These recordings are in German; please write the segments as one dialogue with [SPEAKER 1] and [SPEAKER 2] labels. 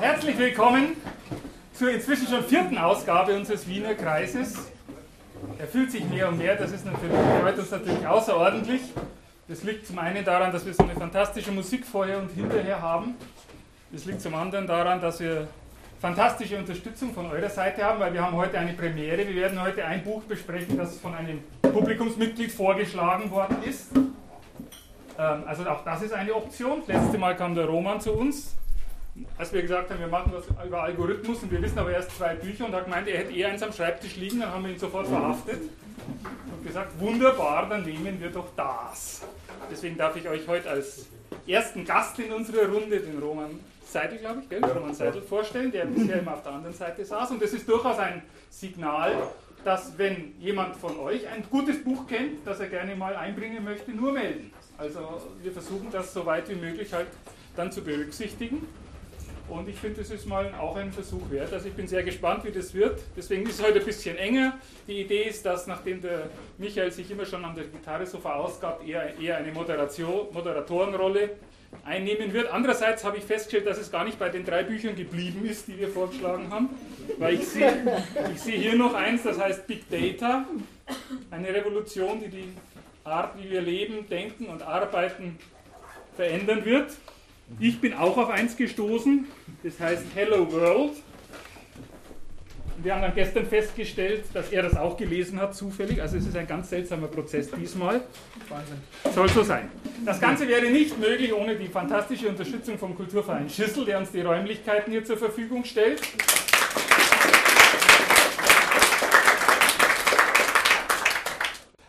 [SPEAKER 1] Herzlich willkommen zur inzwischen schon vierten Ausgabe unseres Wiener Kreises. Er fühlt sich mehr und mehr, das ist natürlich, freut uns natürlich außerordentlich. Das liegt zum einen daran, dass wir so eine fantastische Musik vorher und hinterher haben. Das liegt zum anderen daran, dass wir fantastische Unterstützung von eurer Seite haben, weil wir haben heute eine Premiere. Wir werden heute ein Buch besprechen, das von einem Publikumsmitglied vorgeschlagen worden ist. Ähm, Also auch das ist eine Option. Das letzte Mal kam der Roman zu uns, als wir gesagt haben, wir machen was über Algorithmus und wir wissen aber erst zwei Bücher und er hat gemeint, er hätte eh eins am Schreibtisch liegen, dann haben wir ihn sofort verhaftet und gesagt, wunderbar, dann nehmen wir doch das. Deswegen darf ich euch heute als ersten Gast in unserer Runde den Roman Seidel, glaube ich, gell? Roman Seidel vorstellen, der bisher immer auf der anderen Seite saß. Und das ist durchaus ein Signal, dass wenn jemand von euch ein gutes Buch kennt, das er gerne mal einbringen möchte, nur melden. Also wir versuchen das so weit wie möglich halt dann zu berücksichtigen. Und ich finde, das ist mal auch ein Versuch wert. Also ich bin sehr gespannt, wie das wird. Deswegen ist es heute ein bisschen enger. Die Idee ist, dass nachdem der Michael sich immer schon an der Gitarre so verausgabt, eher, eher eine Moderation, Moderatorenrolle einnehmen wird. Andererseits habe ich festgestellt, dass es gar nicht bei den drei Büchern geblieben ist, die wir vorgeschlagen haben. Weil ich sehe ich sehe hier noch eins, das heißt Big Data. Eine Revolution, die die Art, wie wir leben, denken und arbeiten, verändern wird. Ich bin auch auf eins gestoßen, das heißt Hello World. Wir haben dann gestern festgestellt, dass er das auch gelesen hat, zufällig. Also es ist ein ganz seltsamer Prozess diesmal. Wahnsinn. Soll so sein. Das Ganze wäre nicht möglich ohne die fantastische Unterstützung vom Kulturverein Schüssel, der uns die Räumlichkeiten hier zur Verfügung stellt.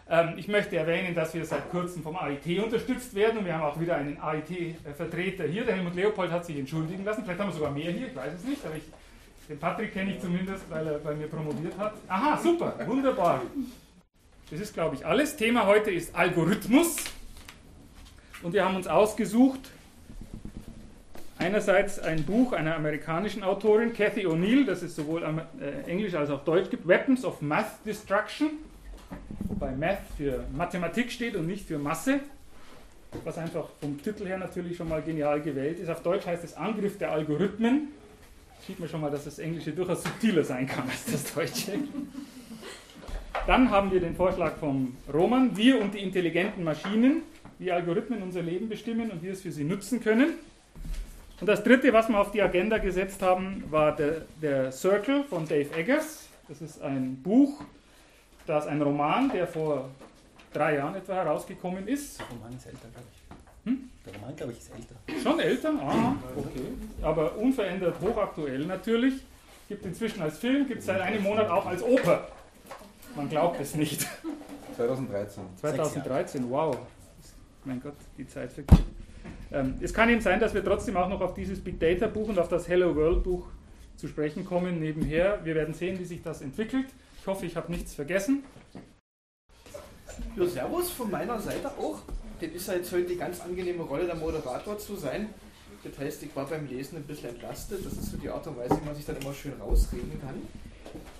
[SPEAKER 1] Ähm, ich möchte erwähnen, dass wir seit kurzem vom AIT unterstützt werden und wir haben auch wieder einen AIT-Vertreter hier. Der Helmut Leopold hat sich entschuldigen lassen. Vielleicht haben wir sogar mehr hier, ich weiß es nicht, aber ich, den Patrick kenne ich zumindest, weil er bei mir promoviert hat. Aha, super, wunderbar. Das ist, glaube ich, alles. Thema heute ist Algorithmus. Und wir haben uns ausgesucht, einerseits ein Buch einer amerikanischen Autorin, Cathy O'Neill, das es sowohl am- äh, Englisch als auch Deutsch gibt, Weapons of Math Destruction wobei Math für Mathematik steht und nicht für Masse, was einfach vom Titel her natürlich schon mal genial gewählt ist. Auf Deutsch heißt es Angriff der Algorithmen. Sieht man schon mal, dass das Englische durchaus subtiler sein kann als das Deutsche. Dann haben wir den Vorschlag vom Roman, wir und die intelligenten Maschinen, wie Algorithmen unser Leben bestimmen und wir es für sie nutzen können. Und das dritte, was wir auf die Agenda gesetzt haben, war der, der Circle von Dave Eggers. Das ist ein Buch, da ist ein Roman, der vor drei Jahren etwa herausgekommen ist.
[SPEAKER 2] Der Roman ist älter, glaube ich.
[SPEAKER 1] Hm?
[SPEAKER 2] Der Roman, glaube ich, ist älter. Mhm.
[SPEAKER 1] Schon älter, ah, okay. Aber unverändert hochaktuell natürlich. Gibt inzwischen als Film, gibt es seit einem Monat auch als Oper. Man glaubt es nicht.
[SPEAKER 3] 2013.
[SPEAKER 1] 2013, wow. Mein Gott, die Zeit vergeht. Ähm, es kann eben sein, dass wir trotzdem auch noch auf dieses Big Data Buch und auf das Hello World Buch zu sprechen kommen nebenher. Wir werden sehen, wie sich das entwickelt. Ich hoffe, ich habe nichts vergessen.
[SPEAKER 4] Ja, Servus von meiner Seite auch. Das ist ja jetzt heute die ganz angenehme Rolle, der Moderator zu sein. Das heißt, ich war beim Lesen ein bisschen entlastet. Das ist so die Art und Weise, wie man sich dann immer schön rausreden kann.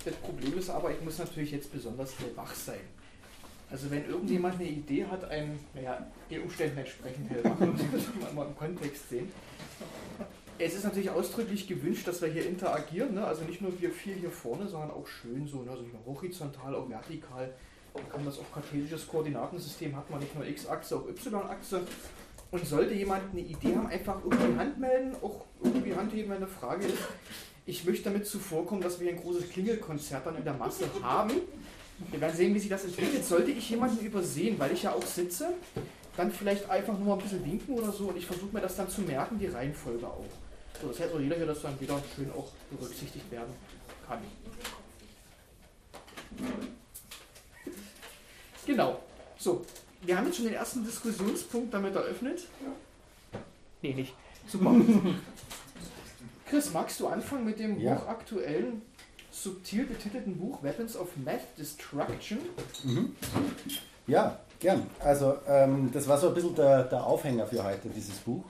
[SPEAKER 4] Das Problem ist aber, ich muss natürlich jetzt besonders hell wach sein. Also wenn irgendjemand eine Idee hat, ein, naja, den Umständen entsprechend hell wach, muss das immer- immer im Kontext sehen. Es ist natürlich ausdrücklich gewünscht, dass wir hier interagieren, ne? also nicht nur wir vier hier vorne, sondern auch schön so, ne? also nicht nur horizontal, auch vertikal. Man kann das auf kartesisches Koordinatensystem hat man nicht nur X-Achse, auch Y-Achse. Und sollte jemand eine Idee haben, einfach irgendwie Hand melden, auch irgendwie Hand heben, wenn eine Frage ist. Ich möchte damit zuvorkommen, dass wir ein großes Klingelkonzert dann in der Masse haben. Wir werden sehen, wie sich das entwickelt. Sollte ich jemanden übersehen, weil ich ja auch sitze, dann vielleicht einfach nur mal ein bisschen winken oder so und ich versuche mir das dann zu merken, die Reihenfolge auch. So, das heißt, auch jeder hier, dass dann wieder schön auch berücksichtigt werden kann. Genau. So, wir haben jetzt schon den ersten Diskussionspunkt damit eröffnet.
[SPEAKER 1] Nee, nicht.
[SPEAKER 4] Super. Chris, magst du anfangen mit dem
[SPEAKER 3] Ja.
[SPEAKER 4] hochaktuellen, subtil betitelten Buch Weapons of Math Destruction?
[SPEAKER 2] Mhm. Ja, gern. Also, ähm, das war so ein bisschen der, der Aufhänger für heute, dieses Buch.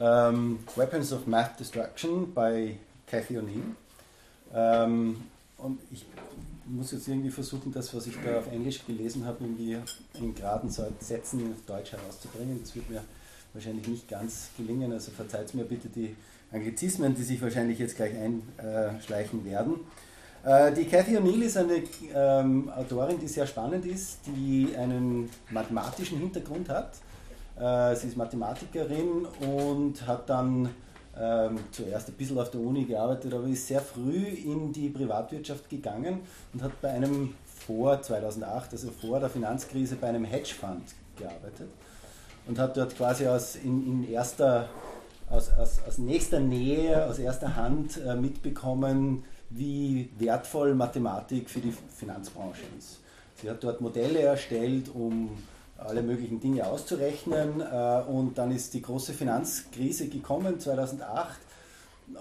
[SPEAKER 2] Ähm, Weapons of Math Destruction bei Cathy O'Neill. Ähm, und ich muss jetzt irgendwie versuchen, das, was ich da auf Englisch gelesen habe, irgendwie in geraden Sätzen auf Deutsch herauszubringen. Das wird mir wahrscheinlich nicht ganz gelingen, also verzeiht mir bitte die Anglizismen, die sich wahrscheinlich jetzt gleich einschleichen werden. Äh, die Cathy O'Neill ist eine ähm, Autorin, die sehr spannend ist, die einen mathematischen Hintergrund hat. Äh, sie ist Mathematikerin und hat dann ähm, zuerst ein bisschen auf der Uni gearbeitet, aber ist sehr früh in die Privatwirtschaft gegangen und hat bei einem vor 2008, also vor der Finanzkrise, bei einem Hedgefonds gearbeitet und hat dort quasi aus, in, in erster, aus, aus, aus nächster Nähe, aus erster Hand äh, mitbekommen, wie wertvoll Mathematik für die Finanzbranche ist. Sie hat dort Modelle erstellt, um alle möglichen Dinge auszurechnen. äh, Und dann ist die große Finanzkrise gekommen, 2008.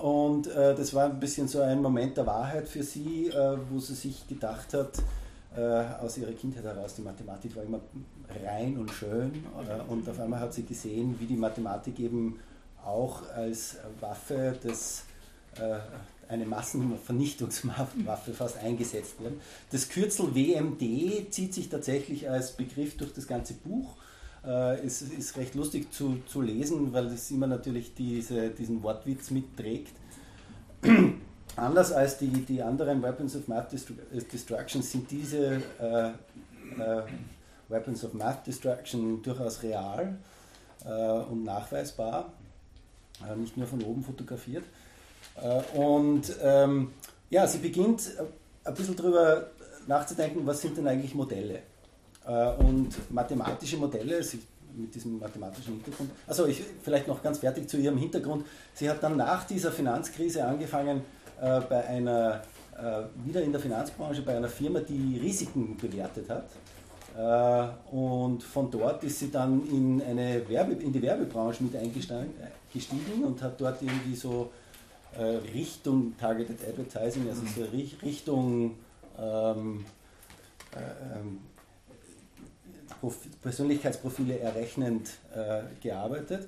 [SPEAKER 2] Und äh, das war ein bisschen so ein Moment der Wahrheit für sie, äh, wo sie sich gedacht hat, äh, aus ihrer Kindheit heraus, die Mathematik war immer rein und schön. äh, Und auf einmal hat sie gesehen, wie die Mathematik eben auch als Waffe des äh, eine Massenvernichtungswaffe fast eingesetzt werden. Das Kürzel WMD zieht sich tatsächlich als Begriff durch das ganze Buch. Äh, Es ist recht lustig zu, zu lesen, weil es immer natürlich diese, diesen Wortwitz mitträgt. Anders als die, die anderen Weapons of Math Destruction sind diese äh, äh, Weapons of Math Destruction durchaus real äh, und nachweisbar, Äh, nicht nur von oben fotografiert. Äh, Und ähm, ja, sie beginnt äh, ein bisschen darüber nachzudenken, was sind denn eigentlich Modelle? Äh, und mathematische Modelle, sie, mit diesem mathematischen Hintergrund, also ich, vielleicht noch ganz fertig zu ihrem Hintergrund, sie hat dann nach dieser Finanzkrise angefangen, äh, bei einer, äh, wieder in der Finanzbranche, bei einer Firma, die Risiken bewertet hat. Äh, Und von dort ist sie dann in, eine Werbe, in die Werbebranche mit eingestiegen und hat dort irgendwie so äh, Richtung Targeted Advertising, also so Richtung ähm, ähm, Persönlichkeitsprofile errechnend äh, gearbeitet.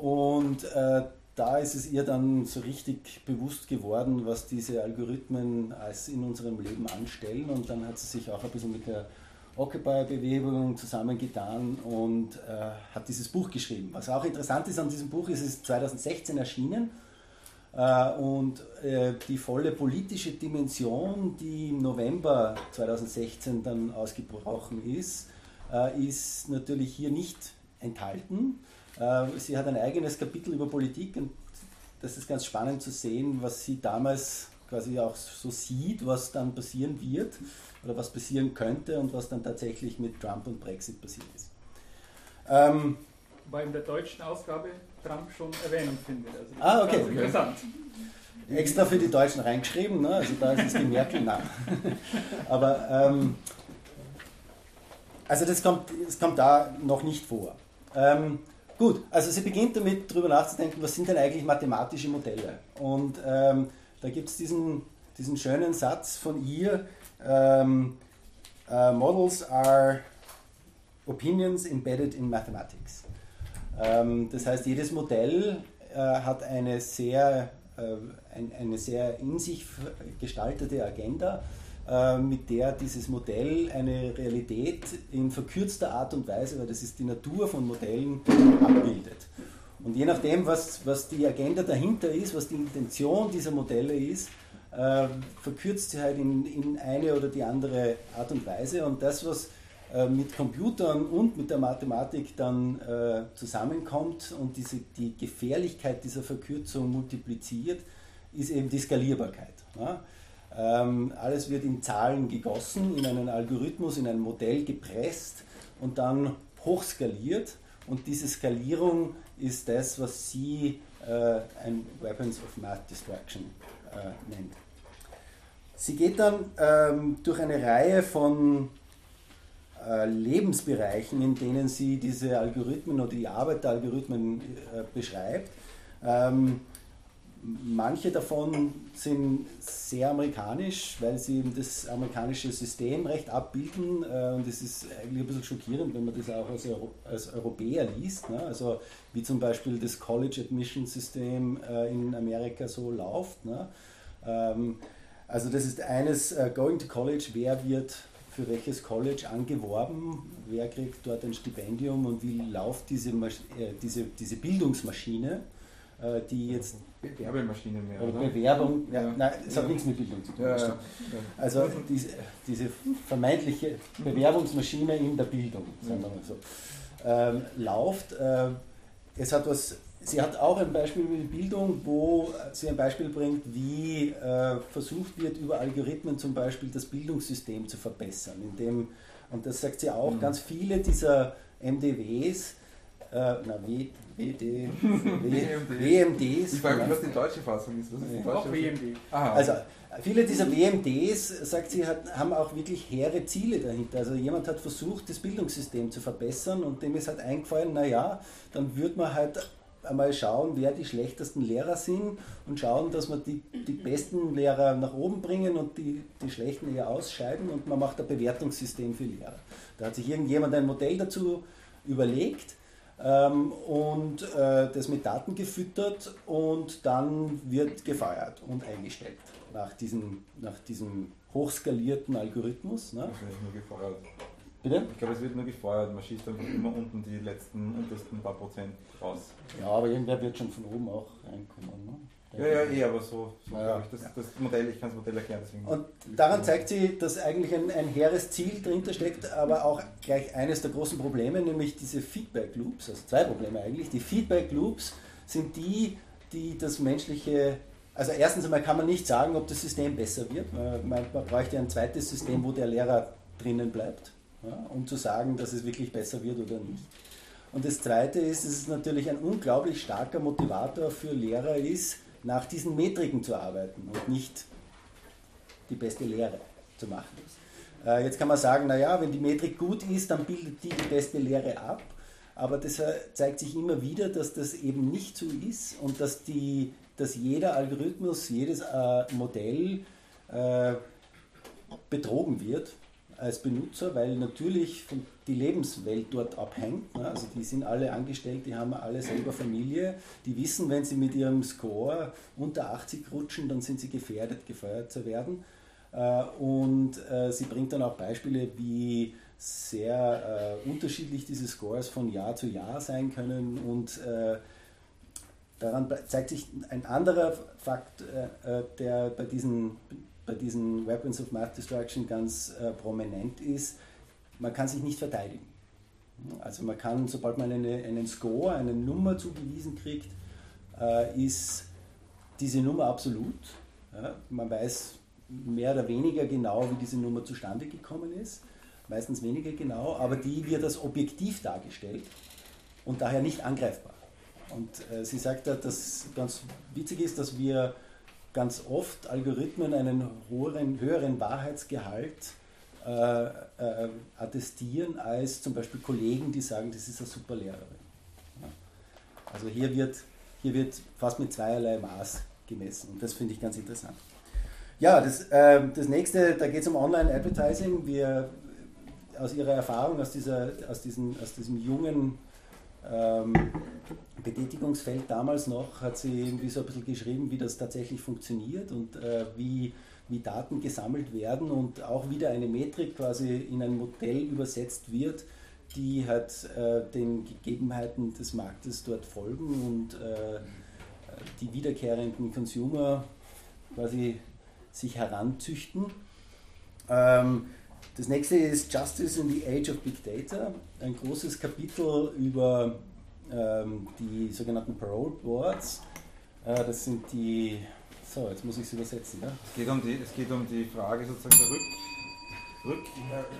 [SPEAKER 2] Und äh, da ist es ihr dann so richtig bewusst geworden, was diese Algorithmen als in unserem Leben anstellen. Und dann hat sie sich auch ein bisschen mit der Occupy-Bewegung zusammengetan und äh, hat dieses Buch geschrieben. Was auch interessant ist an diesem Buch, ist es ist 2016 erschienen. Äh, Und die volle politische Dimension, die im November 2016 dann ausgebrochen ist, äh, ist natürlich hier nicht enthalten. Äh, Sie hat ein eigenes Kapitel über Politik und das ist ganz spannend zu sehen, was sie damals quasi auch so sieht, was dann passieren wird oder was passieren könnte und was dann tatsächlich mit Trump und Brexit passiert ist.
[SPEAKER 1] Ähm, Wobei in der deutschen Ausgabe Trump schon Erwähnung findet. Also
[SPEAKER 2] ah, okay. okay. Interessant. Extra für die Deutschen reingeschrieben, ne? also da ist es die Merkel nach. Aber ähm, also das kommt, das kommt da noch nicht vor. Ähm, gut, also sie beginnt damit darüber nachzudenken, was sind denn eigentlich mathematische Modelle? Und ähm, da gibt es diesen, diesen schönen Satz von ihr, uh, Models are opinions embedded in mathematics Ähm, das heißt, jedes Modell äh, hat eine sehr, äh, ein, eine sehr in sich gestaltete Agenda, äh, mit der dieses Modell eine Realität in verkürzter Art und Weise, weil das ist die Natur von Modellen, abbildet. Und je nachdem, was, was die Agenda dahinter ist, was die Intention dieser Modelle ist, äh, verkürzt sie halt in, in eine oder die andere Art und Weise. Und das, was äh, mit Computern und mit der Mathematik dann äh, zusammenkommt und diese, die Gefährlichkeit dieser Verkürzung multipliziert, ist eben die Skalierbarkeit. Ja? Ähm, alles wird in Zahlen gegossen, in einen Algorithmus, in ein Modell gepresst und dann hochskaliert. Und diese Skalierung ist das, was sie äh, ein Weapons of Math Destruction äh, nennt. Sie geht dann ähm, durch eine Reihe von äh, Lebensbereichen, in denen sie diese Algorithmen oder die Arbeit der Algorithmen äh, beschreibt. Ähm, manche davon sind sehr amerikanisch, weil sie eben das amerikanische System recht abbilden. äh, und es ist eigentlich ein bisschen schockierend, wenn man das auch als, Euro als Europäer liest. Ne? Also wie zum Beispiel das College Admission System äh, in Amerika so läuft. Ne? also das ist eines, Going to College, wer wird für welches College angeworben, wer kriegt dort ein Stipendium und wie läuft diese, Mas äh, diese, diese Bildungsmaschine. äh, die jetzt
[SPEAKER 3] Werbemaschine mehr.
[SPEAKER 2] oder
[SPEAKER 3] Oder?
[SPEAKER 2] Bewerbung, ja,
[SPEAKER 3] Ja.
[SPEAKER 2] nein, es hat
[SPEAKER 3] Ja.
[SPEAKER 2] nichts mit Bildung zu tun.
[SPEAKER 3] Ja, ja,
[SPEAKER 2] bestimmt.
[SPEAKER 3] ja.
[SPEAKER 2] Also diese, diese vermeintliche Bewerbungsmaschine in der Bildung, sagen wir mal so, ähm, läuft. ähm, es hat was, sie hat auch ein Beispiel mit Bildung, wo sie ein Beispiel bringt, wie äh, versucht wird, über Algorithmen zum Beispiel das Bildungssystem zu verbessern. Indem, und das sagt sie
[SPEAKER 3] Mhm.
[SPEAKER 2] auch, ganz viele dieser MDWs, äh, na, w, WD, w, WMDs,
[SPEAKER 3] Ich frage mich, was die deutsche Fassung ist. Was ist die
[SPEAKER 2] Ja.
[SPEAKER 3] deutsche
[SPEAKER 1] Auch
[SPEAKER 3] Fassung?
[SPEAKER 1] WMD.
[SPEAKER 3] Aha.
[SPEAKER 2] also viele dieser WMDs, sagt sie, hat, haben auch wirklich hehre Ziele dahinter. Also jemand hat versucht, das Bildungssystem zu verbessern und dem ist halt eingefallen, naja, dann würde man halt einmal schauen, wer die schlechtesten Lehrer sind und schauen, dass man die, die besten Lehrer nach oben bringen und die, die schlechten eher ausscheiden und man macht ein Bewertungssystem für Lehrer. Da hat sich irgendjemand ein Modell dazu überlegt ähm, und äh, das mit Daten gefüttert und dann wird gefeiert und eingestellt nach diesem, nach diesem hochskalierten Algorithmus. Ne?
[SPEAKER 3] Das wird nur gefeuert.
[SPEAKER 2] Bitte?
[SPEAKER 3] Ich glaube, es wird nur gefeuert. Man schießt einfach immer unten die letzten, untersten paar Prozent raus.
[SPEAKER 2] Ja, aber irgendwer wird schon von oben auch reinkommen. Ne?
[SPEAKER 3] Ja, ja, eh, aber so, so
[SPEAKER 2] Ja,
[SPEAKER 3] glaube ich. Das,
[SPEAKER 2] ja.
[SPEAKER 3] das Modell, ich kann das Modell erklären, deswegen.
[SPEAKER 2] Und daran zeigt sie, dass eigentlich ein, ein hehres Ziel dahinter steckt, aber auch gleich eines der großen Probleme, nämlich diese Feedback Loops, also zwei Probleme eigentlich. Die Feedback Loops sind die, die das menschliche, also erstens einmal kann man nicht sagen, ob das System besser wird. Man, man man bräuchte ein zweites System, wo der Lehrer drinnen bleibt, ja, um zu sagen, dass es wirklich besser wird oder nicht. Und das Zweite ist, dass es natürlich ein unglaublich starker Motivator für Lehrer ist, nach diesen Metriken zu arbeiten und nicht die beste Lehre zu machen ist. Äh, jetzt kann man sagen, naja, wenn die Metrik gut ist, dann bildet die die beste Lehre ab. Aber das äh, zeigt sich immer wieder, dass das eben nicht so ist und dass, die, dass jeder Algorithmus, jedes äh, Modell äh, betrogen wird als Benutzer, weil natürlich von- die Lebenswelt dort abhängt. Ne? Also die sind alle angestellt, die haben alle selber Familie, die wissen, wenn sie mit ihrem Score unter 80 rutschen, dann sind sie gefährdet, gefeuert zu werden. Äh, Und äh, sie bringt dann auch Beispiele, wie sehr äh, unterschiedlich diese Scores von Jahr zu Jahr sein können und äh, Daran be- zeigt sich ein anderer Fakt, äh, äh, der bei diesen, bei diesen Weapons of Mass Destruction ganz äh, prominent ist. Man kann sich nicht verteidigen. Also man kann, sobald man eine, einen Score, eine Nummer zugewiesen kriegt, äh, ist diese Nummer absolut. Ja, man weiß mehr oder weniger genau, wie diese Nummer zustande gekommen ist. Meistens weniger genau, aber die wird als objektiv dargestellt und daher nicht angreifbar. Und äh, sie sagt, da, dass ganz witzig ist, dass wir ganz oft Algorithmen einen höheren, höheren Wahrheitsgehalt äh, äh, attestieren als zum Beispiel Kollegen, die sagen, das ist eine super Lehrerin. Ja. Also hier wird, hier wird fast mit zweierlei Maß gemessen und das finde ich ganz interessant. Ja, das, ähm, das nächste, da geht es um Online-Advertising. Wir, aus Ihrer Erfahrung, aus, dieser, aus, diesen, aus diesem jungen ähm, Betätigungsfeld damals noch hat sie irgendwie so ein bisschen geschrieben, wie das tatsächlich funktioniert und äh, wie, wie Daten gesammelt werden und auch wieder eine Metrik quasi in ein Modell übersetzt wird, die halt äh, den Gegebenheiten des Marktes dort folgen und äh, die wiederkehrenden Consumer quasi sich heranzüchten. Ähm, das nächste ist Justice in the Age of Big Data, ein großes Kapitel über ähm, die sogenannten Parole Boards. Äh, das sind die. So, jetzt muss ich es übersetzen. ne? Ja?
[SPEAKER 3] Es geht um die, es geht um die Frage sozusagen der Rück, Rück,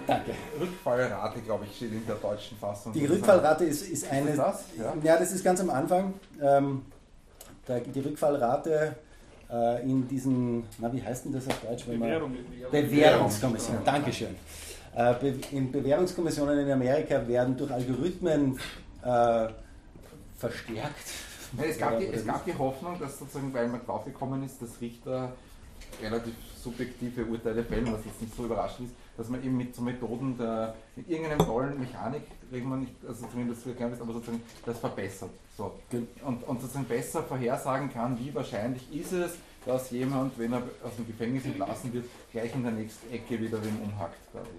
[SPEAKER 2] Danke.
[SPEAKER 3] äh, Rückfallrate, glaube ich, steht in der deutschen Fassung.
[SPEAKER 2] Die Rückfallrate ist, ist eine.
[SPEAKER 3] Ist das das?
[SPEAKER 2] Ja.
[SPEAKER 3] Ja.
[SPEAKER 2] das ist ganz am Anfang. Ähm, da, die Rückfallrate äh, in diesen. Na, wie heißt denn das auf Deutsch? wenn man-
[SPEAKER 1] Bewährung.
[SPEAKER 2] Bewährungskommission, Dankeschön. Äh, Be in Bewährungskommissionen in Amerika werden durch Algorithmen äh, verstärkt.
[SPEAKER 3] Ja, es, gab die,
[SPEAKER 2] Oder
[SPEAKER 3] es
[SPEAKER 2] nicht?
[SPEAKER 3] gab die Hoffnung, dass sozusagen, weil man draufgekommen ist, dass Richter relativ subjektive Urteile fällen, was jetzt nicht so überraschend ist, dass man eben mit so Methoden der, mit irgendeinem tollen Mechanik, kriegt man nicht, also zumindest so erklärt ist, aber sozusagen das verbessert. So.
[SPEAKER 2] Gen-
[SPEAKER 3] Und, und sozusagen besser vorhersagen kann, wie wahrscheinlich ist es, dass jemand, wenn er aus dem Gefängnis entlassen wird, gleich in der nächsten Ecke wieder wen umhackt. quasi.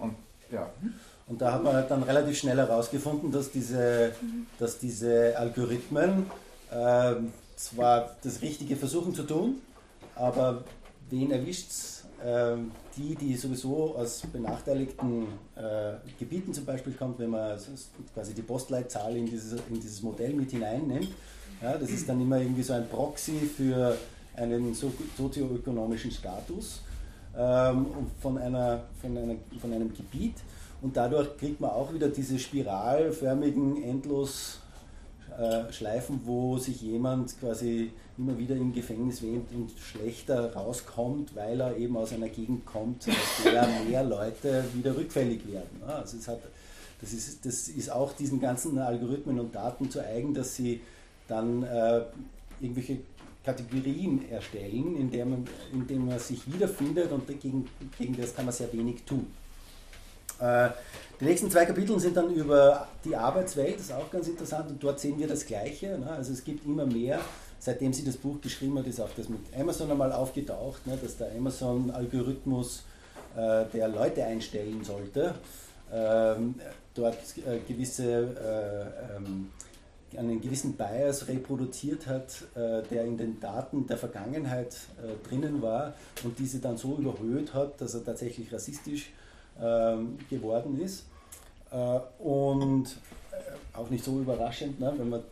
[SPEAKER 3] Und ja,
[SPEAKER 2] Und da hat halt man dann relativ schnell herausgefunden, dass diese, dass diese Algorithmen äh, ähm, zwar das Richtige versuchen zu tun, aber wen erwischt es? Ähm, die, die sowieso aus benachteiligten äh, Gebieten zum Beispiel kommt, wenn man so- so quasi die Postleitzahl in dieses, in dieses Modell mit hineinnimmt. Ja, das ist dann immer irgendwie so ein Proxy für einen so- sozioökonomischen Status ähm, und von, einer, von, einer, von einem Gebiet. Und dadurch kriegt man auch wieder diese spiralförmigen, endlos äh, Schleifen, wo sich jemand quasi immer wieder im Gefängnis wähnt und schlechter rauskommt, weil er eben aus einer Gegend kommt, aus der mehr Leute wieder rückfällig werden. Ja, Also es hat, das, ist, das ist auch diesen ganzen Algorithmen und Daten zu eigen, dass sie dann äh, irgendwelche Kategorien erstellen, in der man, in denen man sich wiederfindet und dagegen, gegen das kann man sehr wenig tun. Äh, Die nächsten zwei Kapitel sind dann über die Arbeitswelt, das ist auch ganz interessant und dort sehen wir das Gleiche. Ne? Also es gibt immer mehr, seitdem sie das Buch geschrieben hat, ist auch das mit Amazon einmal aufgetaucht, ne? dass der Amazon-Algorithmus, äh, der Leute einstellen sollte, ähm, dort äh, gewisse, äh, ähm, einen gewissen Bias reproduziert hat, äh, der in den Daten der Vergangenheit äh, drinnen war und diese dann so überhöht hat, dass er tatsächlich rassistisch ähm, geworden ist. Äh, und äh, auch nicht so überraschend, ne, wenn, man,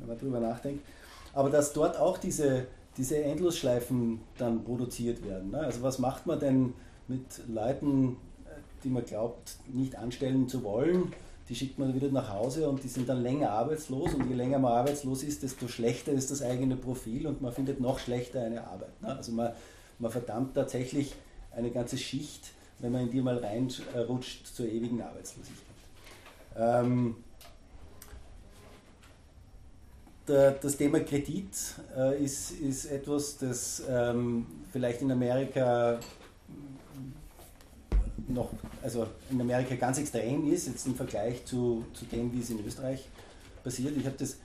[SPEAKER 2] wenn man drüber nachdenkt. Aber dass dort auch diese, diese Endlosschleifen dann produziert werden. Ne? Also was macht man denn mit Leuten, äh, die man glaubt, nicht anstellen zu wollen? Die schickt man wieder nach Hause und die sind dann länger arbeitslos. Und je länger man arbeitslos ist, desto schlechter ist das eigene Profil und man findet noch schlechter eine Arbeit. Ne? Also man, man verdammt tatsächlich eine ganze Schicht, wenn man in die mal reinrutscht, zur ewigen Arbeitslosigkeit. Ähm, der, das Thema Kredit äh, ist, ist etwas, das ähm, vielleicht in Amerika noch, also in Amerika ganz extrem ist, jetzt im Vergleich zu, zu dem, wie es in Österreich passiert. Ich habe das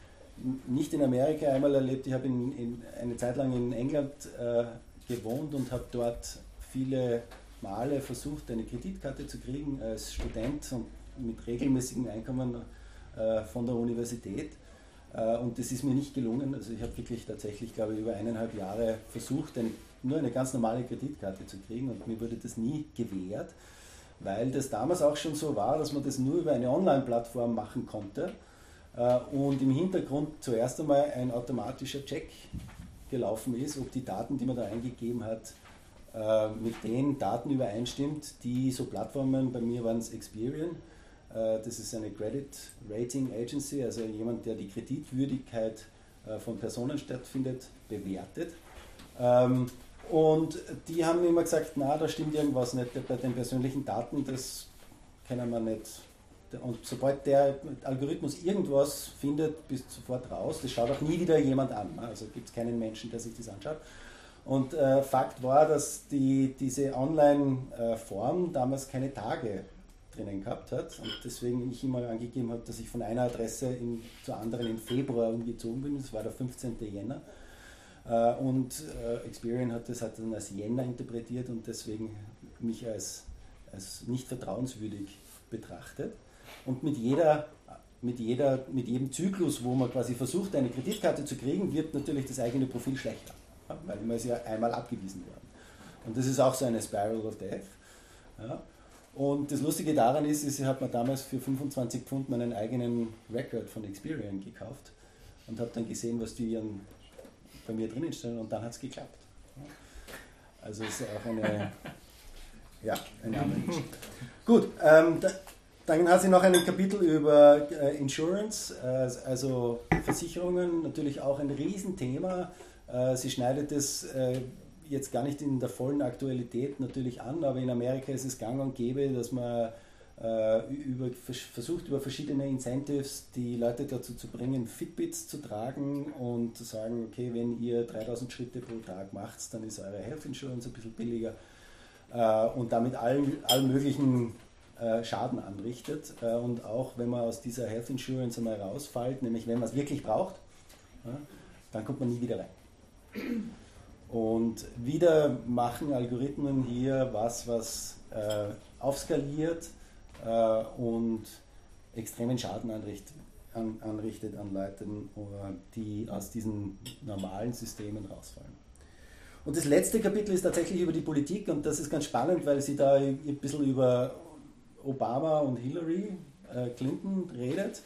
[SPEAKER 2] n- nicht in Amerika einmal erlebt, ich habe in, in, eine Zeit lang in England äh, gewohnt und habe dort viele Male versucht, eine Kreditkarte zu kriegen als Student und mit regelmäßigem Einkommen äh, von der Universität. Äh, Und das ist mir nicht gelungen. Also ich habe wirklich tatsächlich, glaube ich, über eineinhalb Jahre versucht, eine, nur eine ganz normale Kreditkarte zu kriegen und mir wurde das nie gewährt, weil das damals auch schon so war, dass man das nur über eine Online-Plattform machen konnte äh, und im Hintergrund zuerst einmal ein automatischer Check gelaufen ist, ob die Daten, die man da eingegeben hat, äh, mit den Daten übereinstimmt, die so Plattformen, bei mir waren es Experian, äh, das ist eine Credit Rating Agency, also jemand, der die Kreditwürdigkeit äh, von Personen stattfindet, bewertet. Ähm, Und die haben immer gesagt, na, da stimmt irgendwas nicht bei den persönlichen Daten, das können wir nicht. Und sobald der Algorithmus irgendwas findet, bist du sofort raus. Das schaut auch nie wieder jemand an. ne? Also gibt es keinen Menschen, der sich das anschaut. Und äh, Fakt war, dass die, diese Online-Form damals keine Tage drinnen gehabt hat und deswegen ich immer angegeben habe, dass ich von einer Adresse in, zur anderen im Februar umgezogen bin. Das war der 15. Jänner. Äh, und äh, Experian hat das hat dann als Jänner interpretiert und deswegen mich als, als nicht vertrauenswürdig betrachtet. Und mit jeder mit, jeder, mit jedem Zyklus, wo man quasi versucht, eine Kreditkarte zu kriegen, wird natürlich das eigene Profil schlechter, ja, weil man ist ja einmal abgewiesen worden. Und das ist auch so eine Spiral of Death. Äh, Ja. Und das Lustige daran ist, ist, ich habe mir damals für 25 Pfund meinen eigenen Record von Experian gekauft und habe dann gesehen, was die ihren, bei mir drinnen stellen und dann hat es geklappt. Ja. Also es ist auch eine, ja, eine andere Geschichte. Gut, ähm, da, dann hat sie noch ein Kapitel über äh, Insurance, äh, also Versicherungen, natürlich auch ein Riesenthema. Äh, sie schneidet es äh, jetzt gar nicht in der vollen Aktualität natürlich an, aber in Amerika ist es gang und gäbe, dass man äh, über, vers- versucht, über verschiedene Incentives die Leute dazu zu bringen, Fitbits zu tragen und zu sagen, okay, wenn ihr 3000 Schritte pro Tag macht, dann ist eure Health Insurance ein bisschen billiger äh, und damit allen, allen möglichen äh, Schaden anrichtet. Äh, und auch wenn man aus dieser Health Insurance einmal rausfällt, nämlich wenn man es wirklich braucht, ja, dann kommt man nie wieder rein. Und wieder machen Algorithmen hier was, was äh, aufskaliert äh, und extremen Schaden anrichtet, an, anrichtet an Leuten, oder die aus diesen normalen Systemen rausfallen. Und das letzte Kapitel ist tatsächlich über die Politik und das ist ganz spannend, weil sie da ein bisschen über Obama und Hillary äh, Clinton redet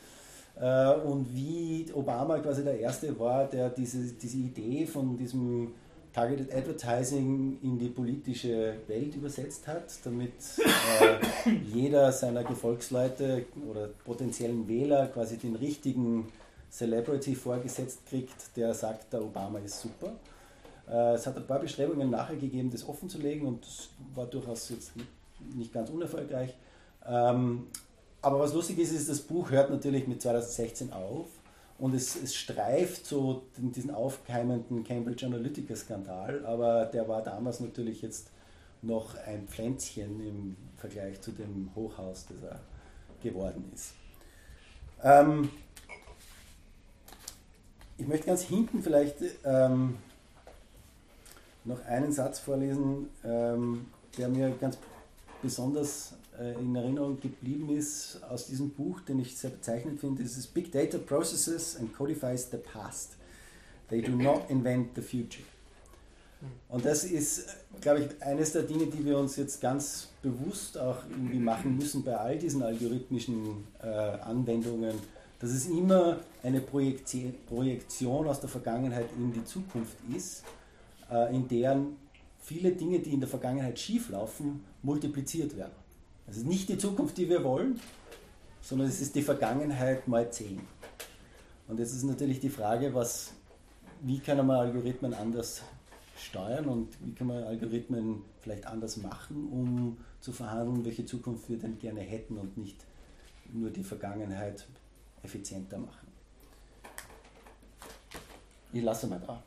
[SPEAKER 2] äh, und wie Obama quasi der Erste war, der diese, diese Idee von diesem Targeted Advertising in die politische Welt übersetzt hat, damit äh, jeder seiner Gefolgsleute oder potenziellen Wähler quasi den richtigen Celebrity vorgesetzt kriegt, der sagt, der Obama ist super. Äh, es hat ein paar Bestrebungen nachher gegeben, das offen zu legen und das war durchaus jetzt nicht ganz unerfolgreich. Ähm, aber was lustig ist, ist, das Buch hört natürlich mit 2016 auf und es, es, streift so diesen aufkeimenden Cambridge Analytica-Skandal, aber der war damals natürlich jetzt noch ein Pflänzchen im Vergleich zu dem Hochhaus, das er geworden ist. Ähm, ich möchte ganz hinten vielleicht ähm, noch einen Satz vorlesen, ähm, der mir ganz besonders äh, in Erinnerung geblieben ist aus diesem Buch, den ich sehr bezeichnend finde, ist es Big Data Processes and Codifies the Past. They do not invent the future. Und das ist, glaube ich, eines der Dinge, die wir uns jetzt ganz bewusst auch irgendwie machen müssen bei all diesen algorithmischen äh, Anwendungen, dass es immer eine Projekti Projektion aus der Vergangenheit in die Zukunft ist, äh, in deren viele Dinge, die in der Vergangenheit schieflaufen, multipliziert werden. Es ist nicht die Zukunft, die wir wollen, sondern es ist die Vergangenheit mal 10. Und jetzt ist natürlich die Frage, was, wie kann man Algorithmen anders steuern und wie kann man Algorithmen vielleicht anders machen, um zu verhandeln, welche Zukunft wir denn gerne hätten und nicht nur die Vergangenheit effizienter machen. Ich lasse mal da.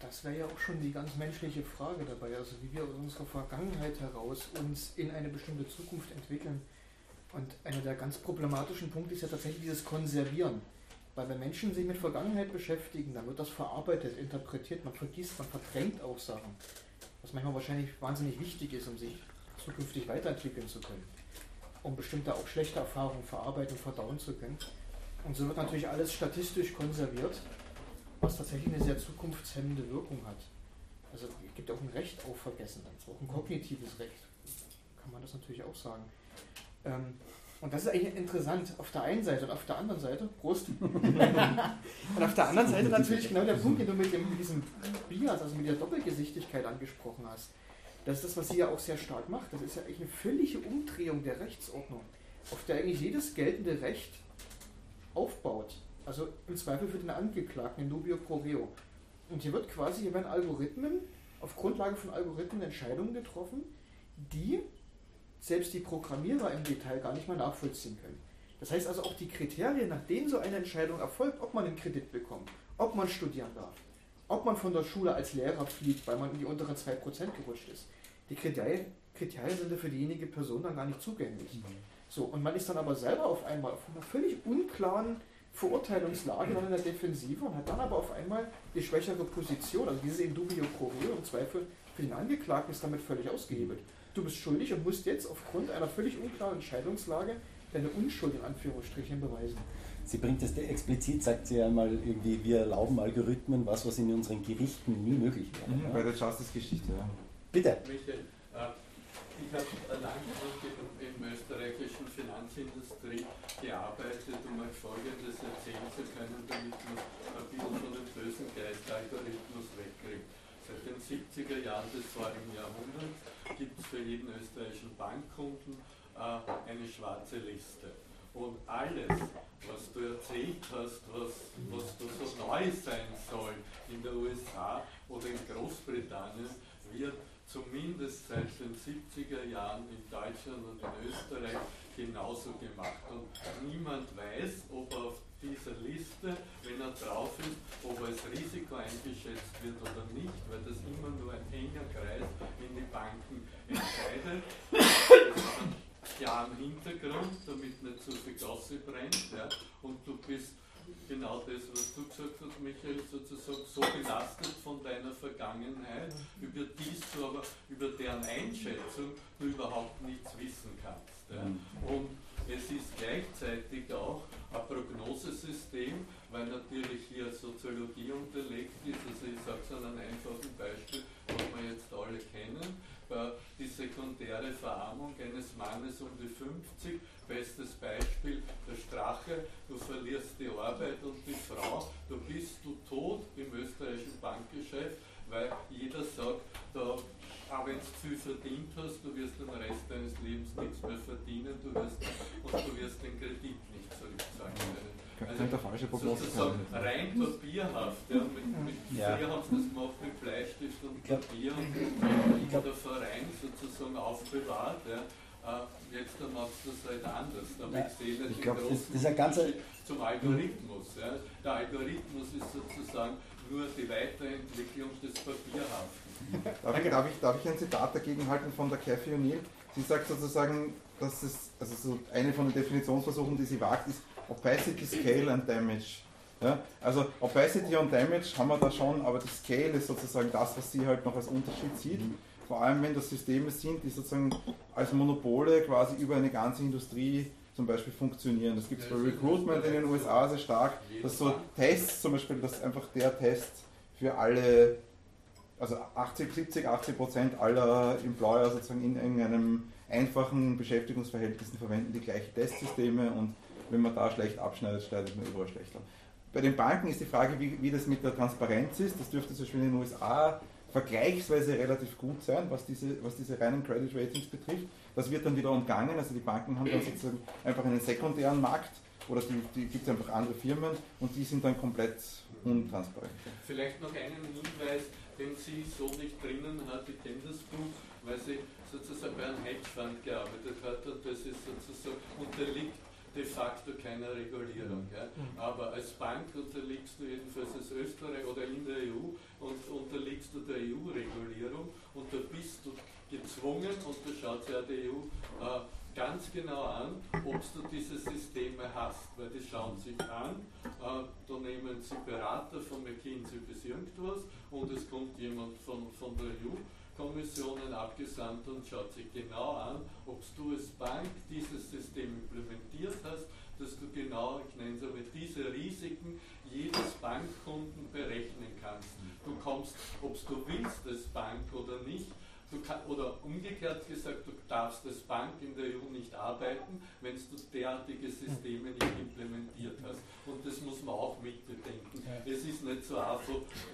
[SPEAKER 4] Das wäre ja auch schon die ganz menschliche Frage dabei, also wie wir aus unserer Vergangenheit heraus uns in eine bestimmte Zukunft entwickeln. Und einer der ganz problematischen Punkte ist ja tatsächlich dieses Konservieren. Weil wenn Menschen sich mit Vergangenheit beschäftigen, dann wird das verarbeitet, interpretiert, man vergisst, man verdrängt auch Sachen. Was manchmal wahrscheinlich wahnsinnig wichtig ist, um sich zukünftig weiterentwickeln zu können. Um bestimmte auch schlechte Erfahrungen verarbeiten und verdauen zu können. Und so wird natürlich alles statistisch konserviert was tatsächlich eine sehr zukunftshemmende Wirkung hat. Also es gibt auch ein Recht auf Vergessen, also auch ein kognitives Recht, kann man das natürlich auch sagen. Ähm, und das ist eigentlich interessant, auf der einen Seite und auf der anderen Seite, Prost, und auf der anderen Seite natürlich genau der Punkt, den du mit, dem, mit diesem Bias, also mit der Doppelgesichtigkeit angesprochen hast. Das ist das, was sie ja auch sehr stark macht. Das ist ja eigentlich eine völlige Umdrehung der Rechtsordnung, auf der eigentlich jedes geltende Recht aufbaut. Also im Zweifel für den Angeklagten, den Nubio pro reo. Und hier wird quasi, hier werden Algorithmen, auf Grundlage von Algorithmen Entscheidungen getroffen, die selbst die Programmierer im Detail gar nicht mal nachvollziehen können. Das heißt also auch die Kriterien, nach denen so eine Entscheidung erfolgt, ob man einen Kredit bekommt, ob man studieren darf, ob man von der Schule als Lehrer fliegt, weil man in die unteren 2% gerutscht ist. Die Kriterien, Kriterien sind für diejenige Person dann gar nicht zugänglich. Mhm. So, und man ist dann aber selber auf einmal auf einer völlig unklaren Verurteilungslage, dann in der Defensive und hat dann aber auf einmal die schwächere Position. Also diese Indubio pro reo im Zweifel für den Angeklagten ist damit völlig ausgehebelt. Du bist schuldig und musst jetzt aufgrund einer völlig unklaren Entscheidungslage deine Unschuld in Anführungsstrichen beweisen.
[SPEAKER 2] Sie bringt es explizit, sagt sie einmal irgendwie, wir erlauben Algorithmen, was, was in unseren Gerichten nie möglich wäre.
[SPEAKER 3] Mhm, bei der Justice-Geschichte, ja.
[SPEAKER 2] Bitte.
[SPEAKER 5] Michael, äh, ich habe lange in der österreichischen Finanzindustrie gearbeitet, um euch Folgendes erzählen zu können, damit man ein bisschen von dem bösen Geistalgorithmus wegkriegt. Seit den 70er Jahren des vorigen Jahrhunderts gibt es für jeden österreichischen Bankkunden äh, eine schwarze Liste. Und alles, was du erzählt hast, was, was du so neu sein soll in der USA oder in Großbritannien, wird zumindest seit den 70er Jahren in Deutschland und in Österreich genauso gemacht. Und niemand weiß, ob auf dieser Liste, wenn er drauf ist, ob als Risiko eingeschätzt wird oder nicht, weil das immer nur ein enger Kreis in die Banken entscheidet. Ja, im Hintergrund, damit nicht so viel Gossip brennt. Ja, und du bist genau das, was du gesagt hast, Michael, sozusagen so belastet von deiner Vergangenheit, über die du Oh, aber über deren Einschätzung du überhaupt nichts wissen kannst. Ja. Und Es ist gleichzeitig auch ein Prognosesystem, weil natürlich hier Soziologie unterlegt ist. Also ich sage es an einem einfachen Beispiel, was wir jetzt alle kennen. Äh, Die sekundäre Verarmung eines Mannes um die 50, bestes Beispiel der Strache, du verlierst die Arbeit und die Frau, da bist du tot im österreichischen Bankgeschäft, weil jeder sagt, da, auch wenn du viel verdient hast, du wirst den Rest deines Lebens nichts mehr verdienen du wirst, und du wirst den Kredit nicht zurückzahlen können. Also,
[SPEAKER 3] Könnte der falsche Prognose
[SPEAKER 5] Sozusagen
[SPEAKER 3] sein.
[SPEAKER 5] rein papierhaft, ja, mit, mit
[SPEAKER 2] Ja.
[SPEAKER 5] wir haben das gemacht mit Bleistift und
[SPEAKER 2] glaub-
[SPEAKER 5] Papier und und der Verein sozusagen aufbewahrt. Ja. Äh, Jetzt da machst du es halt anders.
[SPEAKER 2] Ja.
[SPEAKER 5] Damit sehe ich
[SPEAKER 2] Ich
[SPEAKER 5] eh den
[SPEAKER 2] glaub,
[SPEAKER 5] großen
[SPEAKER 2] das- das ist ein ganzer-
[SPEAKER 5] Unterschied zum Algorithmus. Ja. Der Algorithmus ist sozusagen nur die Weiterentwicklung des Papierhaften.
[SPEAKER 3] Darf ich, darf, ich, darf ich ein Zitat dagegen halten von der Cathy O'Neill? Sie sagt sozusagen, dass es, also so eine von den Definitionsversuchen, die sie wagt, ist Opacity, Scale and Damage. Ja? Also Opacity und Damage haben wir da schon, aber die Scale ist sozusagen das, was sie halt noch als Unterschied sieht. Vor allem, wenn das Systeme sind, die sozusagen als Monopole quasi über eine ganze Industrie zum Beispiel funktionieren. Das gibt es bei Recruitment in den USA sehr stark, dass so Tests zum Beispiel, dass einfach der Test für alle also 80, 70, 80 Prozent aller Employer sozusagen in irgendeinem einfachen Beschäftigungsverhältnissen verwenden die gleichen Testsysteme und wenn man da schlecht abschneidet, schneidet man überall schlecht ab. Bei den Banken ist die Frage, wie, wie das mit der Transparenz ist. Das dürfte zum Beispiel in den USA vergleichsweise relativ gut sein, was diese, was diese reinen Credit Ratings betrifft. Das wird dann wieder umgangen. Also die Banken haben dann sozusagen einfach einen sekundären Markt oder die, die gibt es einfach andere Firmen und die sind dann komplett untransparent.
[SPEAKER 5] Vielleicht noch einen Hinweis, den sie so nicht drinnen hat, ich kenne das Buch, weil sie sozusagen bei einem Hedgefonds gearbeitet hat und das ist sozusagen unterliegt de facto keiner Regulierung. Ja. Aber als Bank unterliegst du jedenfalls als Österreich oder in der EU und unterliegst du der EU-Regulierung und da bist du gezwungen und da schaut sich ja die EU äh, ganz genau an, ob du diese Systeme hast, weil die schauen sich an, äh, da nehmen sie Berater von McKinsey bis irgendwas und es kommt jemand von, von der EU-Kommissionen abgesandt und schaut sich genau an, ob du als Bank dieses System implementiert hast, dass du genau, ich nenne es einmal, diese Risiken jedes Bankkunden berechnen kannst. Du kommst, ob du willst als Bank oder nicht, Du kann, oder umgekehrt gesagt, du darfst als Bank in der EU nicht arbeiten, wenn du derartige Systeme nicht implementiert hast. Und das muss man auch mitbedenken. Es ist nicht so einfach,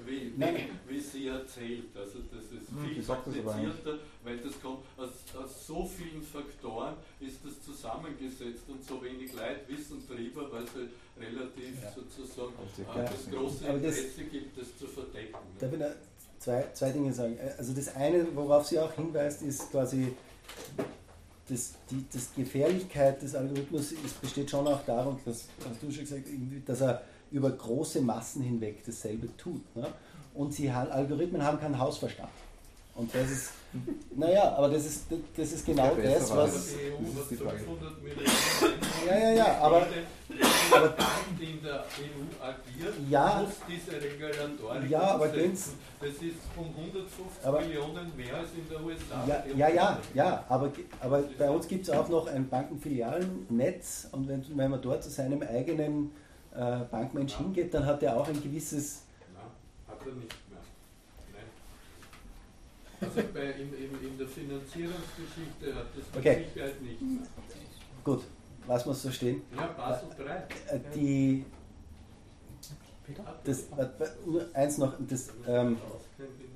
[SPEAKER 5] wie, wie, wie sie erzählt. Also das ist
[SPEAKER 3] Hm,
[SPEAKER 5] viel
[SPEAKER 3] ich sag das aber
[SPEAKER 5] komplizierter, weil das kommt aus, aus so vielen Faktoren ist das zusammengesetzt und so wenig Leid wissen drüber, weil es halt relativ
[SPEAKER 2] Ja.
[SPEAKER 5] sozusagen
[SPEAKER 3] Ja.
[SPEAKER 5] äh, das große
[SPEAKER 2] Aber das-
[SPEAKER 5] Interesse gibt, das zu verdecken.
[SPEAKER 2] Da will ich zwei, zwei Dinge sagen. Also das eine, worauf sie auch hinweist, ist quasi, das, die das Gefährlichkeit des Algorithmus ist, besteht schon auch darum, dass, hast du schon gesagt, irgendwie, dass er über große Massen hinweg dasselbe tut. Ne? Und sie, ha- Algorithmen haben keinen Hausverstand. Und das ist, naja, aber das ist, das ist genau
[SPEAKER 3] Der beste
[SPEAKER 2] das,
[SPEAKER 3] war
[SPEAKER 5] Aber
[SPEAKER 2] was,
[SPEAKER 5] die EU
[SPEAKER 3] das
[SPEAKER 5] hat
[SPEAKER 3] ist die Frage.
[SPEAKER 5] 500 Millionen
[SPEAKER 2] Ja, ja, ja, aber-
[SPEAKER 5] jede Bank, die in der EU agiert,
[SPEAKER 2] Ja.
[SPEAKER 5] muss diese Regulatorik
[SPEAKER 2] Ja, aber
[SPEAKER 5] umsetzen. Das ist um 150
[SPEAKER 2] Aber-
[SPEAKER 5] Millionen mehr als in der USA.
[SPEAKER 2] Ja, ja, ja, ja aber, ge- aber bei uns gibt es auch noch ein Bankenfilialennetz und wenn, wenn man dort zu seinem eigenen äh, Bankmensch hingeht, dann hat er auch ein gewisses.
[SPEAKER 5] Nein, hat er nicht mehr. Nein. Also bei, in, in, in der Finanzierungsgeschichte hat das mit
[SPEAKER 2] Okay.
[SPEAKER 5] Sicherheit nicht mehr.
[SPEAKER 2] Gut, lass mal so stehen.
[SPEAKER 5] Ja, Basel 3.
[SPEAKER 2] Äh, die, das, äh, nur eins noch, das, ähm,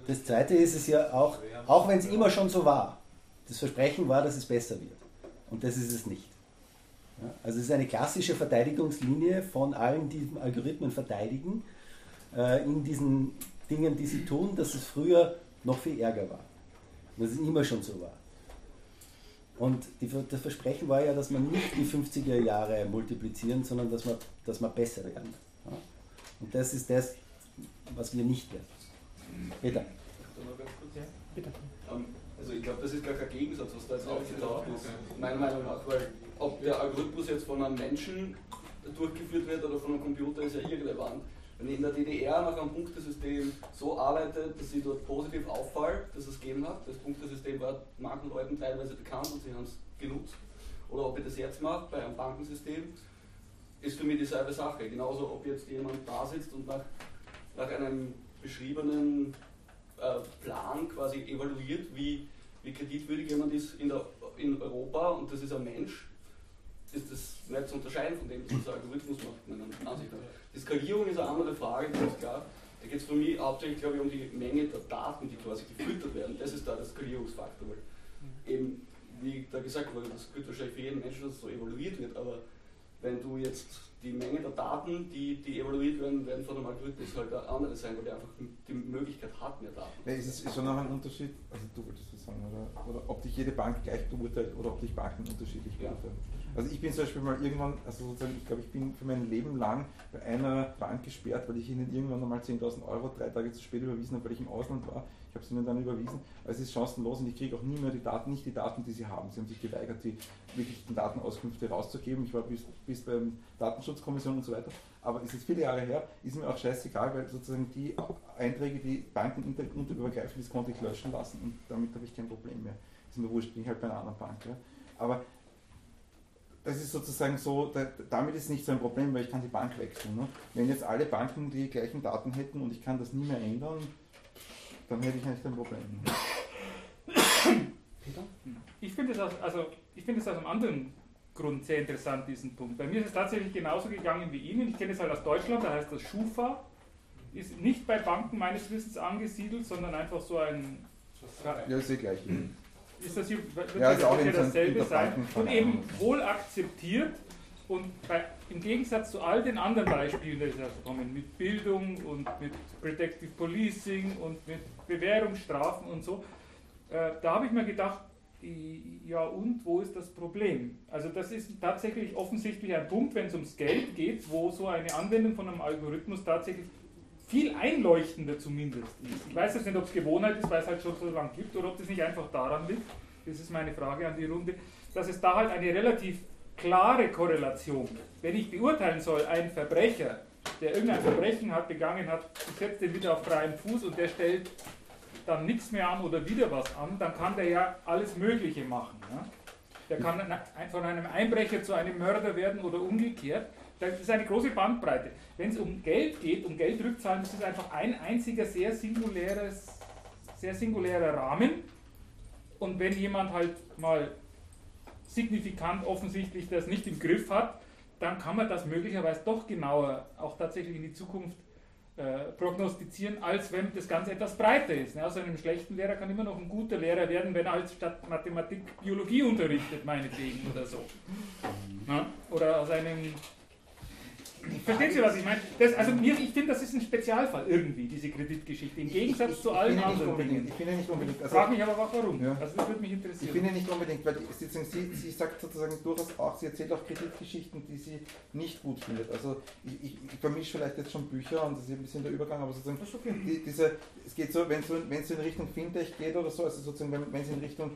[SPEAKER 2] das zweite ist es ja auch, auch wenn es immer schon so war, das Versprechen war, dass es besser wird. Und das ist es nicht. Ja, also es ist eine klassische Verteidigungslinie von allen, die Algorithmen verteidigen, äh, in diesen Dingen, die sie tun, dass es früher noch viel ärger war. Und dass es immer schon so war. Und die, das Versprechen war ja, dass man nicht die 50er Jahre multiplizieren, sondern dass man, dass man besser werden. Ja? Und das ist das, was wir nicht werden. Peter.
[SPEAKER 6] Ähm, Also ich glaube, das ist gar kein Gegensatz, was da jetzt aufgetaucht ist. Meiner Meinung nach, weil ob der Algorithmus jetzt von einem Menschen durchgeführt wird oder von einem Computer, ist ja irrelevant. Wenn in der DDR nach einem Punktesystem so arbeitet, dass sie dort positiv auffällt, dass es gegeben hat, das Punktesystem war manchen Leuten teilweise bekannt und sie haben es genutzt. oder ob ihr das jetzt macht bei einem Bankensystem, ist für mich dieselbe Sache. Genauso, ob jetzt jemand da sitzt und nach, nach einem beschriebenen äh, Plan quasi evaluiert, wie, wie kreditwürdig jemand ist in, der, in Europa und das ist ein Mensch, ist das nicht zu unterscheiden von dem, was der Algorithmus macht, meiner Ansicht nach. Die Skalierung ist eine andere Frage, ganz klar. Da geht es für mich hauptsächlich, glaube ich, um die Menge der Daten, die quasi gefüttert werden. Das ist da der Skalierungsfaktor. Weil eben, wie da gesagt wurde, das gilt wahrscheinlich für jeden Menschen, dass es so evaluiert wird, aber wenn du jetzt die Menge der Daten, die, die evaluiert werden, werden von einem Algorithmus halt eine andere sein, weil der einfach die Möglichkeit hat, mehr Daten.
[SPEAKER 3] Ja, es ist ist schon noch ein Unterschied, also du wolltest was sagen, oder, oder ob dich jede Bank gleich beurteilt oder ob dich Banken unterschiedlich
[SPEAKER 6] Ja.
[SPEAKER 3] beurteilen. Also ich bin zum Beispiel mal irgendwann, also sozusagen, ich glaube, ich bin für mein Leben lang bei einer Bank gesperrt, weil ich ihnen irgendwann einmal 10.000 Euro drei Tage zu spät überwiesen habe, weil ich im Ausland war. Ich habe es ihnen dann überwiesen. Aber es ist chancenlos und ich kriege auch nie mehr die Daten, nicht die Daten, die sie haben. Sie haben sich geweigert, die wirklichen Datenauskünfte rauszugeben. Ich war bis, bis beim Datenschutzkommission und so weiter. Aber es ist viele Jahre her, ist mir auch scheißegal, weil sozusagen die Einträge, die Banken inter- unterübergreifend, das konnte ich löschen lassen und damit habe ich kein Problem mehr. Ist mir wurscht, bin ich halt bei einer anderen Bank. Ja. Aber das ist sozusagen so, da, damit ist nicht so ein Problem, weil ich kann die Bank wechseln. Ne? Wenn jetzt alle Banken die gleichen Daten hätten und ich kann das nie mehr ändern, dann hätte ich eigentlich ein Problem.
[SPEAKER 1] Ich finde das, aus- also, ich finde das aus einem anderen Grund sehr interessant, diesen Punkt. Bei mir ist es tatsächlich genauso gegangen wie Ihnen. Ich kenne es halt aus Deutschland, da heißt das Schufa. Ist nicht bei Banken meines Wissens angesiedelt, sondern einfach so ein.
[SPEAKER 3] Ja, ist eh gleich.
[SPEAKER 1] Ist das hier, wird
[SPEAKER 3] Ja,
[SPEAKER 1] das
[SPEAKER 3] ist auch
[SPEAKER 1] hier
[SPEAKER 3] in so einem
[SPEAKER 1] dasselbe sein?
[SPEAKER 3] Interbanken-
[SPEAKER 1] Und eben wohl akzeptiert und bei, im Gegensatz zu all den anderen Beispielen, die jetzt also kommen, mit Bildung und mit Protective Policing und mit Bewährungsstrafen und so, äh, da habe ich mir gedacht, i- ja und wo ist das Problem? Also das ist tatsächlich offensichtlich ein Punkt, wenn es ums Geld geht, wo so eine Anwendung von einem Algorithmus tatsächlich viel einleuchtender zumindest ist. Ich weiß jetzt nicht, ob es Gewohnheit ist, weil es halt schon so lange gibt, oder ob das nicht einfach daran liegt, das ist meine Frage an die Runde, dass es da halt eine relativ klare Korrelation, wenn ich beurteilen soll, ein Verbrecher, der irgendein Verbrechen hat, begangen hat, ich setze den wieder auf freien Fuß und der stellt dann nichts mehr an oder wieder was an, dann kann der ja alles Mögliche machen. Ne? Der kann ein- ein- von einem Einbrecher zu einem Mörder werden oder umgekehrt. Das ist eine große Bandbreite. Wenn es um Geld geht, um Geld rückzahlen, ist es einfach ein einziger sehr singuläres, sehr singulärer Rahmen. Und wenn jemand halt mal signifikant offensichtlich das nicht im Griff hat, dann kann man das möglicherweise doch genauer auch tatsächlich in die Zukunft äh, prognostizieren, als wenn das Ganze etwas breiter ist. Ne? Aus einem schlechten Lehrer kann immer noch ein guter Lehrer werden, wenn er halt statt Mathematik Biologie unterrichtet, meinetwegen oder so. Ne? Oder aus einem. Verstehen Sie, was ich meine? Das, also mir, ich finde, das ist ein Spezialfall irgendwie, diese Kreditgeschichte, im Gegensatz zu allen
[SPEAKER 3] ich, ich, ich,
[SPEAKER 1] anderen Dingen.
[SPEAKER 3] ich finde nicht unbedingt. Also,
[SPEAKER 1] Frag mich aber auch warum.
[SPEAKER 3] Ja.
[SPEAKER 1] Also das würde mich
[SPEAKER 3] Ich
[SPEAKER 1] interessieren.
[SPEAKER 3] finde nicht unbedingt, weil die- sozusagen sie, sie sagt sozusagen durchaus auch, sie erzählt auch Kreditgeschichten, die sie nicht gut findet. Also ich, ich, ich vermische vielleicht jetzt schon Bücher und das ist ein bisschen der Übergang, aber sozusagen die, diese, es geht so, wenn es so, wenn es so in Richtung Fintech geht oder so, also sozusagen wenn wenn es in Richtung,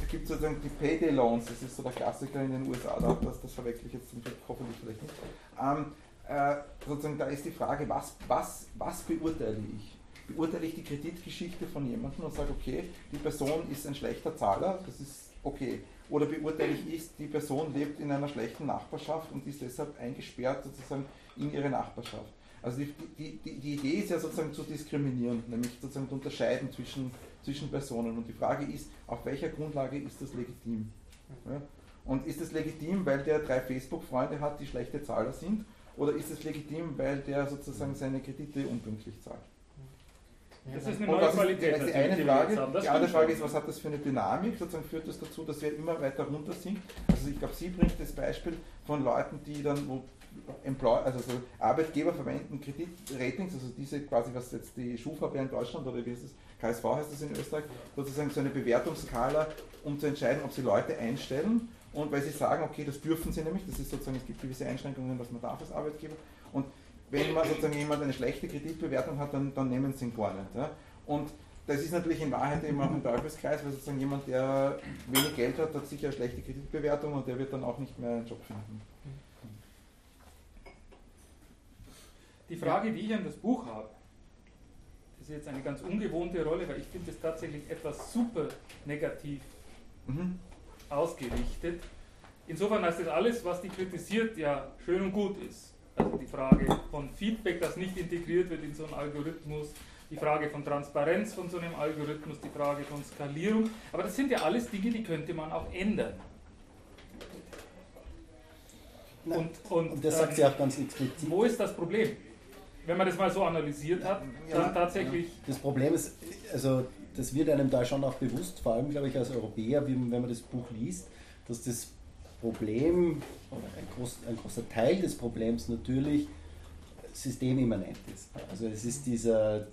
[SPEAKER 3] es gibt sozusagen die Payday Loans, das ist so der Klassiker in den USA, da, das, das verwechsel ich jetzt zum Glück hoffentlich vielleicht nicht. Ähm, äh, sozusagen da ist die Frage, was, was, was beurteile ich? Beurteile ich die Kreditgeschichte von jemandem und sage, okay, die Person ist ein schlechter Zahler, das ist okay. Oder beurteile ich, ist, die Person lebt in einer schlechten Nachbarschaft und ist deshalb eingesperrt sozusagen in ihre Nachbarschaft. Also die, die, die, die Idee ist ja sozusagen zu diskriminieren, nämlich sozusagen zu unterscheiden zwischen, zwischen Personen. Und die Frage ist, auf welcher Grundlage ist das legitim? Ja? Und ist es legitim, weil der drei Facebook-Freunde hat, die schlechte Zahler sind? Oder ist es legitim, weil der sozusagen seine Kredite unpünktlich zahlt?
[SPEAKER 1] Oh, das ist eine
[SPEAKER 3] Und
[SPEAKER 1] neue
[SPEAKER 3] was ist
[SPEAKER 1] Qualität.
[SPEAKER 3] die
[SPEAKER 1] natürlich,
[SPEAKER 3] eine
[SPEAKER 1] wir
[SPEAKER 3] Frage?
[SPEAKER 1] jetzt haben. Das
[SPEAKER 3] Die andere
[SPEAKER 1] stimmt
[SPEAKER 3] Frage ist,
[SPEAKER 1] schon.
[SPEAKER 3] was hat das für eine Dynamik? Sozusagen führt das dazu, dass wir immer weiter runter sinken? Also ich glaube, sie bringt das Beispiel von Leuten, die dann, wo Employ also so Arbeitgeber verwenden Kreditratings, also diese quasi, was jetzt die Schufa wäre in Deutschland oder wie ist es, KSV heißt das in Österreich, sozusagen so eine Bewertungsskala, um zu entscheiden, ob sie Leute einstellen und weil sie sagen, okay, das dürfen sie nämlich, das ist sozusagen, es gibt gewisse Einschränkungen, was man darf als Arbeitgeber und wenn man sozusagen jemand eine schlechte Kreditbewertung hat, dann, dann nehmen sie ihn gar nicht. Ja? Und das ist natürlich in Wahrheit immer auch ein Teufelskreis, weil sozusagen jemand, der wenig Geld hat, hat sicher eine schlechte Kreditbewertung und der wird dann auch nicht mehr einen Job finden.
[SPEAKER 1] Die Frage, die ich an das Buch habe, ist jetzt eine ganz ungewohnte Rolle, weil ich finde es tatsächlich etwas super negativ
[SPEAKER 3] Mhm.
[SPEAKER 1] ausgerichtet. Insofern heißt das alles, was die kritisiert, ja schön und gut ist. Also die Frage von Feedback, das nicht integriert wird in so einen Algorithmus, die Frage von Transparenz von so einem Algorithmus, die Frage von Skalierung. Aber das sind ja alles Dinge, die könnte man auch ändern.
[SPEAKER 2] Na,
[SPEAKER 1] und, und,
[SPEAKER 2] Und das sagt sie
[SPEAKER 1] ähm,
[SPEAKER 2] auch ganz explizit.
[SPEAKER 1] Wo ist das Problem? Wenn man das mal so analysiert hat, dann tatsächlich
[SPEAKER 2] Das Problem ist, also das wird einem da schon auch bewusst, vor allem glaube ich als Europäer, wie, wenn man das Buch liest, dass das Problem oder ein, groß, ein großer Teil des Problems natürlich systemimmanent ist. Also es ist dieser,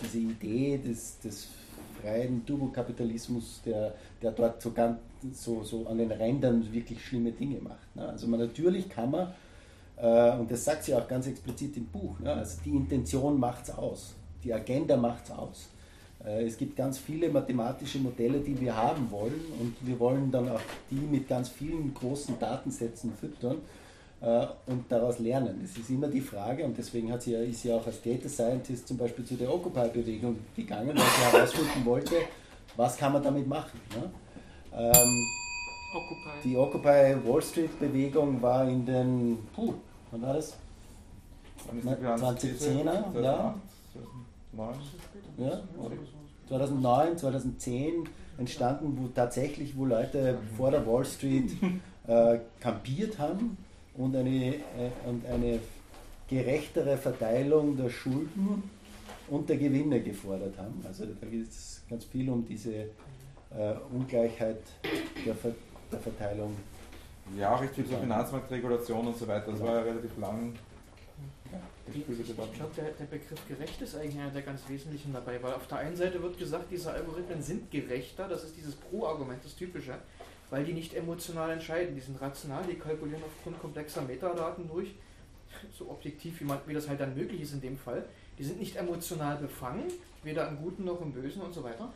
[SPEAKER 2] diese Idee des, des freien Turbokapitalismus, der, der dort so, ganz, so, so an den Rändern wirklich schlimme Dinge macht. Ne? Also man, natürlich kann man äh, und das sagt sie auch ganz explizit im Buch. Ne? Also die Intention macht's aus, die Agenda macht's aus. Äh, es gibt ganz viele mathematische Modelle, die wir haben wollen und wir wollen dann auch die mit ganz vielen großen Datensätzen füttern äh, und daraus lernen. Es ist immer die Frage und deswegen hat sie ja, ist sie auch als Data Scientist zum Beispiel zu der Occupy-Bewegung gegangen, weil sie herausfinden wollte, was kann man damit machen. Ne? Ähm,
[SPEAKER 1] Occupy.
[SPEAKER 2] die Occupy Wall Street Bewegung war in den, puh, wann war das?
[SPEAKER 3] Wann ist
[SPEAKER 2] Na,
[SPEAKER 3] die Bilanz?
[SPEAKER 2] 2010er, ja.
[SPEAKER 3] 2009?
[SPEAKER 2] Ja, 2009, 2010 entstanden, wo tatsächlich wo Leute vor der Wall Street äh, kampiert haben und eine, äh, und eine gerechtere Verteilung der Schulden und der Gewinne gefordert haben. Also da geht es ganz viel um diese äh, Ungleichheit der, Ver der Verteilung.
[SPEAKER 3] Ja, genau auch recht viel zur Finanzmarktregulation und so weiter. Das war ja relativ lang.
[SPEAKER 4] Ich, ich glaube, der, der Begriff gerecht ist eigentlich einer der ganz wesentlichen dabei, weil auf der einen Seite wird gesagt, diese Algorithmen sind gerechter, das ist dieses Pro-Argument, das typische, weil die nicht emotional entscheiden, die sind rational, die kalkulieren aufgrund komplexer Metadaten durch, so objektiv wie, man, wie das halt dann möglich ist in dem Fall. Die sind nicht emotional befangen, weder im Guten noch im Bösen und so weiter.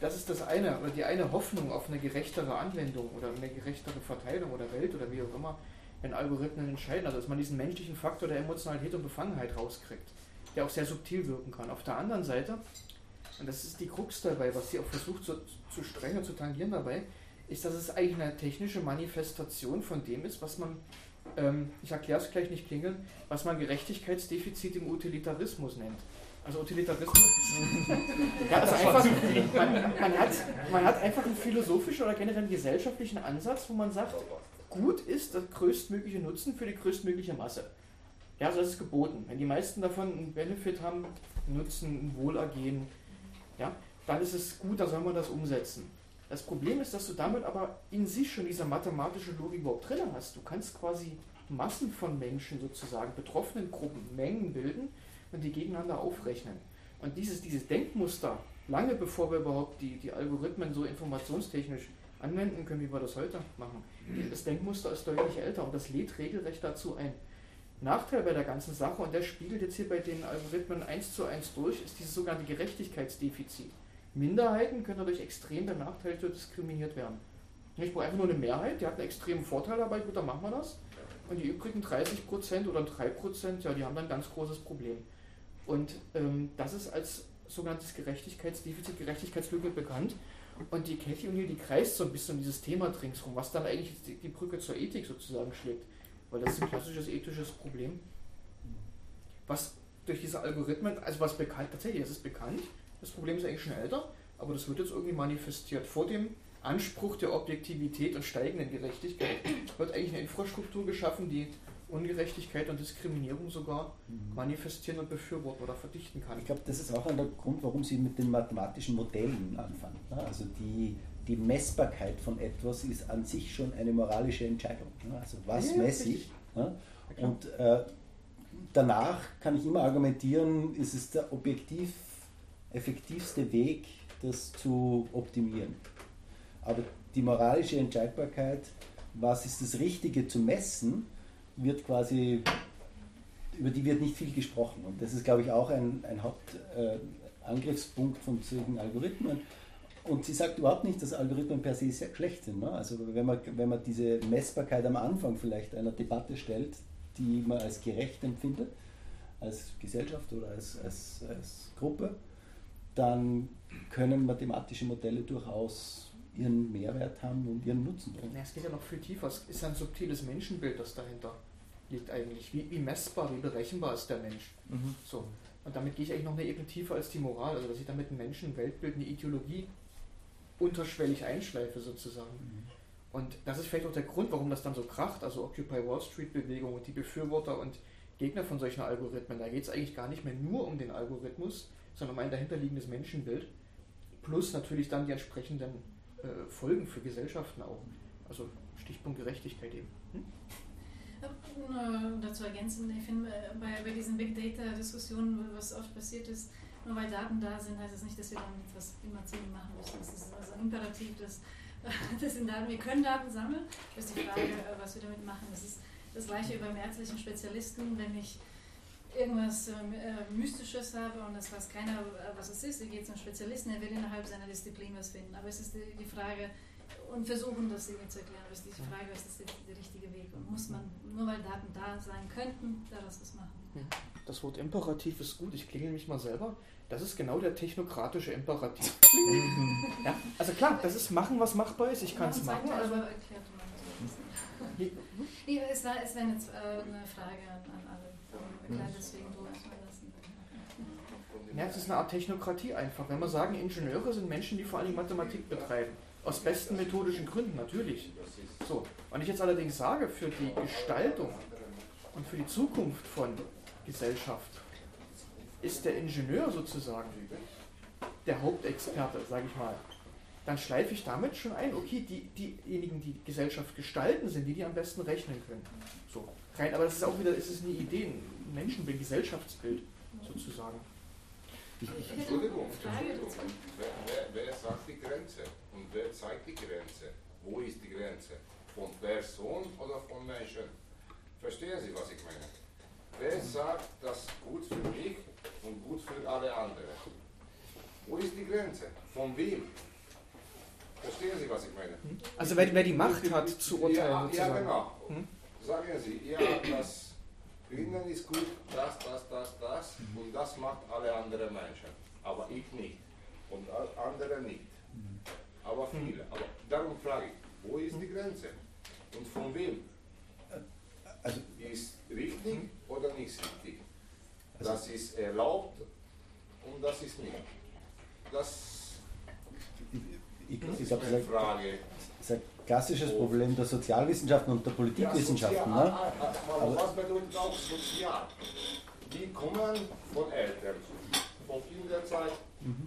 [SPEAKER 4] Das ist das eine, oder die eine Hoffnung auf eine gerechtere Anwendung oder eine gerechtere Verteilung oder Welt oder wie auch immer wenn Algorithmen entscheiden, also dass man diesen menschlichen Faktor der Emotionalität und Befangenheit rauskriegt, der auch sehr subtil wirken kann. Auf der anderen Seite, und das ist die Krux dabei, was sie auch versucht so, zu strenge zu tangieren dabei, ist, dass es eigentlich eine technische Manifestation von dem ist, was man, ähm, ich erkläre es gleich nicht klingeln, was man Gerechtigkeitsdefizit im Utilitarismus nennt. Also Utilitarismus. ja, also einfach, man, man, hat, man hat einfach einen philosophischen oder generell einen gesellschaftlichen Ansatz, wo man sagt, gut ist der größtmögliche Nutzen für die größtmögliche Masse. Ja, also das ist geboten. Wenn die meisten davon einen Benefit haben, einen Nutzen, ein Wohlergehen, ja, dann ist es gut, da soll man das umsetzen. Das Problem ist, dass du damit aber in sich schon diese mathematische Logik überhaupt drin hast. Du kannst quasi Massen von Menschen sozusagen, betroffenen Gruppen, Mengen bilden und die gegeneinander aufrechnen. Und dieses, dieses Denkmuster, lange bevor wir überhaupt die, die Algorithmen so informationstechnisch anwenden können, wie wir das heute machen, das Denkmuster ist deutlich älter und das lädt regelrecht dazu ein. Nachteil bei der ganzen Sache, und der spiegelt jetzt hier bei den Algorithmen eins zu eins durch, ist dieses sogenannte Gerechtigkeitsdefizit. Minderheiten können dadurch extrem benachteiligt und diskriminiert werden. Ich brauche einfach nur eine Mehrheit, die hat einen extremen Vorteil dabei, gut, dann machen wir das. Und die übrigen 30% oder 3%, ja, die haben dann ein ganz großes Problem. Und ähm, das ist als sogenanntes Gerechtigkeitsdefizit, Gerechtigkeitslücke bekannt. Und die Cathy O'Neill, die kreist so ein bisschen um dieses Thema ringsherum, was dann eigentlich die, die Brücke zur Ethik sozusagen schlägt. Weil das ist ein klassisches ethisches Problem, was durch diese Algorithmen, also was bekannt, tatsächlich, das ist bekannt, das Problem ist eigentlich schon älter, aber das wird jetzt irgendwie manifestiert. Vor dem Anspruch der Objektivität und steigenden Gerechtigkeit wird eigentlich eine Infrastruktur geschaffen, die Ungerechtigkeit und Diskriminierung sogar manifestieren und befürworten oder verdichten kann.
[SPEAKER 2] Ich glaube, das ist auch ein Grund, warum sie mit den mathematischen Modellen anfangen. ne? Also die, die Messbarkeit von etwas ist an sich schon eine moralische Entscheidung. ne? Also was
[SPEAKER 4] Ja, ja,
[SPEAKER 2] messe ich? ne? Und äh, danach kann ich immer argumentieren, ist es der objektiv effektivste Weg, das zu optimieren. Aber die moralische Entscheidbarkeit, was ist das Richtige zu messen, wird quasi über die wird nicht viel gesprochen. Und das ist, glaube ich, auch ein, ein Hauptangriffspunkt von solchen Algorithmen. Und sie sagt überhaupt nicht, dass Algorithmen per se sehr schlecht sind. Ne? Also wenn man, wenn man diese Messbarkeit am Anfang vielleicht einer Debatte stellt, die man als gerecht empfindet, als Gesellschaft oder als, als, als Gruppe, dann können mathematische Modelle durchaus ihren Mehrwert haben und ihren Nutzen bringen.
[SPEAKER 4] Na, es geht ja noch viel tiefer. Es ist ein subtiles Menschenbild, das dahinter liegt eigentlich. Wie, wie messbar, wie berechenbar ist der Mensch?
[SPEAKER 3] Mhm.
[SPEAKER 4] So. Und damit gehe ich eigentlich noch eine Ebene tiefer als die Moral, also dass ich damit einen Menschen, ein Weltbild, eine Ideologie unterschwellig einschleife sozusagen. Und das ist vielleicht auch der Grund, warum das dann so kracht, also Occupy Wall Street Bewegung und die Befürworter und Gegner von solchen Algorithmen. Da geht es eigentlich gar nicht mehr nur um den Algorithmus, sondern um ein dahinterliegendes Menschenbild. Plus natürlich dann die entsprechenden äh, Folgen für Gesellschaften auch. Also Stichpunkt Gerechtigkeit eben.
[SPEAKER 7] Nur dazu um ergänzen, ich finde, äh, bei, bei diesen Big Data-Diskussionen, was oft passiert ist, nur weil Daten da sind, heißt es nicht, dass wir damit was immer zu ihnen machen müssen. Es ist also imperativ, dass, dass in Daten, wir können Daten sammeln, das ist die Frage, äh, was wir damit machen. Das ist das gleiche wie beim ärztlichen Spezialisten, wenn ich irgendwas ähm, äh, Mystisches habe und das weiß keiner, äh, was es ist, er geht zum Spezialisten, er will innerhalb seiner Disziplin was finden. Aber es ist die, die Frage, und versuchen das irgendwie zu erklären, aber es ist die Frage, ist das jetzt der richtige Weg? Und muss man, nur weil Daten da sein könnten, daraus was machen?
[SPEAKER 4] Das Wort Imperativ ist gut, ich klingel mich mal selber. Das ist genau der technokratische Imperativ. ja, also klar, das ist machen, was machbar ist, ich kann es machen,
[SPEAKER 7] Sagt er,
[SPEAKER 4] aber
[SPEAKER 7] aber erklärt man das. Nee, es war, es war jetzt äh, eine Frage an, an alle. Klar, deswegen du erstmal lassen.
[SPEAKER 4] ja, es ist eine Art Technokratie einfach. Wenn wir sagen, Ingenieure sind Menschen, die vor allem Mathematik betreiben. Aus besten methodischen Gründen, natürlich. So, wenn ich jetzt allerdings sage, für die Gestaltung und für die Zukunft von Gesellschaft ist der Ingenieur sozusagen der Hauptexperte, sage ich mal. Dann schleife ich damit schon ein, okay, die, diejenigen, die die Gesellschaft gestalten, sind die, die am besten rechnen können. So, rein, aber das ist auch wieder, es ist eine Idee, ein Menschenbild, Gesellschaftsbild sozusagen.
[SPEAKER 7] Ich hätte noch
[SPEAKER 8] Entschuldigung,
[SPEAKER 7] eine Frage
[SPEAKER 8] Entschuldigung.
[SPEAKER 7] dazu.
[SPEAKER 8] Wer, wer, wer sagt die Grenze? Und wer zeigt die Grenze? Wo ist die Grenze? Von Person oder von Menschen? Verstehen Sie, was ich meine? Wer sagt, das ist gut für mich und gut für alle anderen? Wo ist die Grenze? Von wem? Verstehen Sie, was ich meine?
[SPEAKER 4] Also wer, wer die Macht hat zu urteilen
[SPEAKER 8] ja,
[SPEAKER 4] sozusagen. Hm?
[SPEAKER 8] Ja, genau. Sagen Sie, ja, das Gründen ist gut, das, das, das, das und das macht alle anderen Menschen. Aber ich nicht und all- andere nicht. Aber viele. Aber darum frage ich, wo ist die Grenze? Und von wem?
[SPEAKER 2] Also-
[SPEAKER 8] ist richtig oder nicht richtig? Das ist erlaubt und das ist nicht. Das
[SPEAKER 2] Ich, ich
[SPEAKER 8] ist
[SPEAKER 2] glaube,
[SPEAKER 8] eine
[SPEAKER 2] das
[SPEAKER 8] Frage.
[SPEAKER 2] ist ein klassisches Problem der Sozialwissenschaften und der Politikwissenschaften. Ne?
[SPEAKER 8] Ja, sozial. Ah, ah,
[SPEAKER 2] Aber-
[SPEAKER 8] Aber was bedeutet auch sozial? Die kommen von Eltern, von Kinderzeit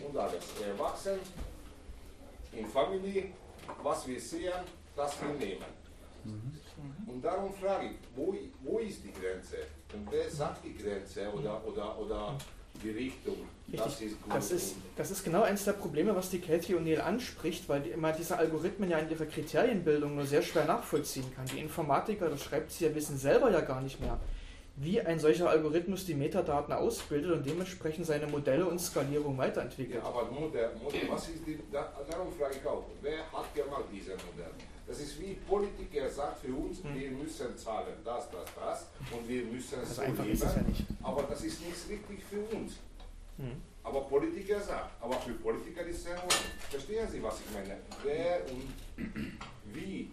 [SPEAKER 8] und alles. Erwachsen, in Familie, was wir sehen, das wir nehmen. Und darum frage ich, wo, wo ist die Grenze? Und wer sagt die Grenze oder, oder, oder die Richtung? Das
[SPEAKER 4] Richtig.
[SPEAKER 8] ist gut.
[SPEAKER 4] Das ist,
[SPEAKER 8] und-
[SPEAKER 4] das ist genau eines der Probleme, was die Cathy O'Neill anspricht, weil die immer diese Algorithmen ja in ihrer Kriterienbildung nur sehr schwer nachvollziehen kann. Die Informatiker, das schreibt sie ja, wissen selber ja gar nicht mehr, wie ein solcher Algorithmus die Metadaten ausbildet und dementsprechend seine Modelle und Skalierung weiterentwickelt.
[SPEAKER 8] Ja, aber Mutter, Mutter, was ist die, da, darum frage ich auch, wer hat gemacht diese Modell? Das ist wie Politiker sagt für uns,
[SPEAKER 4] Hm.
[SPEAKER 8] wir müssen zahlen, das, das, das und wir müssen
[SPEAKER 4] Das
[SPEAKER 8] so
[SPEAKER 4] Also einfach
[SPEAKER 8] leben,
[SPEAKER 4] ist es ja nicht. Hm.
[SPEAKER 8] aber das ist nicht richtig für uns. Aber Politiker sagt, aber für Politiker ist es ja normal. Verstehen Sie, was ich meine? Wer und wie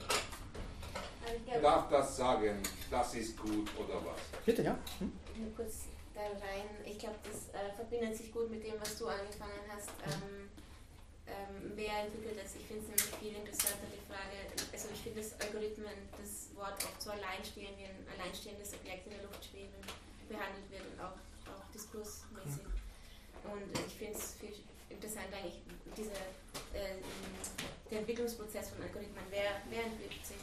[SPEAKER 9] Aber ich glaube,
[SPEAKER 8] darf das sagen, das ist gut oder was?
[SPEAKER 4] Bitte, ja? Hm?
[SPEAKER 9] nur kurz da rein. Ich glaube, das äh, verbindet sich gut mit dem, was du angefangen hast. Ähm, ähm, wer entwickelt das? Ich finde es nämlich viel interessanter, die Frage. Also, ich finde, dass Algorithmen das Wort oft so alleinstehend, wie ein alleinstehendes Objekt in der Luft schweben, behandelt wird und auch, auch diskursmäßig. Und ich finde es viel interessanter, eigentlich, diese, äh, der Entwicklungsprozess von Algorithmen. Wer, wer entwickelt sich?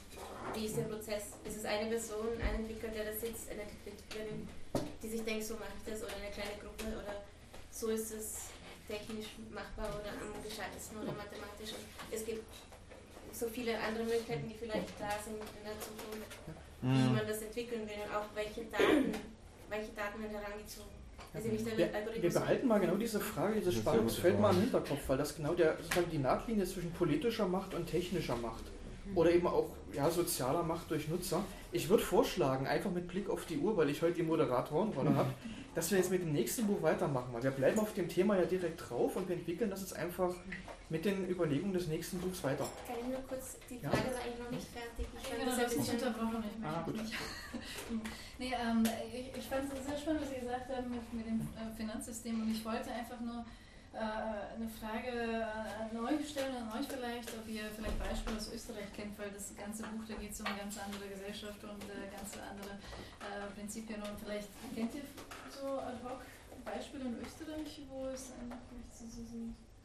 [SPEAKER 9] Wie ist der Prozess? Ist es eine Person, ein Entwickler, der da sitzt, eine Entwicklerin, die sich denkt, so mache ich das, oder eine kleine Gruppe, oder so ist es technisch machbar oder am gescheitesten oder mathematisch. Und es gibt so viele andere Möglichkeiten, die vielleicht da sind in der Zukunft,
[SPEAKER 4] Mhm.
[SPEAKER 9] wie man das entwickeln will und auch welche Daten, welche Daten werden herangezogen. Also nicht der
[SPEAKER 4] Wir,
[SPEAKER 9] Algorithmus.
[SPEAKER 4] wir behalten mal genau diese Frage,
[SPEAKER 3] Das
[SPEAKER 4] dieses
[SPEAKER 3] ist eine gute
[SPEAKER 4] Spannungsfeld mal im
[SPEAKER 3] Frage.
[SPEAKER 4] Hinterkopf, weil das genau der, sozusagen die Nahtlinie zwischen politischer Macht und technischer Macht oder eben auch ja, sozialer Macht durch Nutzer. Ich würde vorschlagen, einfach mit Blick auf die Uhr, weil ich heute die Moderatorenrolle habe, dass wir jetzt mit dem nächsten Buch weitermachen. Weil wir bleiben auf dem Thema ja direkt drauf und wir entwickeln das jetzt einfach mit den Überlegungen des nächsten Buchs weiter.
[SPEAKER 9] Kann ich nur kurz, die
[SPEAKER 4] Ja.
[SPEAKER 9] Frage war eigentlich noch nicht fertig. Ich fand
[SPEAKER 7] Genau,
[SPEAKER 9] das
[SPEAKER 7] du hast
[SPEAKER 9] ein
[SPEAKER 7] mich
[SPEAKER 9] bisschen
[SPEAKER 7] unterbrochen. Ich
[SPEAKER 4] Ah,
[SPEAKER 7] möchte
[SPEAKER 4] gut.
[SPEAKER 7] nicht. nee, ähm, ich, ich fand es sehr spannend, was Sie gesagt haben mit, mit dem äh, Finanzsystem und ich wollte einfach nur äh, eine Frage äh, an euch stellen, an euch vielleicht, ob ihr vielleicht Beispiele aus Österreich kennt, weil das ganze Buch, da geht es um eine ganz andere Gesellschaft und äh, ganz andere äh, Prinzipien und vielleicht kennt ihr so ad hoc Beispiele in Österreich, wo es einfach so, so, so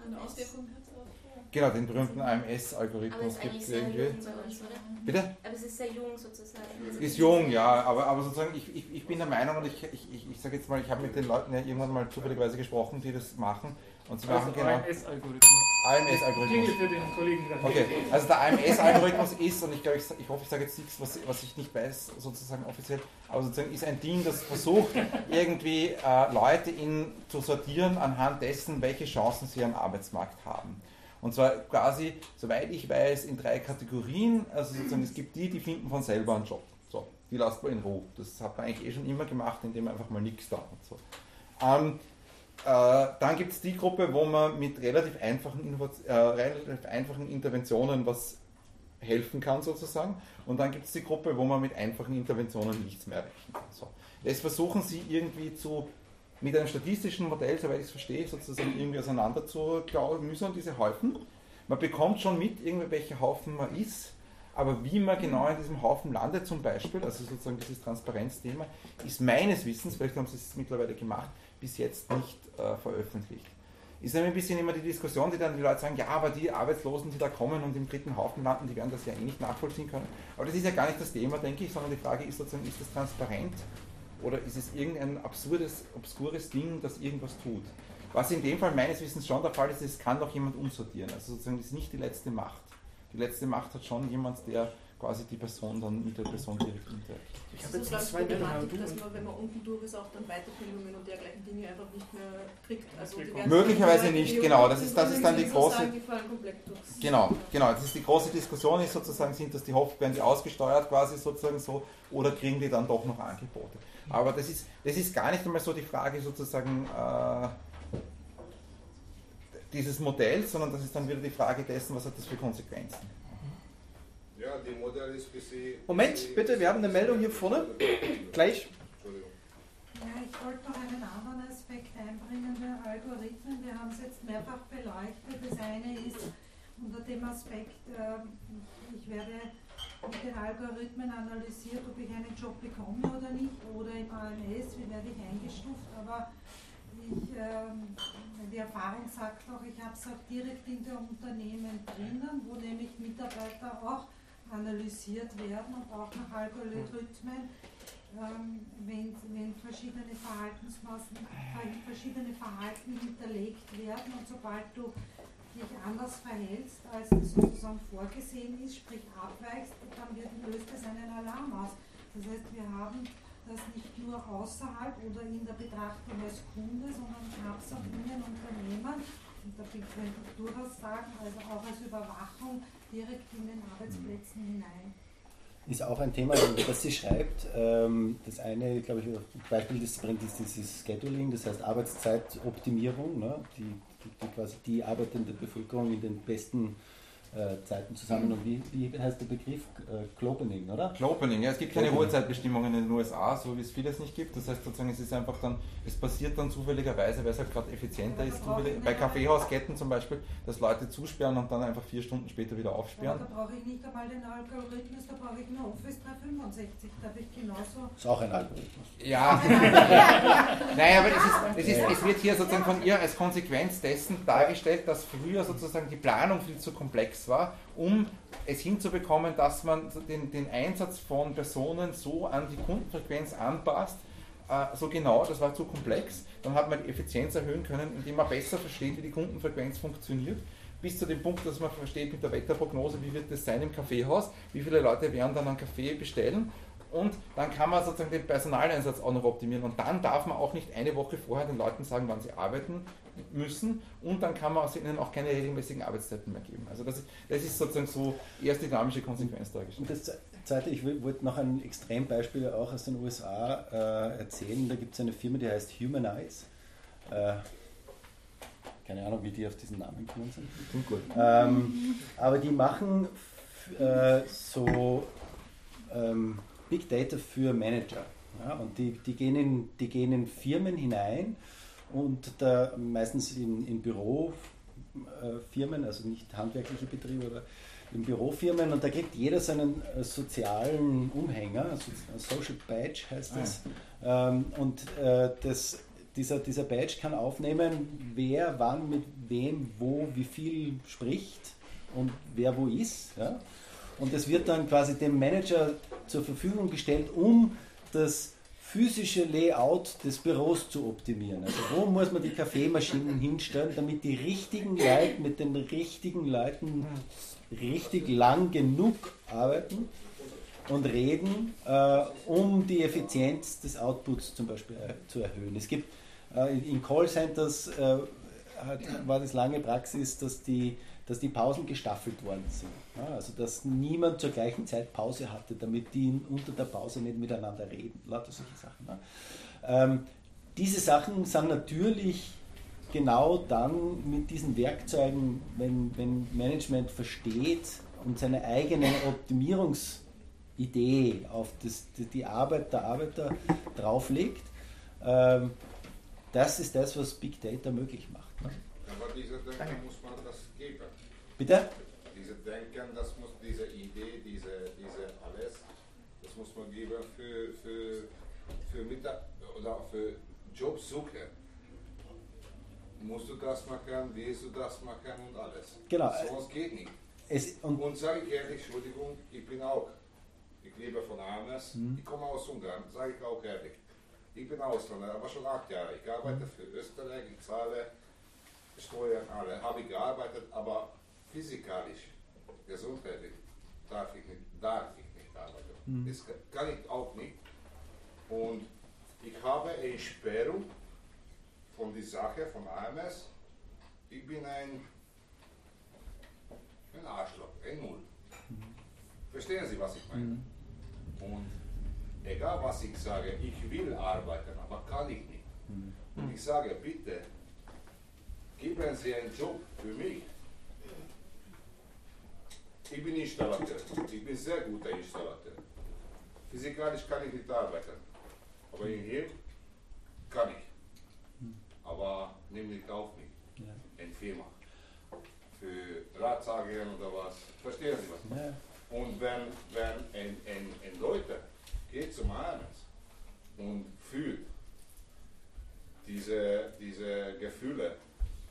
[SPEAKER 7] eine Auswirkung hat auf...
[SPEAKER 3] Genau, den berühmten
[SPEAKER 9] Aber es
[SPEAKER 3] AMS-Algorithmus
[SPEAKER 9] ist
[SPEAKER 3] gibt
[SPEAKER 9] eigentlich
[SPEAKER 3] es
[SPEAKER 9] sehr
[SPEAKER 3] irgendwie.
[SPEAKER 9] jung bei uns, oder?
[SPEAKER 3] Bitte?
[SPEAKER 9] Aber es ist sehr jung sozusagen. Also
[SPEAKER 3] Ist jung, ja, aber, aber sozusagen, ich, ich, ich bin der Meinung, und ich, ich, ich, ich sage jetzt mal, ich habe mit den Leuten ja irgendwann mal zufälligerweise gesprochen, die das machen. Und sie machen
[SPEAKER 1] Also
[SPEAKER 3] genau
[SPEAKER 1] AMS-Algorithmus.
[SPEAKER 3] AMS-Algorithmus.
[SPEAKER 1] Jingle für den Kollegen da
[SPEAKER 3] Okay, also der AMS-Algorithmus ist, und ich glaube, ich, sa- ich hoffe, ich sage jetzt nichts, was, was ich nicht weiß, sozusagen offiziell, aber sozusagen ist ein Ding, das versucht, irgendwie äh, Leute in, zu sortieren anhand dessen, welche Chancen sie am Arbeitsmarkt haben. Und zwar quasi, soweit ich weiß, in drei Kategorien. Also sozusagen, es gibt die, die finden von selber einen Job. So, die lasst man in Ruhe. Das hat man eigentlich eh schon immer gemacht, indem man einfach mal nichts da und so. Ähm, äh, dann gibt es die Gruppe, wo man mit relativ einfachen, Innovat- äh, relativ einfachen Interventionen was helfen kann, sozusagen. Und dann gibt es die Gruppe, wo man mit einfachen Interventionen nichts mehr erreichen kann. So. Das versuchen sie irgendwie zu, mit einem statistischen Modell, soweit ich es verstehe, sozusagen irgendwie auseinander zu müssen, diese Haufen. Man bekommt schon mit, irgendwie, welcher Haufen man ist. Aber wie man genau in diesem Haufen landet zum Beispiel, also sozusagen dieses Transparenzthema, ist meines Wissens, vielleicht haben sie es mittlerweile gemacht, bis jetzt nicht äh, veröffentlicht. Ist nämlich ein bisschen immer die Diskussion, die dann die Leute sagen, ja, aber die Arbeitslosen, die da kommen und im dritten Haufen landen, die werden das ja eh nicht nachvollziehen können. Aber das ist ja gar nicht das Thema, denke ich, sondern die Frage ist sozusagen, ist das transparent oder ist es irgendein absurdes, obskures Ding, das irgendwas tut? Was in dem Fall meines Wissens schon der Fall ist, es kann doch jemand umsortieren. Also sozusagen das ist nicht die letzte Macht. Die letzte Macht hat schon jemand, der quasi die Person dann mit der Person direkt interagiert.
[SPEAKER 4] Ich
[SPEAKER 10] Das
[SPEAKER 4] habe
[SPEAKER 10] ist sozusagen
[SPEAKER 4] jetzt noch
[SPEAKER 10] die
[SPEAKER 4] zwei Bilder, aber
[SPEAKER 10] Problematik,
[SPEAKER 4] du
[SPEAKER 10] dass
[SPEAKER 4] und
[SPEAKER 10] man, wenn man unten durch ist, auch dann Weiterbildungen und dergleichen Dinge einfach nicht mehr kriegt. Also die ganzen
[SPEAKER 3] Möglicherweise
[SPEAKER 10] Dinge,
[SPEAKER 3] nicht,
[SPEAKER 10] die
[SPEAKER 3] genau, das ist- das
[SPEAKER 10] unten
[SPEAKER 3] ist dann die
[SPEAKER 10] sozusagen,
[SPEAKER 3] große-
[SPEAKER 10] Die fallen komplett durchs.
[SPEAKER 3] Genau, genau. Das ist die große Diskussion ist sozusagen, sind das die Hoff, werden die ausgesteuert quasi sozusagen so oder kriegen die dann doch noch Angebote? Aber das ist, das ist gar nicht einmal so die Frage sozusagen äh, dieses Modells, sondern das ist dann wieder die Frage dessen, was hat das für Konsequenzen.
[SPEAKER 8] Ja, die Modell ist bis sie.
[SPEAKER 4] Moment, bitte, wir haben eine Meldung hier vorne. Gleich.
[SPEAKER 8] Entschuldigung.
[SPEAKER 11] Ja, ich wollte noch einen anderen Aspekt einbringen der Algorithmen. Wir haben es jetzt mehrfach beleuchtet. Das eine ist unter dem Aspekt, ähm, ich werde mit den Algorithmen analysiert, ob ich einen Job bekomme oder nicht, oder im AMS, wie werde ich eingestuft. Aber ich, ähm, die Erfahrung sagt auch, ich habe es auch direkt in der Unternehmen drinnen, wo nämlich Mitarbeiter auch analysiert werden und auch nach Algorithmen ähm, wenn, wenn verschiedene Verhaltensmaßen, verschiedene Verhalten hinterlegt werden und sobald du dich anders verhältst, als das sozusagen vorgesehen ist, sprich abweichst, dann wird, löst es einen Alarm aus. Das heißt, wir haben das nicht nur außerhalb oder in der Betrachtung als Kunde, sondern ich habe es auch in den Unternehmen, und da bin- könnte ich durchaus sagen, also auch als Überwachung direkt in den Arbeitsplätzen hinein.
[SPEAKER 2] Ist auch ein Thema, das sie schreibt. Ähm, Das eine, glaube ich, Beispiel, das sie bringt, ist dieses Scheduling, das heißt Arbeitszeitoptimierung, ne? die, die, die quasi die arbeitende Bevölkerung in den besten äh, Zeiten zusammen. Und wie, wie heißt der Begriff? Äh, Globening, oder?
[SPEAKER 3] Clopening, ja, es gibt keine
[SPEAKER 2] Clopening.
[SPEAKER 3] Ruhezeitbestimmungen in den USA, so wie es vieles nicht gibt. Das heißt sozusagen, es ist einfach dann, es passiert dann zufälligerweise, weil es halt gerade effizienter ist, zufällig, bei Kaffeehausketten zum Beispiel, dass Leute zusperren und dann einfach vier Stunden später wieder
[SPEAKER 11] Ja,
[SPEAKER 3] aufsperren.
[SPEAKER 11] da brauche ich nicht einmal den Algorithmus, da brauche ich nur Office 365, da habe ich genauso.
[SPEAKER 2] Ist auch ein Algorithmus.
[SPEAKER 3] Ja. naja, aber es, ist, es, ist, es wird hier sozusagen von ihr als Konsequenz dessen dargestellt, dass früher sozusagen die Planung viel zu komplex war, um es hinzubekommen, dass man so den, den Einsatz von Personen so an die Kundenfrequenz anpasst. äh, So genau, das war zu komplex. Dann hat man die Effizienz erhöhen können, indem man besser versteht, wie die Kundenfrequenz funktioniert. Bis zu dem Punkt, dass man versteht mit der Wetterprognose, wie wird das sein im Kaffeehaus, wie viele Leute werden dann einen Kaffee bestellen und dann kann man sozusagen den Personaleinsatz auch noch optimieren. Und dann darf man auch nicht eine Woche vorher den Leuten sagen, wann sie arbeiten müssen. Und dann kann man aus ihnen auch keine regelmäßigen Arbeitszeiten mehr geben. Also das ist, das ist sozusagen so erst die dynamische Konsequenz dargestellt.
[SPEAKER 2] Und das Zweite, ich will- wollte noch ein Extrembeispiel auch aus den USA äh, erzählen. Da gibt es eine Firma, die heißt Humanize. Äh, Keine Ahnung, wie die auf diesen Namen gekommen sind.
[SPEAKER 3] Klingt gut.
[SPEAKER 2] Ähm, aber die machen f- äh, so ähm, Big Data für Manager. Ja, und die, die, gehen in, die gehen in Firmen hinein und da meistens in, in Bürofirmen, also nicht handwerkliche Betriebe, aber in Bürofirmen und da kriegt jeder seinen äh, sozialen Umhänger, also ein Social Badge heißt das. Ähm, und äh, das, dieser, dieser Badge kann aufnehmen, wer wann mit wem, wo, wie viel spricht und wer wo ist. Ja? Und das wird dann quasi dem Manager zur Verfügung gestellt, um das physische Layout des Büros zu optimieren. Also wo muss man die Kaffeemaschinen hinstellen, damit die richtigen Leute mit den richtigen Leuten richtig lang genug arbeiten und reden, äh, um die Effizienz des Outputs zum Beispiel äh, zu erhöhen. Es gibt äh, in- in Callcenters äh, hat, war das lange Praxis, dass die, dass die Pausen gestaffelt worden sind. Ja, also dass niemand zur gleichen Zeit Pause hatte, damit die in- unter der Pause nicht miteinander reden. Lauter solche Sachen. Ne? Ähm, diese Sachen sind natürlich genau dann mit diesen Werkzeugen, wenn, wenn Management versteht und seine eigene Optimierungsidee auf das, die, die Arbeit der Arbeiter drauflegt, ähm, das ist das, was Big Data möglich macht. Ne?
[SPEAKER 8] Aber diese Denken muss man das geben.
[SPEAKER 2] Bitte?
[SPEAKER 8] Diese Denken, das muss diese Idee, diese, diese alles, das muss man geben für, für, für Mittag oder für Jobsuche. Musst du das machen, willst du das machen und alles.
[SPEAKER 2] Genau.
[SPEAKER 8] Sonst geht nicht.
[SPEAKER 2] Es,
[SPEAKER 8] Und,
[SPEAKER 2] und
[SPEAKER 8] sage ich ehrlich, Entschuldigung, ich bin auch, ich lebe von Armes,
[SPEAKER 2] Mhm.
[SPEAKER 8] ich komme aus Ungarn, sage ich auch ehrlich. Ich bin Ausländer, aber schon acht Jahre. Ich
[SPEAKER 2] Mhm.
[SPEAKER 8] arbeite für Österreich, ich zahle Steuern alle. Habe ich gearbeitet, aber physikalisch, gesundheitlich, darf ich nicht, darf ich nicht arbeiten.
[SPEAKER 2] Mhm.
[SPEAKER 8] Das ka- kann ich auch nicht. Und ich habe eine Sperrung von der Sache, von AMS. Ich bin ein ein Arschloch, ein Null.
[SPEAKER 2] Mhm.
[SPEAKER 8] Verstehen Sie, was ich meine? Und egal, was ich sage, ich will arbeiten, aber kann ich nicht. Und ich sage, bitte, geben Sie einen Job für mich. Ich bin Installateur, ich bin sehr guter Installateur. Physikalisch kann ich nicht arbeiten, aber in hier kann ich. Aber nimm nicht auf mich, ein Firma. Für Ratsagen oder was, verstehen Sie was?
[SPEAKER 2] ja,
[SPEAKER 8] Und wenn, wenn ein, ein, ein Leute geht zum Arzt und fühlt diese, diese Gefühle,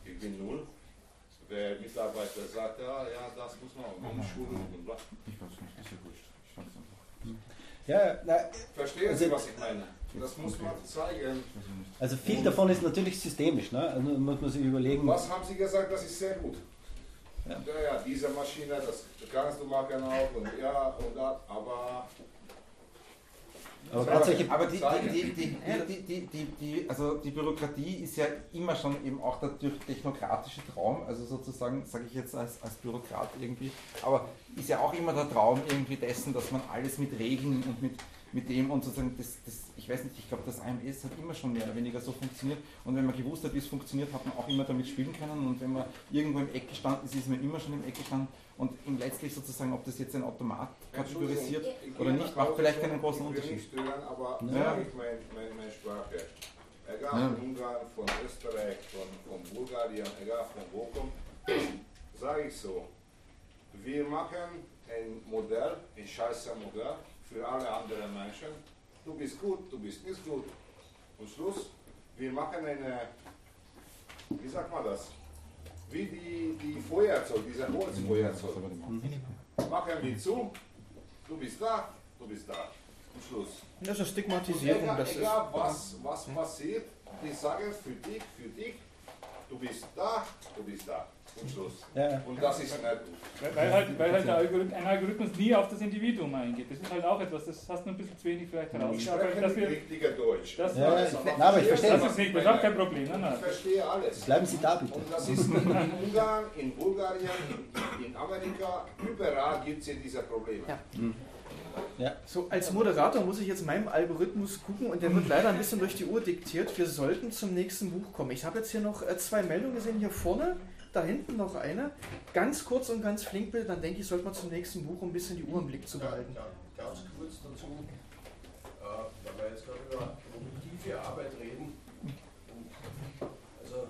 [SPEAKER 8] ich bin null, der Mitarbeiter sagt, ja, ja das muss man umschulen
[SPEAKER 2] Mhm.
[SPEAKER 8] und bla.
[SPEAKER 3] Ich weiß nicht, ist ja wurscht. Ich weiß nicht.
[SPEAKER 2] ja, na,
[SPEAKER 8] Verstehen
[SPEAKER 2] Also-
[SPEAKER 8] Sie, was ich meine? Das muss man zeigen.
[SPEAKER 2] also viel davon ist natürlich systemisch. Ne? Also muss man sich überlegen.
[SPEAKER 8] Mhm. Was haben Sie gesagt, das ist sehr gut.
[SPEAKER 2] Ja.
[SPEAKER 8] Ja, ja, diese Maschine, das kannst du machen auch und ja und da, aber
[SPEAKER 2] Aber gerade solche
[SPEAKER 3] Aber die, die, die, die, die, die, die, die, also die Bürokratie ist ja immer schon eben auch der technokratische Traum, also sozusagen, sage ich jetzt als, als Bürokrat irgendwie, aber ist ja auch immer der Traum irgendwie dessen, dass man alles mit Regeln und mit, mit dem und sozusagen, das, das, ich weiß nicht, ich glaube, das AMS hat immer schon mehr oder weniger so funktioniert und wenn man gewusst hat, wie es funktioniert, hat man auch immer damit spielen können und wenn man irgendwo im Eck gestanden ist, ist man immer schon im Eck gestanden und letztlich sozusagen, ob das jetzt ein Automat kategorisiert
[SPEAKER 8] Ich
[SPEAKER 3] oder
[SPEAKER 8] gehe
[SPEAKER 3] nicht,
[SPEAKER 8] nach
[SPEAKER 3] macht vielleicht
[SPEAKER 8] Hause,
[SPEAKER 3] keinen großen
[SPEAKER 8] Ich will
[SPEAKER 3] Unterschied.
[SPEAKER 8] nicht stören, aber
[SPEAKER 2] Ja.
[SPEAKER 8] sage ich mein, mein, meine Sprache. Egal
[SPEAKER 3] Ja.
[SPEAKER 8] von Ungarn, von Österreich, von, von Bulgarien, egal von wo kommt, sage ich so. Wir machen ein Modell, ein scheiße Modell für alle anderen Menschen. Du bist gut, du bist nicht gut. Und Schluss, wir machen eine, wie sagt man das? Wie die, die Feuerzeug, diese Holzfeuerzeug machen wir zu, du bist da, du bist da. Am Schluss.
[SPEAKER 4] Das ist eine
[SPEAKER 8] Und
[SPEAKER 4] Stigmatisierung.
[SPEAKER 8] egal,
[SPEAKER 4] das ist,
[SPEAKER 8] egal was, was passiert, die sagen für dich, für dich, du bist da, du bist da. Und Schluss.
[SPEAKER 2] Ja.
[SPEAKER 8] Und das ist nicht gut.
[SPEAKER 1] Weil, weil halt, weil halt der Algorith ein Algorithmus nie auf das Individuum eingeht. Das ist halt auch etwas, das hast du ein bisschen zu wenig vielleicht
[SPEAKER 8] Ich
[SPEAKER 1] herausgearbeitet.
[SPEAKER 8] spreche
[SPEAKER 1] Dass
[SPEAKER 8] nicht
[SPEAKER 1] wir,
[SPEAKER 8] richtiger Deutsch.
[SPEAKER 1] das,
[SPEAKER 2] Ja,
[SPEAKER 1] das,
[SPEAKER 2] ja. Na, aber ich verstehe.
[SPEAKER 1] ist nicht, das ist auch kein Problem. Nein, nein.
[SPEAKER 8] Ich verstehe alles.
[SPEAKER 2] Bleiben Sie da bitte.
[SPEAKER 8] Und das ist in Ungarn, in Bulgarien, in, in Amerika, überall gibt es diese Probleme.
[SPEAKER 4] So, als Moderator muss ich jetzt meinem Algorithmus gucken und der wird leider ein bisschen durch die Uhr diktiert. Wir sollten zum nächsten Buch kommen. Ich habe jetzt hier noch äh, zwei Meldungen gesehen, hier vorne, da hinten noch eine. Ganz kurz und ganz flink bitte, dann denke ich, sollte man zum nächsten Buch, um ein bisschen die Uhr im Blick zu behalten.
[SPEAKER 8] Ganz kurz dazu, äh, weil wir jetzt gerade über produktive Arbeit reden. Also,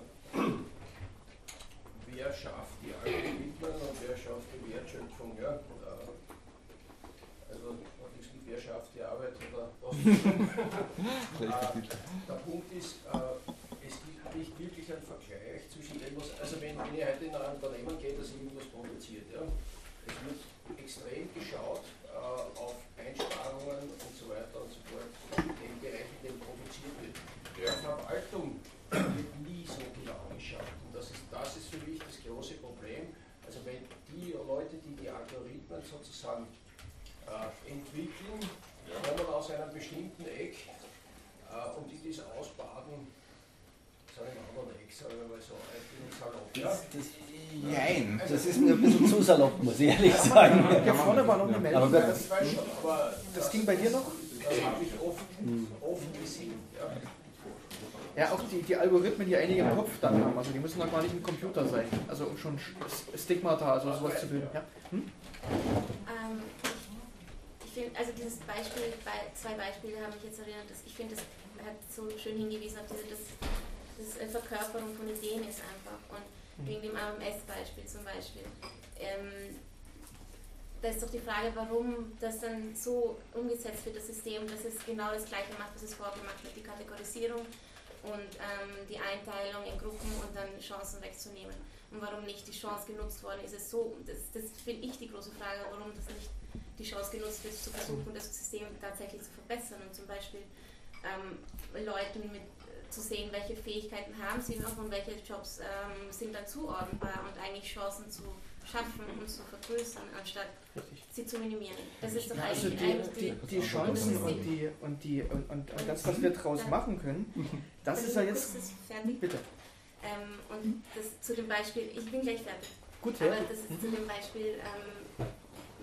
[SPEAKER 8] wer schafft die Algorithmen und wer schafft die Wertschöpfung? Ja? Und, äh, Also, und es gibt, wer schafft die Arbeit oder was?
[SPEAKER 3] Schlechter
[SPEAKER 8] äh,
[SPEAKER 3] Titel.
[SPEAKER 8] der Punkt ist, äh, es gibt nicht wirklich einen Vergleich zwischen dem, was, also wenn, wenn ihr heute in ein Unternehmen geht, das irgendwas produziert, ja? es wird extrem geschaut äh, auf Einsparungen und so weiter und so fort in dem Bereich, in dem produziert wird.
[SPEAKER 5] Ja.
[SPEAKER 8] Verwaltung wird nie so genau geschaut. Und das ist, das ist für mich das große Problem. Also wenn die Leute, die die Algorithmen sozusagen äh, entwickeln, kommen aus einem bestimmten Eck äh, und die das ausbaden, sagen wir mal, Eck, sagen wir mal so, ich bin salopp. Ja? Also,
[SPEAKER 2] Nein, das ist mir ein bisschen zu salopp, muss ich ehrlich sagen.
[SPEAKER 4] Hier vorne war noch eine Meldung.
[SPEAKER 2] Aber wir-
[SPEAKER 8] Ich weiß schon, aber
[SPEAKER 4] Das ging bei dir noch?
[SPEAKER 8] das habe ich offen, offen gesehen. Ja.
[SPEAKER 4] Ja, auch die, die Algorithmen, die einige im Kopf dann haben, also die müssen doch gar nicht im Computer sein. Also um schon S- Stigmata, also sowas zu bilden. Ja. Hm?
[SPEAKER 9] Ähm, ich, ich finde, also dieses Beispiel, bei, zwei Beispiele haben mich jetzt erinnert, dass ich finde, das hat so schön hingewiesen auf diese, dass, dass es eine Verkörperung von Ideen ist einfach. Und wegen dem AMS-Beispiel zum Beispiel. Ähm, da ist doch die Frage, warum das dann so umgesetzt wird, das System, dass es genau das Gleiche macht, was es vorgemacht hat, die Kategorisierung und ähm, die Einteilung in Gruppen und dann Chancen wegzunehmen. Und warum nicht die Chance genutzt worden ist, es so, das, das finde ich die große Frage, warum das nicht die Chance genutzt wird, zu versuchen, das System tatsächlich zu verbessern und zum Beispiel ähm, Leuten mit, äh, zu sehen, welche Fähigkeiten haben sie noch und welche Jobs ähm, sind da zuordnbar und eigentlich Chancen zu schaffen und zu vergrößern, anstatt sie zu minimieren. Das ist doch eigentlich
[SPEAKER 4] Also die,
[SPEAKER 9] eigentlich
[SPEAKER 4] die, die Chancen und, die, und, die, und, und, und das, was wir draus machen können, das
[SPEAKER 9] Wenn
[SPEAKER 4] ist
[SPEAKER 9] Also du
[SPEAKER 4] ja
[SPEAKER 9] nur
[SPEAKER 4] jetzt.
[SPEAKER 9] kurz das fertig-
[SPEAKER 4] Bitte.
[SPEAKER 9] Ähm, und das zu dem Beispiel, ich bin gleich fertig.
[SPEAKER 4] Gut, ja. Mhm.
[SPEAKER 9] Aber das ist zu dem Beispiel ähm,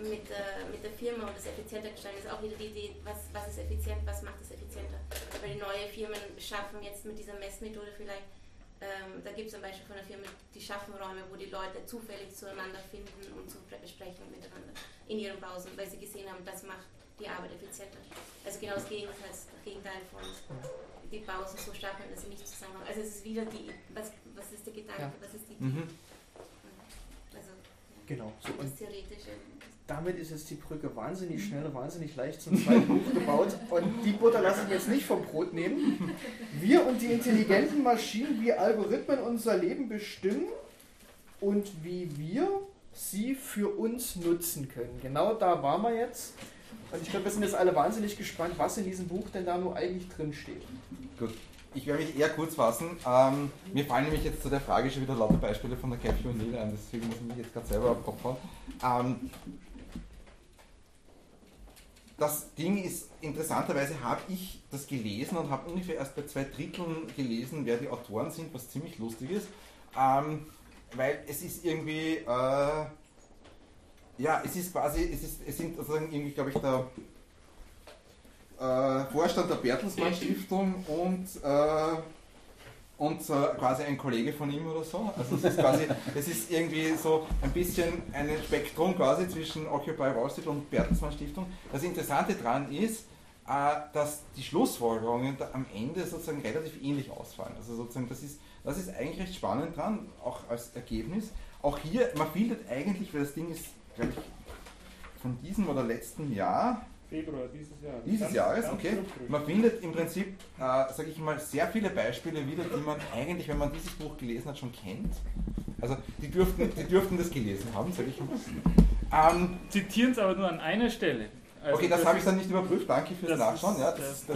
[SPEAKER 9] mit, der, mit der Firma und das effizienter gestalten, ist auch wieder die Idee, was, was ist effizient, was macht es effizienter. Weil neue Firmen schaffen jetzt mit dieser Messmethode vielleicht, ähm, da gibt es zum Beispiel von der Firma, die schaffen Räume, wo die Leute zufällig zueinander finden und zu besprechen miteinander in ihren Pausen, weil sie gesehen haben, das macht die Arbeit effizienter. Also genau das Gegenteil, das Gegenteil von die Pausen so stark machen, dass sie nicht zusammenhängen. Also es ist wieder die, was, was ist der Gedanke,
[SPEAKER 4] Ja.
[SPEAKER 9] was ist die
[SPEAKER 4] Mhm.
[SPEAKER 9] also,
[SPEAKER 4] Genau. So, und
[SPEAKER 9] das Theoretische.
[SPEAKER 4] damit ist jetzt die Brücke wahnsinnig schnell und wahnsinnig leicht zum zweiten Buch gebaut. Und die Butter lasse ich jetzt nicht vom Brot nehmen. Wir und die intelligenten Maschinen, wie Algorithmen unser Leben bestimmen und wie wir sie für uns nutzen können. Genau da waren wir jetzt. Und ich glaube, wir sind jetzt alle wahnsinnig gespannt, was in diesem Buch denn da nur eigentlich drin steht.
[SPEAKER 3] Gut. Ich werde mich eher kurz fassen. Ähm, mir fallen nämlich jetzt zu der Frage schon wieder lauter Beispiele von der Capture und Nele ein, deswegen muss ich mich jetzt gerade selber am Kopf hauen. Ähm, das Ding ist, interessanterweise habe ich das gelesen und habe ungefähr erst bei zwei Dritteln gelesen, wer die Autoren sind, was ziemlich lustig ist. Ähm, weil es ist irgendwie, äh, ja, es ist quasi, es, ist, es sind sozusagen irgendwie, glaube ich, der äh, Vorstand der Bertelsmann Stiftung und, äh, und äh, quasi ein Kollege von ihm oder so. Also es ist quasi, es ist irgendwie so ein bisschen ein Spektrum quasi zwischen Occupy Wall Street und Bertelsmann Stiftung. Das Interessante daran ist, äh, dass die Schlussfolgerungen da am Ende sozusagen relativ ähnlich ausfallen. Also sozusagen, das ist, das ist eigentlich recht spannend dran, auch als Ergebnis. Auch hier, man findet eigentlich, weil das Ding ist, glaube ich, von diesem oder letzten Jahr,
[SPEAKER 1] Februar dieses Jahr.
[SPEAKER 3] dieses
[SPEAKER 1] Ganz-
[SPEAKER 3] Jahres,
[SPEAKER 1] ganz
[SPEAKER 3] okay.
[SPEAKER 1] druckfrei.
[SPEAKER 3] Man findet im Prinzip, äh, sage ich mal, sehr viele Beispiele wieder, die man eigentlich, wenn man dieses Buch gelesen hat, schon kennt. Also die dürften, die dürften das gelesen haben, sage ich mal. Ähm,
[SPEAKER 1] Zitieren es aber nur an einer Stelle. Also
[SPEAKER 3] okay, das
[SPEAKER 1] das
[SPEAKER 3] habe ich
[SPEAKER 1] ist-
[SPEAKER 3] dann nicht überprüft, danke fürs
[SPEAKER 1] das
[SPEAKER 3] Nachschauen.
[SPEAKER 1] ist,
[SPEAKER 3] Ja,
[SPEAKER 1] äh,
[SPEAKER 3] das, das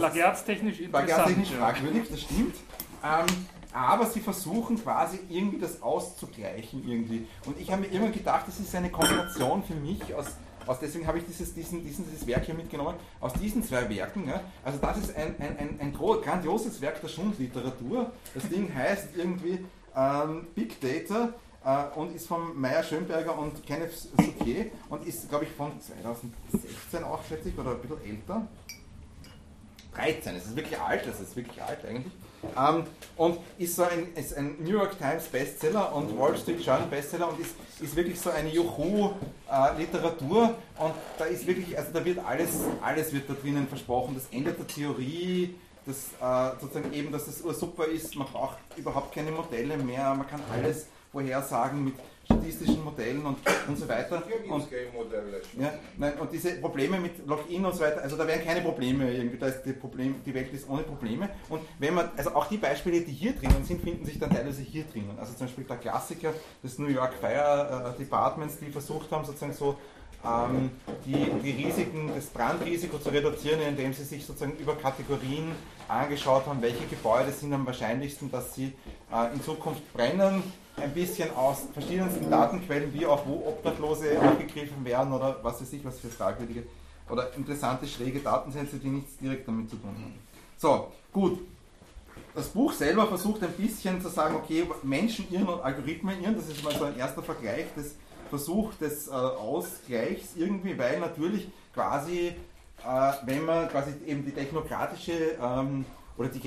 [SPEAKER 3] ist
[SPEAKER 1] plagiatstechnisch interessant,
[SPEAKER 3] plagiatstechnisch
[SPEAKER 1] ja.
[SPEAKER 3] fragwürdig, das stimmt. Ähm, aber sie versuchen quasi irgendwie das auszugleichen irgendwie. Und ich habe mir immer gedacht, das ist eine Kombination für mich aus, aus deswegen habe ich dieses, diesen, diesen, dieses Werk hier mitgenommen, aus diesen zwei Werken. Ja, also das ist ein, ein, ein, ein gro- grandioses Werk der Schundliteratur. Das Ding heißt irgendwie ähm, Big Data, äh, und ist von Meyer Schönberger und Kenneth Souquier und ist, glaube ich, von 2016 auch, schätze ich, oder ein bisschen älter. 13, es ist wirklich alt, es ist wirklich alt eigentlich. Ähm, und ist so ein, ist ein New York Times Bestseller und Wall Street Journal Bestseller und ist, ist wirklich so eine Juhu-Literatur. und da ist wirklich, also da wird alles, alles wird da drinnen versprochen. Das Ende der Theorie, das äh, sozusagen eben, dass es super ist, man braucht überhaupt keine Modelle mehr, man kann alles vorhersagen mit statistischen Modellen und, und so weiter. Und, ja, nein, und diese Probleme mit Login und so weiter, also da wären keine Probleme irgendwie, da ist die, Problem, die Welt ist ohne Probleme. Und wenn man, also auch die Beispiele, die hier drinnen sind, finden sich dann teilweise hier drinnen. Also zum Beispiel der Klassiker des New York Fire äh, Departments, die versucht haben, sozusagen so ähm, die, die Risiken, das Brandrisiko zu reduzieren, indem sie sich sozusagen über Kategorien angeschaut haben, welche Gebäude sind am wahrscheinlichsten, dass sie äh, in Zukunft brennen, ein bisschen aus verschiedensten Datenquellen, wie auch wo Obdachlose aufgegriffen werden oder was weiß ich, was für fragwürdige oder interessante, schräge Datensätze, die nichts direkt damit zu tun haben. So, gut. Das Buch selber versucht ein bisschen zu sagen, okay, Menschen irren und Algorithmen irren, das ist mal so ein erster Vergleich des Versuch des äh, Ausgleichs irgendwie, weil natürlich quasi, äh, wenn man quasi eben die technokratische ähm, oder die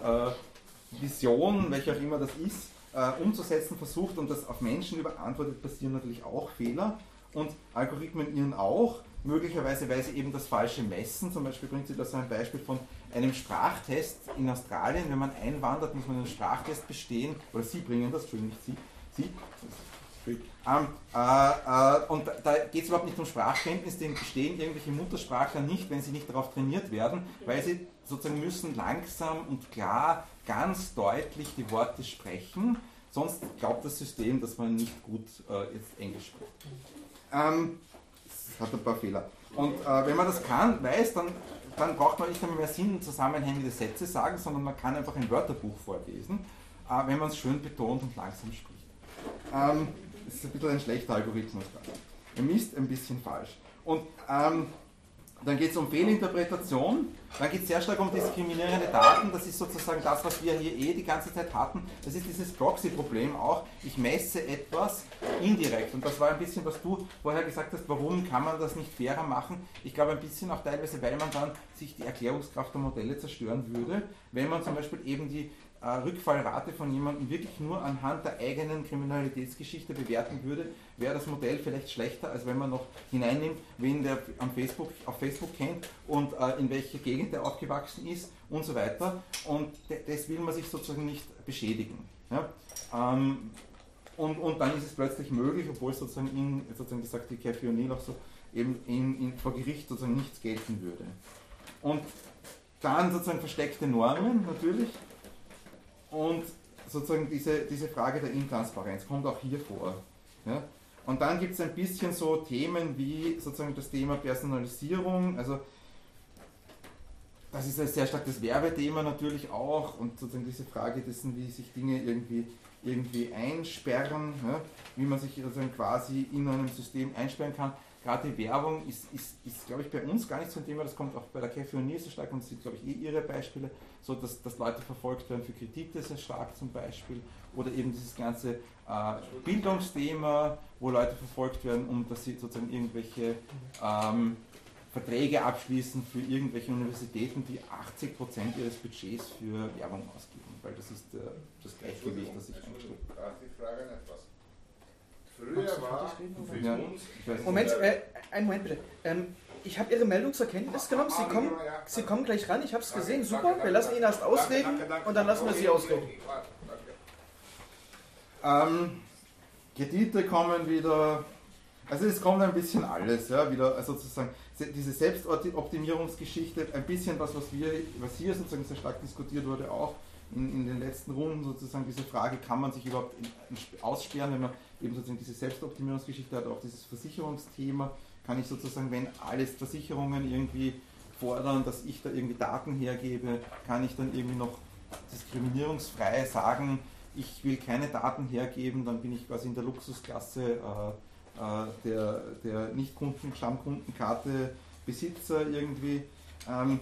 [SPEAKER 3] Gerechtigkeitsvision, äh, welche auch immer das ist, äh, umzusetzen versucht und das auf Menschen überantwortet, passieren natürlich auch Fehler und Algorithmen ihren auch, möglicherweise weil sie eben das falsche messen. Zum Beispiel bringt sie da so ein Beispiel von einem Sprachtest in Australien. Wenn man einwandert, muss man einen Sprachtest bestehen, oder sie bringen das, Entschuldigung, nicht sie, sie, ähm, äh, äh, und da geht es überhaupt nicht um Sprachkenntnis, denn bestehen irgendwelche Muttersprachler nicht, wenn sie nicht darauf trainiert werden, weil sie sozusagen müssen langsam und klar ganz deutlich die Worte sprechen, sonst glaubt das System, dass man nicht gut äh, jetzt Englisch spricht. Ähm, das hat ein paar Fehler. Und äh, wenn man das kann, weiß, dann, dann braucht man nicht einmal mehr Sinn und zusammenhängende Sätze sagen, sondern man kann einfach ein Wörterbuch vorlesen, äh, wenn man es schön betont und langsam spricht. Ähm, das ist ein bisschen ein schlechter Algorithmus. Er misst ein bisschen falsch. Und ähm, dann geht es um Fehlinterpretation, dann geht es sehr stark um diskriminierende Daten, das ist sozusagen das, was wir hier eh die ganze Zeit hatten, das ist dieses Proxy-Problem auch, ich messe etwas indirekt und das war ein bisschen, was du vorher gesagt hast, warum kann man das nicht fairer machen, ich glaube ein bisschen auch teilweise, weil man dann sich die Erklärungskraft der Modelle zerstören würde, wenn man zum Beispiel eben die äh, Rückfallrate von jemandem wirklich nur anhand der eigenen Kriminalitätsgeschichte bewerten würde, wäre das Modell vielleicht schlechter, als wenn man noch hineinnimmt, wen der am Facebook, auf Facebook kennt und äh, in welcher Gegend er aufgewachsen ist und so weiter. Und das will man sich sozusagen nicht beschädigen. Ja? Ähm, und, und dann ist es plötzlich möglich, obwohl sozusagen, in, sozusagen das sagt die Cathy O'Neill auch so, eben in, in, vor Gericht sozusagen nichts gelten würde. Und dann sozusagen versteckte Normen natürlich, und sozusagen diese, diese Frage der Intransparenz kommt auch hier vor. Ja? Und dann gibt es ein bisschen so Themen wie sozusagen das Thema Personalisierung, also das ist ein sehr starkes Werbethema natürlich auch und sozusagen diese Frage dessen, wie sich Dinge irgendwie, irgendwie einsperren, ja? wie man sich sozusagen quasi in einem System einsperren kann. Gerade die Werbung ist, ist, ist glaube ich, bei uns gar nicht so ein Thema, das kommt auch bei der Cathy O'Neill so stark und das sind, glaube ich, eh ihre Beispiele so dass, dass Leute verfolgt werden für Kritik, das ist stark zum Beispiel, oder eben dieses ganze äh, Bildungsthema, wo Leute verfolgt werden, um dass sie sozusagen irgendwelche ähm, Verträge abschließen für irgendwelche Universitäten, die 80% Prozent ihres Budgets für Werbung ausgeben, weil das ist äh, das Gleichgewicht, das ich einstelle.
[SPEAKER 8] Darf ich fragen etwas? Früher war für
[SPEAKER 4] Ja.
[SPEAKER 8] uns
[SPEAKER 4] Moment, äh, einen Moment bitte. Ähm, ich habe Ihre Meldung zur Kenntnis genommen. Sie kommen, Sie kommen gleich ran. Ich habe es gesehen. Super. Wir lassen ihn erst ausreden und dann lassen wir Sie ausreden.
[SPEAKER 3] Ähm, Kredite kommen wieder. Also es kommt ein bisschen alles, ja, wieder also sozusagen se- diese Selbstoptimierungsgeschichte, ein bisschen was, was wir, was hier sozusagen sehr stark diskutiert wurde, auch in, in den letzten Runden sozusagen diese Frage, kann man sich überhaupt in, in, aussperren, wenn man eben sozusagen diese Selbstoptimierungsgeschichte hat, auch dieses Versicherungsthema, kann ich sozusagen, wenn alles Versicherungen irgendwie fordern, dass ich da irgendwie Daten hergebe, kann ich dann irgendwie noch diskriminierungsfrei sagen, ich will keine Daten hergeben, dann bin ich quasi in der Luxusklasse äh, äh, der, der Nicht-Kunden-Stammkundenkarte Besitzer irgendwie. Ähm,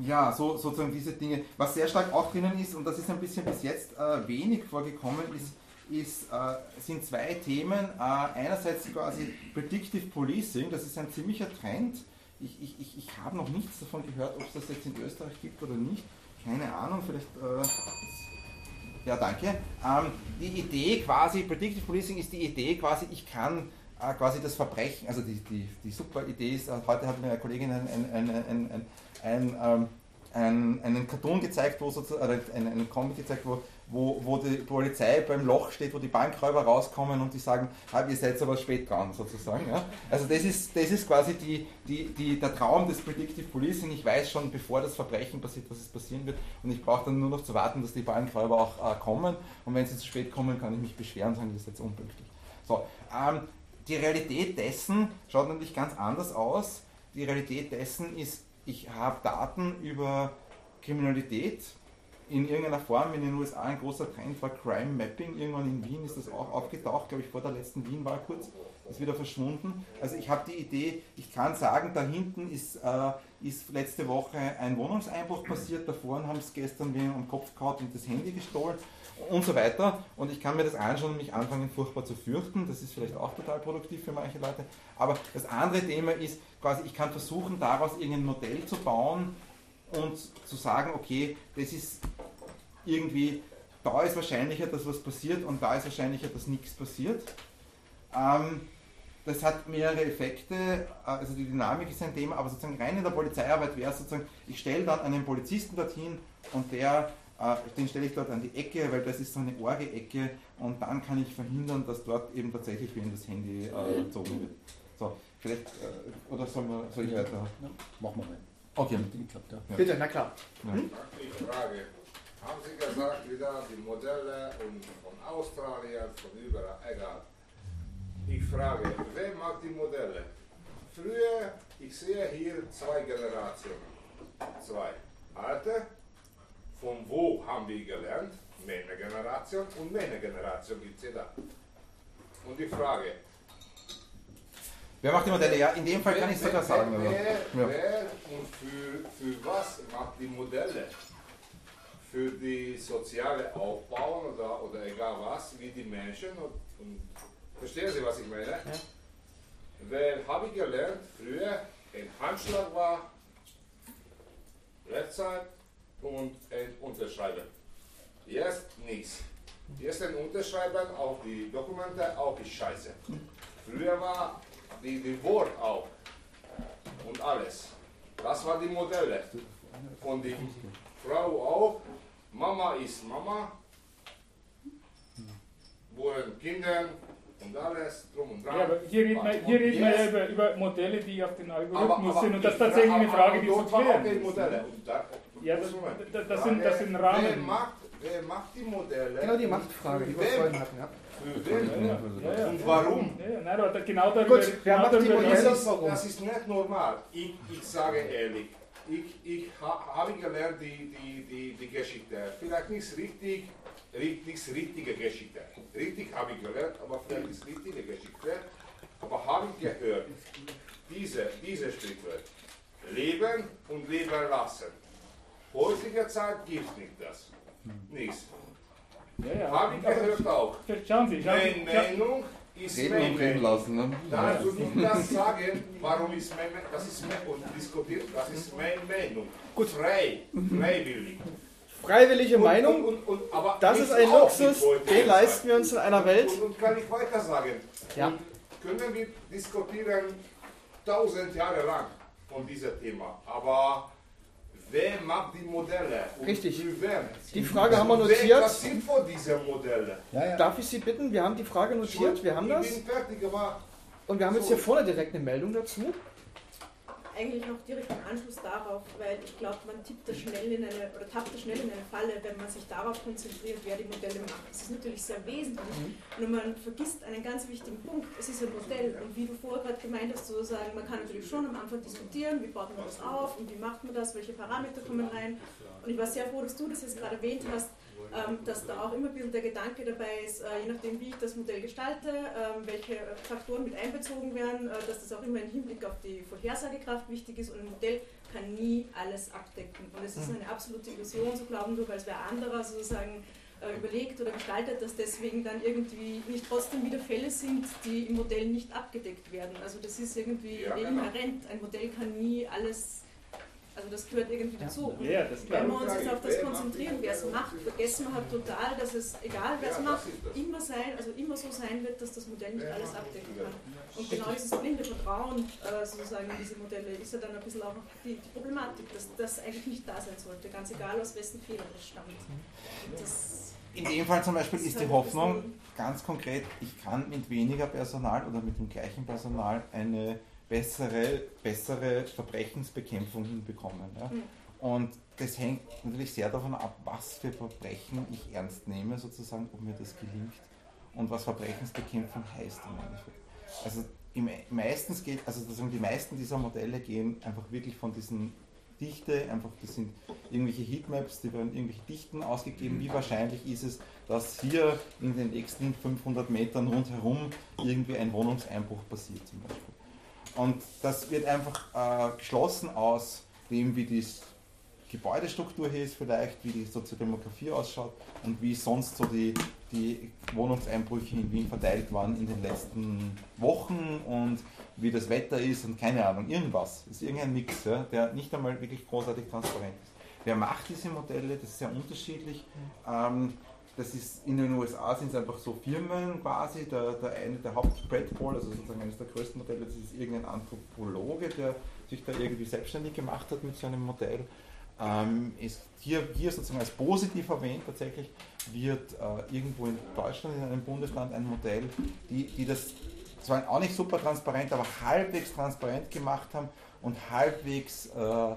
[SPEAKER 3] ja, so, sozusagen diese Dinge. Was sehr stark auch drinnen ist, und das ist ein bisschen bis jetzt äh, wenig vorgekommen, ist, ist, äh, sind zwei Themen. Äh, einerseits quasi Predictive Policing, das ist ein ziemlicher Trend. Ich, ich, ich, ich habe noch nichts davon gehört, ob es das jetzt in Österreich gibt oder nicht. Keine Ahnung, vielleicht. Äh, ja, danke. Ähm, die Idee quasi, Predictive Policing ist die Idee quasi, ich kann äh, quasi das Verbrechen, also die, die, die super Idee ist, äh, heute hat mir eine Kollegin ein, ein, ein, ein, ein, ein, ähm, ein, einen Cartoon gezeigt, wo sozusagen, oder einen, einen Comic gezeigt, wo, wo, wo die Polizei beim Loch steht, wo die Bankräuber rauskommen und die sagen, ah, ihr seid aber spät dran, sozusagen. Ja? Also das ist, das ist quasi die, die, die, der Traum des Predictive Policing. Ich weiß schon, bevor das Verbrechen passiert, dass es passieren wird und ich brauche dann nur noch zu warten, dass die Bankräuber auch äh, kommen und wenn sie zu spät kommen, kann ich mich beschweren und sagen, ihr seid unpünktlich. So, ähm, die Realität dessen schaut nämlich ganz anders aus. Die Realität dessen ist, ich habe Daten über Kriminalität in irgendeiner Form in den USA ein großer Trend war Crime Mapping. Irgendwann in Wien ist das auch aufgetaucht, glaube ich, vor der letzten Wien-Wahl kurz. Ist wieder verschwunden. Also ich habe die Idee, ich kann sagen, da hinten ist, äh, ist letzte Woche ein Wohnungseinbruch passiert, da vorne haben es gestern wen am Kopf gehauen und das Handy gestohlen und so weiter. Und ich kann mir das anschauen und mich anfangen, furchtbar zu fürchten. Das ist vielleicht auch total produktiv für manche Leute. Aber das andere Thema ist quasi, ich kann versuchen, daraus irgendein Modell zu bauen und zu sagen, okay, das ist irgendwie, da ist wahrscheinlicher, dass was passiert und da ist wahrscheinlicher, dass nichts passiert. Ähm, das hat mehrere Effekte, also die Dynamik ist ein Thema, aber sozusagen rein in der Polizeiarbeit wäre es sozusagen, ich stelle dann einen Polizisten dorthin und der äh, den stelle ich dort an die Ecke, weil das ist so eine Orge-Ecke und dann kann ich verhindern, dass dort eben tatsächlich wem das Handy äh, gezogen wird. So, vielleicht, äh, oder soll, man, soll ich weiter? Ja,
[SPEAKER 2] machen wir mal.
[SPEAKER 3] Okay.
[SPEAKER 2] Ich glaub, da.
[SPEAKER 3] Ja.
[SPEAKER 4] Bitte, na klar.
[SPEAKER 3] Ja.
[SPEAKER 4] Hm?
[SPEAKER 8] Die Frage. Haben Sie gesagt, wieder die Modelle und von Australien, von überall, egal. Ich frage, wer macht die Modelle? Früher, ich sehe hier zwei Generationen. Zwei. Alte, von wo haben wir gelernt? Meine Generation und meine Generation gibt es ja da. Und die Frage,
[SPEAKER 3] Wer macht die Modelle? Ja, in dem Fall kann ich sogar sagen. Also.
[SPEAKER 8] Wer,
[SPEAKER 3] Ja.
[SPEAKER 8] wer und für, für was macht die Modelle? Für die soziale Aufbau oder, oder egal was, wie die Menschen. Und, und, verstehen Sie, was ich meine? Weil habe ich gelernt, früher ein Handschlag war Website und ein Unterschreiben. Jetzt nichts. Jetzt ein Unterschreiben auf die Dokumente, auch die Scheiße. Früher war die, die Wort auch äh, und alles. Das war die Modelle. Von die Frau auch. Mama ist Mama. Wurden Kinder und alles drum und dran.
[SPEAKER 1] Ja, aber hier reden wir, hier reden wir ja über, über Modelle, die auf den Algorithmus sind und das ist tatsächlich eine Frage, die zu klären
[SPEAKER 8] die
[SPEAKER 1] ist.
[SPEAKER 8] Modelle. Und da,
[SPEAKER 1] Ja, das- das- das sind- das sind Rahmen.
[SPEAKER 8] Wer macht, wer macht die Modelle?
[SPEAKER 4] Genau die Machtfrage, die wir
[SPEAKER 8] Wer-
[SPEAKER 4] vorhin hatten. Ja.
[SPEAKER 8] Für wen?
[SPEAKER 1] Ja, ja.
[SPEAKER 8] Und warum?
[SPEAKER 1] Ja, ja, nein, aber da- genau darüber,
[SPEAKER 4] Gut, wer
[SPEAKER 1] genau
[SPEAKER 4] macht die
[SPEAKER 1] darüber
[SPEAKER 4] Modelle?
[SPEAKER 1] reden
[SPEAKER 8] Das ist,
[SPEAKER 4] warum?
[SPEAKER 8] das ist nicht normal. Ich, ich sage ehrlich, ich, ich ha, habe gelernt die, die, die, die Geschichte. Vielleicht nicht richtig, ri- nicht richtige Geschichte. Richtig habe ich gelernt, aber vielleicht nicht richtige Geschichte. Aber habe ich gehört, diese, diese Sprichwort, leben und leben lassen. Heutiger Zeit gibt es nicht das. Nichts.
[SPEAKER 1] wir. Ja, ja.
[SPEAKER 8] Habe ich gehört auch.
[SPEAKER 1] Aber Schauen Sie, schauen
[SPEAKER 8] Meine
[SPEAKER 1] Sie. scha-
[SPEAKER 8] Meinung ist
[SPEAKER 3] Reden und
[SPEAKER 8] meine
[SPEAKER 3] reden lassen. Ne?
[SPEAKER 8] da du nicht das sagen, warum ist mein, das ist mein, und diskutiert, das ist meine Meinung. Gut. Frei, freiwillig.
[SPEAKER 4] Freiwillige
[SPEAKER 8] Und-
[SPEAKER 4] Meinung,
[SPEAKER 8] und- und- aber
[SPEAKER 4] das
[SPEAKER 8] ich
[SPEAKER 4] ist ein
[SPEAKER 8] auch
[SPEAKER 4] Luxus,
[SPEAKER 8] nicht wollte
[SPEAKER 4] den
[SPEAKER 8] ich
[SPEAKER 4] leisten wir uns in einer Welt.
[SPEAKER 8] Und, und kann ich weiter sagen?
[SPEAKER 4] Ja.
[SPEAKER 8] Und können wir diskutieren tausend Jahre lang von diesem Thema, aber wer macht die Modelle? Und
[SPEAKER 4] Richtig.
[SPEAKER 8] Für wen?
[SPEAKER 4] Die Frage haben wir
[SPEAKER 8] Und Wer,
[SPEAKER 4] notiert.
[SPEAKER 8] was sind vor diese Modelle?
[SPEAKER 2] Ja, ja.
[SPEAKER 4] Darf ich Sie bitten, wir haben die Frage notiert, wir haben
[SPEAKER 8] Ich
[SPEAKER 4] das.
[SPEAKER 8] bin fertig, aber
[SPEAKER 4] Und wir haben jetzt hier vorne direkt eine Meldung dazu.
[SPEAKER 10] eigentlich noch direkt im Anschluss darauf, weil ich glaube, man tippt da schnell in eine oder tappt da schnell in eine Falle, wenn man sich darauf konzentriert, wer die Modelle macht. Das ist natürlich sehr wesentlich, nur man vergisst einen ganz wichtigen Punkt. Es ist ein Modell und wie du vorher gerade gemeint hast, sozusagen, man kann natürlich schon am Anfang diskutieren, wie baut man das auf und wie macht man das, welche Parameter kommen rein. Und ich war sehr froh, dass du das jetzt gerade erwähnt hast, ähm, dass da auch immer ein bisschen der Gedanke dabei ist, äh, je nachdem wie ich das Modell gestalte, ähm, welche Faktoren mit einbezogen werden, äh, dass das auch immer im Hinblick auf die Vorhersagekraft wichtig ist und ein Modell kann nie alles abdecken. Und es ist eine absolute Illusion zu glauben, nur weil es wer anderer sozusagen äh, überlegt oder gestaltet, dass deswegen dann irgendwie nicht trotzdem wieder Fälle sind, die im Modell nicht abgedeckt werden. Also das ist irgendwie
[SPEAKER 8] Ja, genau.
[SPEAKER 10] inhärent. Ein Modell kann nie alles also das gehört irgendwie dazu. Und
[SPEAKER 1] Ja, das ist klar.
[SPEAKER 10] wenn wir uns jetzt auf das konzentrieren, wer es macht, vergessen wir halt total, dass es, egal wer es
[SPEAKER 8] Ja, das
[SPEAKER 10] macht,
[SPEAKER 8] ist das.
[SPEAKER 10] immer sein, also immer so sein wird, dass das Modell nicht
[SPEAKER 8] Wer
[SPEAKER 10] alles
[SPEAKER 8] macht,
[SPEAKER 10] abdecken
[SPEAKER 8] wer
[SPEAKER 10] kann. Und genau dieses blinde Vertrauen äh, sozusagen in diese Modelle ist ja dann ein bisschen auch die, die Problematik, dass das eigentlich nicht da sein sollte, ganz egal aus wessen Fehler das stammt. Das
[SPEAKER 3] Mhm. In dem Fall zum Beispiel ist
[SPEAKER 10] Das ist
[SPEAKER 3] die
[SPEAKER 10] halt ein
[SPEAKER 3] Hoffnung
[SPEAKER 10] bisschen-
[SPEAKER 3] ganz konkret, ich kann mit weniger Personal oder mit dem gleichen Personal eine bessere, bessere Verbrechensbekämpfung hinbekommen. Ja?
[SPEAKER 10] Mhm.
[SPEAKER 3] Und das hängt natürlich sehr davon ab, was für Verbrechen ich ernst nehme, sozusagen, ob mir das gelingt und was Verbrechensbekämpfung heißt im Endeffekt. Also im, meistens geht, also sozusagen die meisten dieser Modelle gehen einfach wirklich von diesen Dichte, einfach das sind irgendwelche Heatmaps, die werden irgendwelche Dichten ausgegeben. Wie wahrscheinlich ist es, dass hier in den nächsten 500 Metern rundherum irgendwie ein Wohnungseinbruch passiert zum Beispiel. Und das wird einfach äh, geschlossen aus dem, wie die Gebäudestruktur hier ist vielleicht, wie die Soziodemografie ausschaut und wie sonst so die, die Wohnungseinbrüche in Wien verteilt waren in den letzten Wochen und wie das Wetter ist und keine Ahnung, irgendwas. Das ist irgendein Mix, ja, der nicht einmal wirklich großartig transparent ist. Wer macht diese Modelle? Das ist sehr unterschiedlich. Ähm, das ist, in den USA sind es einfach so Firmen quasi. Der, der eine, der Haupt-Breadball, also sozusagen eines der größten Modelle, das ist irgendein Anthropologe, der sich da irgendwie selbstständig gemacht hat mit so einem Modell. Ähm, ist hier, hier sozusagen als positiv erwähnt tatsächlich, wird äh, irgendwo in Deutschland, in einem Bundesland ein Modell, die, die das zwar auch nicht super transparent, aber halbwegs transparent gemacht haben und halbwegs äh, äh,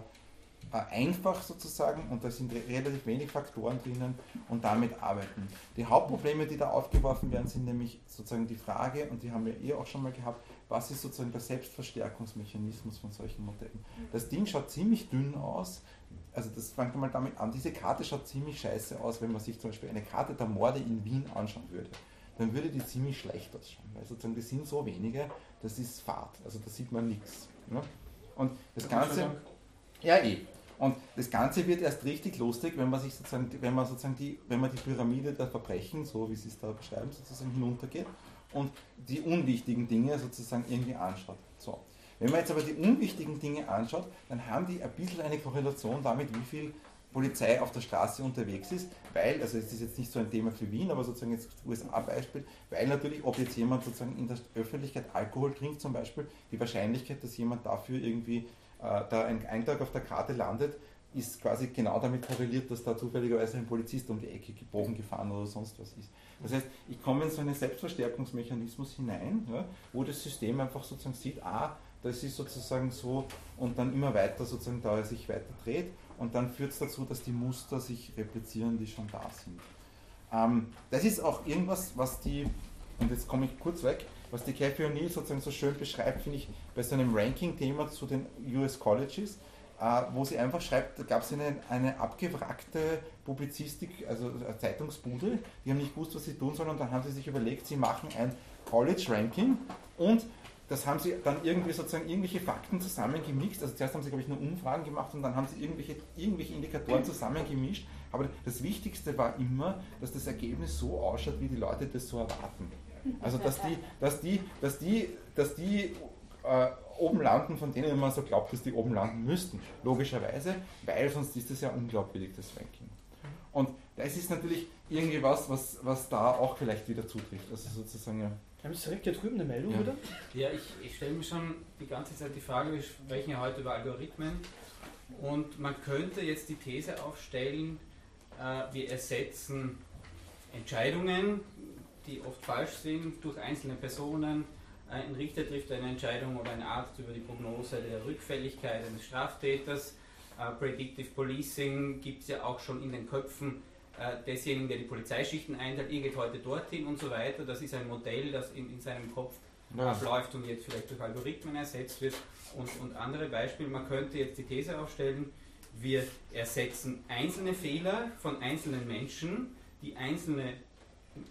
[SPEAKER 3] einfach sozusagen und da sind re- relativ wenig Faktoren drinnen und damit arbeiten. Die Hauptprobleme, die da aufgeworfen werden, sind nämlich sozusagen die Frage, und die haben wir eh auch schon mal gehabt, was ist sozusagen der Selbstverstärkungsmechanismus von solchen Modellen? Das Ding schaut ziemlich dünn aus, also das fängt mal damit an, diese Karte schaut ziemlich scheiße aus, wenn man sich zum Beispiel eine Karte der Morde in Wien anschauen würde. Dann würde die ziemlich schlecht ausschauen, weil sozusagen das sind so wenige, das ist Fahrt, also da sieht man nichts. Ne? Und das Ganze. Ja, eh. Und das Ganze wird erst richtig lustig, wenn man sich sozusagen, wenn man sozusagen die, wenn man die Pyramide der Verbrechen, so wie sie es da beschreiben, sozusagen hinuntergeht und die unwichtigen Dinge sozusagen irgendwie anschaut. So. Wenn man jetzt aber die unwichtigen Dinge anschaut, dann haben die ein bisschen eine Korrelation damit, wie viel Polizei auf der Straße unterwegs ist, weil, also es ist jetzt nicht so ein Thema für Wien, aber sozusagen jetzt USA-Beispiel, weil natürlich, ob jetzt jemand sozusagen in der Öffentlichkeit Alkohol trinkt zum Beispiel, die Wahrscheinlichkeit, dass jemand dafür irgendwie äh, da ein Eintrag auf der Karte landet, ist quasi genau damit korreliert, dass da zufälligerweise ein Polizist um die Ecke gebogen gefahren oder sonst was ist. Das heißt, ich komme in so einen Selbstverstärkungsmechanismus hinein, ja, wo das System einfach sozusagen sieht, ah, das ist sozusagen so und dann immer weiter sozusagen da er sich weiter dreht und dann führt es dazu, dass die Muster sich replizieren, die schon da sind. Ähm, das ist auch irgendwas, was die, und jetzt komme ich kurz weg, was die Cathy O'Neill sozusagen so schön beschreibt, finde ich, bei so einem Ranking-Thema zu den US Colleges, äh, wo sie einfach schreibt, da gab es eine, eine abgewrackte Publizistik, also eine Zeitungsbude, die haben nicht gewusst, was sie tun sollen, und dann haben sie sich überlegt, sie machen ein College-Ranking und das haben sie dann irgendwie sozusagen irgendwelche Fakten zusammengemixt. Also zuerst haben sie, glaube ich, nur Umfragen gemacht und dann haben sie irgendwelche, irgendwelche Indikatoren zusammengemischt. Aber das Wichtigste war immer, dass das Ergebnis so ausschaut, wie die Leute das so erwarten. Also dass die, dass die, dass die, dass die äh, oben landen, von denen man so glaubt, dass die oben landen müssten. Logischerweise, weil sonst ist das ja unglaubwürdig, das Ranking. Und das ist natürlich irgendwie was, was, was da auch vielleicht wieder zutrifft. Also sozusagen, ja.
[SPEAKER 12] Ah,
[SPEAKER 4] Wir haben jetzt direkt hier drüben eine Meldung,
[SPEAKER 3] Ja.
[SPEAKER 4] oder?
[SPEAKER 12] Ja, ich, ich stelle mir schon die ganze Zeit die Frage, wir sprechen ja heute über Algorithmen und man könnte jetzt die These aufstellen, äh, wir ersetzen Entscheidungen, die oft falsch sind, durch einzelne Personen. Äh, ein Richter trifft eine Entscheidung oder ein Arzt über die Prognose der Rückfälligkeit eines Straftäters. Äh, Predictive Policing gibt es ja auch schon in den Köpfen äh, desjenigen, der die Polizeischichten einteilt, ihr geht heute dorthin und so weiter. Das ist ein Modell, das in, in seinem Kopf abläuft und jetzt vielleicht durch Algorithmen ersetzt wird und, und andere Beispiele. Man könnte jetzt die These aufstellen, wir ersetzen einzelne Fehler von einzelnen Menschen die einzelne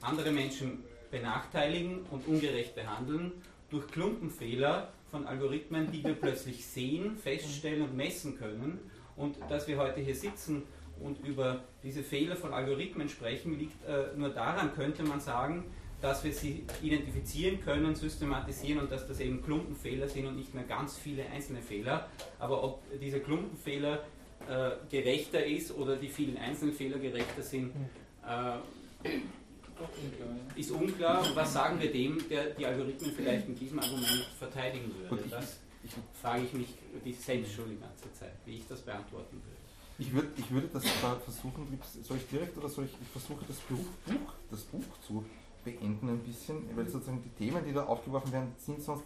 [SPEAKER 12] andere Menschen benachteiligen und ungerecht behandeln, durch Klumpenfehler von Algorithmen, die wir plötzlich sehen, feststellen und messen können. Und dass wir heute hier sitzen und über diese Fehler von Algorithmen sprechen, liegt äh, nur daran, könnte man sagen, dass wir sie identifizieren können, systematisieren und dass das eben Klumpenfehler sind und nicht mehr ganz viele einzelne Fehler. Aber ob dieser Klumpenfehler äh, gerechter ist oder die vielen einzelnen Fehler gerechter sind, äh, ist unklar. Und was sagen wir dem, der die Algorithmen vielleicht mit diesem Argument verteidigen würde? Also Das frage ich mich ich selbst schon die ganze Zeit, wie ich das beantworten würde.
[SPEAKER 3] Ich würde, ich würde das da versuchen, soll ich direkt oder soll ich, ich versuche das Buch, Buch, das Buch zu beenden ein bisschen, weil sozusagen die Themen, die da aufgeworfen werden, sind sonst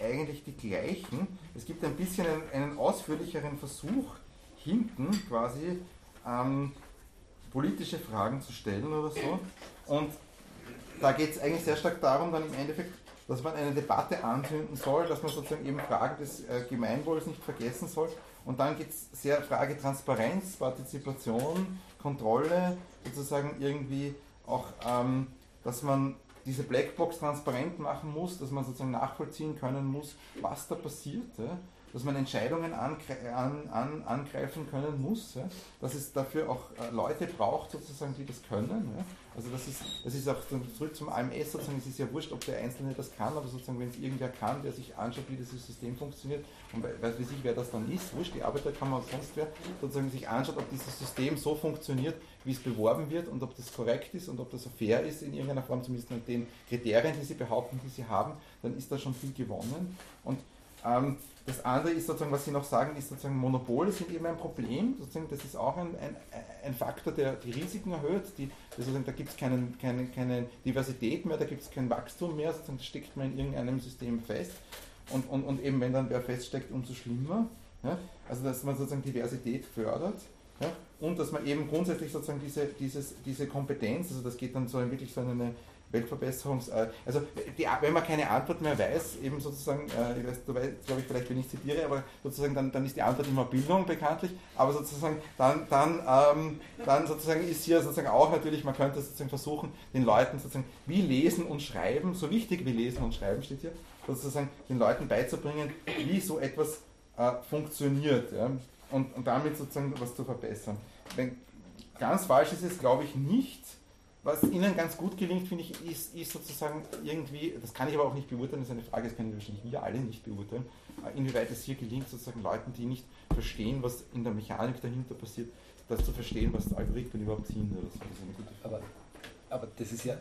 [SPEAKER 3] eigentlich die gleichen. Es gibt ein bisschen einen, einen ausführlicheren Versuch, hinten quasi ähm, politische Fragen zu stellen oder so. Und da geht es eigentlich sehr stark darum, dann im Endeffekt, dass man eine Debatte anzünden soll, dass man sozusagen eben Fragen des äh, Gemeinwohls nicht vergessen soll. Und dann geht es sehr Frage Transparenz, Partizipation, Kontrolle, sozusagen irgendwie auch, ähm, dass man diese Blackbox transparent machen muss, dass man sozusagen nachvollziehen können muss, was da passiert, ja? dass man Entscheidungen angre an, an, angreifen können muss, ja? dass es dafür auch äh, Leute braucht, sozusagen, die das können. Ja? Also das ist, das ist auch zum, zurück zum AMS, sozusagen, es ist ja wurscht, ob der Einzelne das kann, aber sozusagen, wenn es irgendwer kann, der sich anschaut, wie dieses System funktioniert, und weiß wie sich, wer das dann ist, wurscht, die Arbeiterkammer und sonst wer, sozusagen sich anschaut, ob dieses System so funktioniert, wie es beworben wird und ob das korrekt ist und ob das fair ist in irgendeiner Form, zumindest nach den Kriterien, die sie behaupten, die sie haben, dann ist da schon viel gewonnen. Und ähm, das andere ist sozusagen, was Sie noch sagen, ist sozusagen, Monopole sind eben ein Problem. Sozusagen, das ist auch ein, ein, ein Faktor, der die Risiken erhöht. Die, sozusagen, da gibt es keine, keine Diversität mehr, da gibt es kein Wachstum mehr, sozusagen, das steckt man in irgendeinem System fest. Und, und, und eben, wenn dann wer feststeckt, umso schlimmer. Ja? Also, dass man sozusagen Diversität fördert. Ja? Und dass man eben grundsätzlich sozusagen diese, dieses, diese Kompetenz, also das geht dann so in wirklich so in eine Weltverbesserungs... Also die, wenn man keine Antwort mehr weiß, eben sozusagen, äh, ich weiß, du weißt, glaube ich, vielleicht, wenn ich zitiere, aber sozusagen dann, dann ist die Antwort immer Bildung bekanntlich, aber sozusagen dann, dann, ähm, dann sozusagen ist hier sozusagen auch natürlich, man könnte sozusagen versuchen, den Leuten sozusagen, wie lesen und schreiben, so wichtig wie lesen und schreiben steht hier, sozusagen den Leuten beizubringen, wie so etwas äh, funktioniert ja, und, und damit sozusagen was zu verbessern. Wenn, ganz falsch ist es, glaube ich, nicht, was Ihnen ganz gut gelingt, finde ich, ist, ist, sozusagen irgendwie, das kann ich aber auch nicht beurteilen, das ist eine Frage, das können wahrscheinlich wir alle nicht beurteilen, äh, inwieweit es hier gelingt, sozusagen Leuten, die nicht verstehen, was in der Mechanik dahinter passiert, das zu verstehen, was Algorithmen überhaupt sind. Oder so.
[SPEAKER 2] aber, aber das ist ja,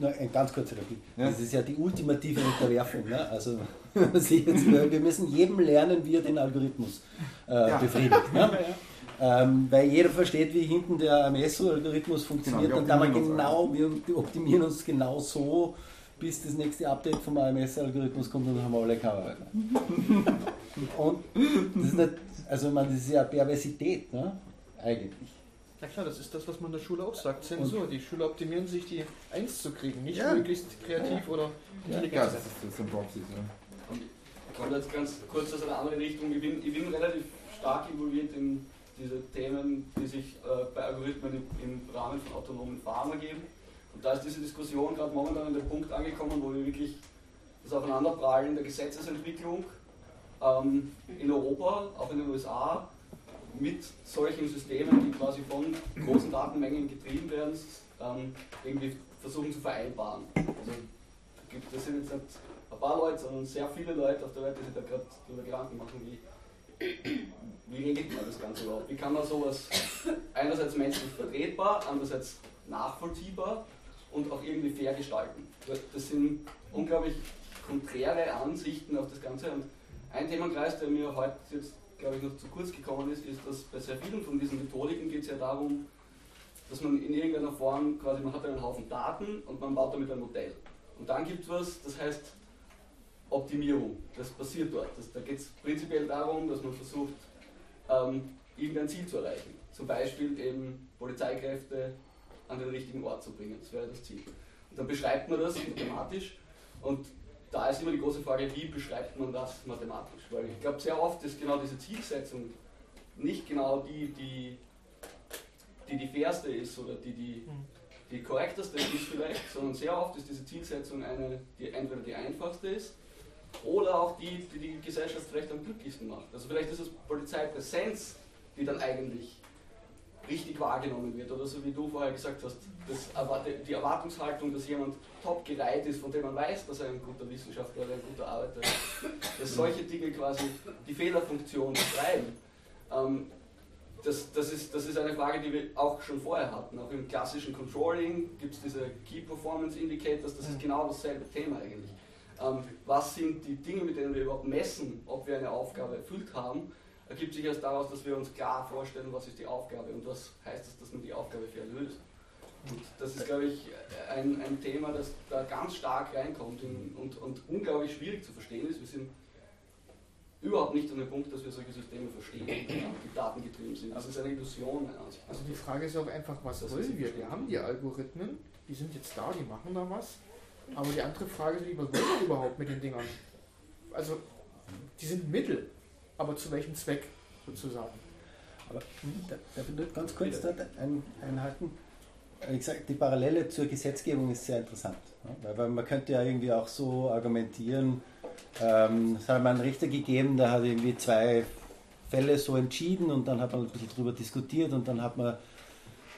[SPEAKER 2] nur ein ganz kurzer Replik, ja? das ist ja die ultimative Unterwerfung. Ne? Also, Sie jetzt, wir müssen jedem lernen, wie er den Algorithmus äh, ja. befriedigt. Ne? Ähm, weil jeder versteht, wie hinten der Messalgorithmus funktioniert. Genau, und kann man genau, wir optimieren uns genau so, bis das nächste Update vom AMS-Algorithmus kommt und dann haben wir alle Cover. und das ist, nicht, also man, das ist ja Perversität, ne? eigentlich.
[SPEAKER 4] Na klar, das ist das, was man in der Schule auch sagt. Zensur. Die Schüler optimieren sich, die Eins zu kriegen, nicht ja. möglichst kreativ ja. oder
[SPEAKER 3] intelligent. Ja, das ist, das ist ein Proxy. Ja.
[SPEAKER 6] Ich komme jetzt ganz kurz aus einer anderen Richtung. Ich bin, ich bin relativ stark involviert in diese Themen, die sich äh, bei Algorithmen im, im, Rahmen von autonomen Fahren ergeben. Und da ist diese Diskussion gerade momentan an dem Punkt angekommen, wo wir wirklich das Aufeinanderprallen der Gesetzesentwicklung ähm, in Europa, auch in den USA, mit solchen Systemen, die quasi von großen Datenmengen getrieben werden, ähm, irgendwie versuchen zu vereinbaren. Also gibt, das sind jetzt nicht ein paar Leute, sondern sehr viele Leute auf der Welt, die sich da gerade darüber Gedanken machen, wie wie regelt man das Ganze überhaupt? Wie kann man sowas einerseits menschlich vertretbar, andererseits nachvollziehbar und auch irgendwie fair gestalten? Das sind unglaublich konträre Ansichten auf das Ganze. Und ein Themenkreis, der mir heute jetzt, glaube ich, noch zu kurz gekommen ist, ist, dass bei sehr vielen von diesen Methodiken geht es ja darum, dass man in irgendeiner Form quasi, man hat einen Haufen Daten und man baut damit ein Modell. Und dann gibt es was, das heißt Optimierung. Das passiert dort. Das, da geht es prinzipiell darum, dass man versucht, ähm, irgendein Ziel zu erreichen. Zum Beispiel eben Polizeikräfte an den richtigen Ort zu bringen. Das wäre das Ziel. Und dann beschreibt man das mathematisch. Und da ist immer die große Frage, wie beschreibt man das mathematisch? Weil ich glaube, sehr oft ist genau diese Zielsetzung nicht genau die, die, die die fairste ist oder die die, die korrekteste ist vielleicht, sondern sehr oft ist diese Zielsetzung eine, die entweder die einfachste ist oder auch die, die die Gesellschaft vielleicht am glücklichsten macht. Also vielleicht ist es Polizeipräsenz, die dann eigentlich richtig wahrgenommen wird. Oder so wie du vorher gesagt hast, das erwarte, die Erwartungshaltung, dass jemand top gereiht ist, von dem man weiß, dass er ein guter Wissenschaftler oder ein guter Arbeiter ist. Dass solche Dinge quasi die Fehlerfunktion betreiben. Ähm, das, das, ist, das ist eine Frage, die wir auch schon vorher hatten. Auch im klassischen Controlling gibt es diese Key Performance Indicators, das ist genau dasselbe Thema eigentlich. Ähm, was sind die Dinge, mit denen wir überhaupt messen, ob wir eine Aufgabe erfüllt haben? ergibt sich erst daraus, dass wir uns klar vorstellen, was ist die Aufgabe und was heißt es, dass man die Aufgabe fair löst. Und das ist, glaube ich, ein, ein Thema, das da ganz stark reinkommt in, und, und unglaublich schwierig zu verstehen ist. Wir sind überhaupt nicht an dem Punkt, dass wir solche Systeme verstehen, die datengetrieben sind. Das ist eine Illusion. meiner Ansicht nach.
[SPEAKER 4] Also die Frage ist auch einfach, was
[SPEAKER 6] Das
[SPEAKER 4] wollen
[SPEAKER 6] ist
[SPEAKER 4] wir?
[SPEAKER 6] nicht
[SPEAKER 4] Wir haben die Algorithmen, die sind jetzt da, die machen da was. Aber die andere Frage ist, wie was wollen wir überhaupt mit den Dingern? Also, die sind Mittel, aber zu welchem Zweck sozusagen?
[SPEAKER 2] Aber da- darf ich nur ganz kurz dort ein, einhalten? Wie gesagt, die Parallele zur Gesetzgebung ist sehr interessant. ne? Weil, weil man könnte ja irgendwie auch so argumentieren, ähm, es hat mal einen Richter gegeben, der hat irgendwie zwei Fälle so entschieden und dann hat man ein bisschen drüber diskutiert und dann hat man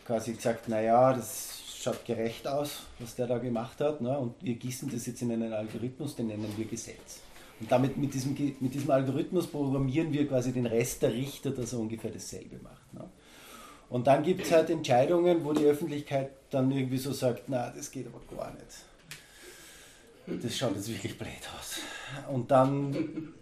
[SPEAKER 2] quasi gesagt, naja, das schaut gerecht aus, was der da gemacht hat. Ne? Und wir gießen das jetzt in einen Algorithmus, den nennen wir Gesetz. Und damit mit diesem, Ge- mit diesem Algorithmus programmieren wir quasi den Rest der Richter, dass er ungefähr dasselbe macht. Ne? Und dann gibt es halt Entscheidungen, wo die Öffentlichkeit dann irgendwie so sagt, na, das geht aber gar nicht. Das schaut jetzt wirklich blöd aus. Und dann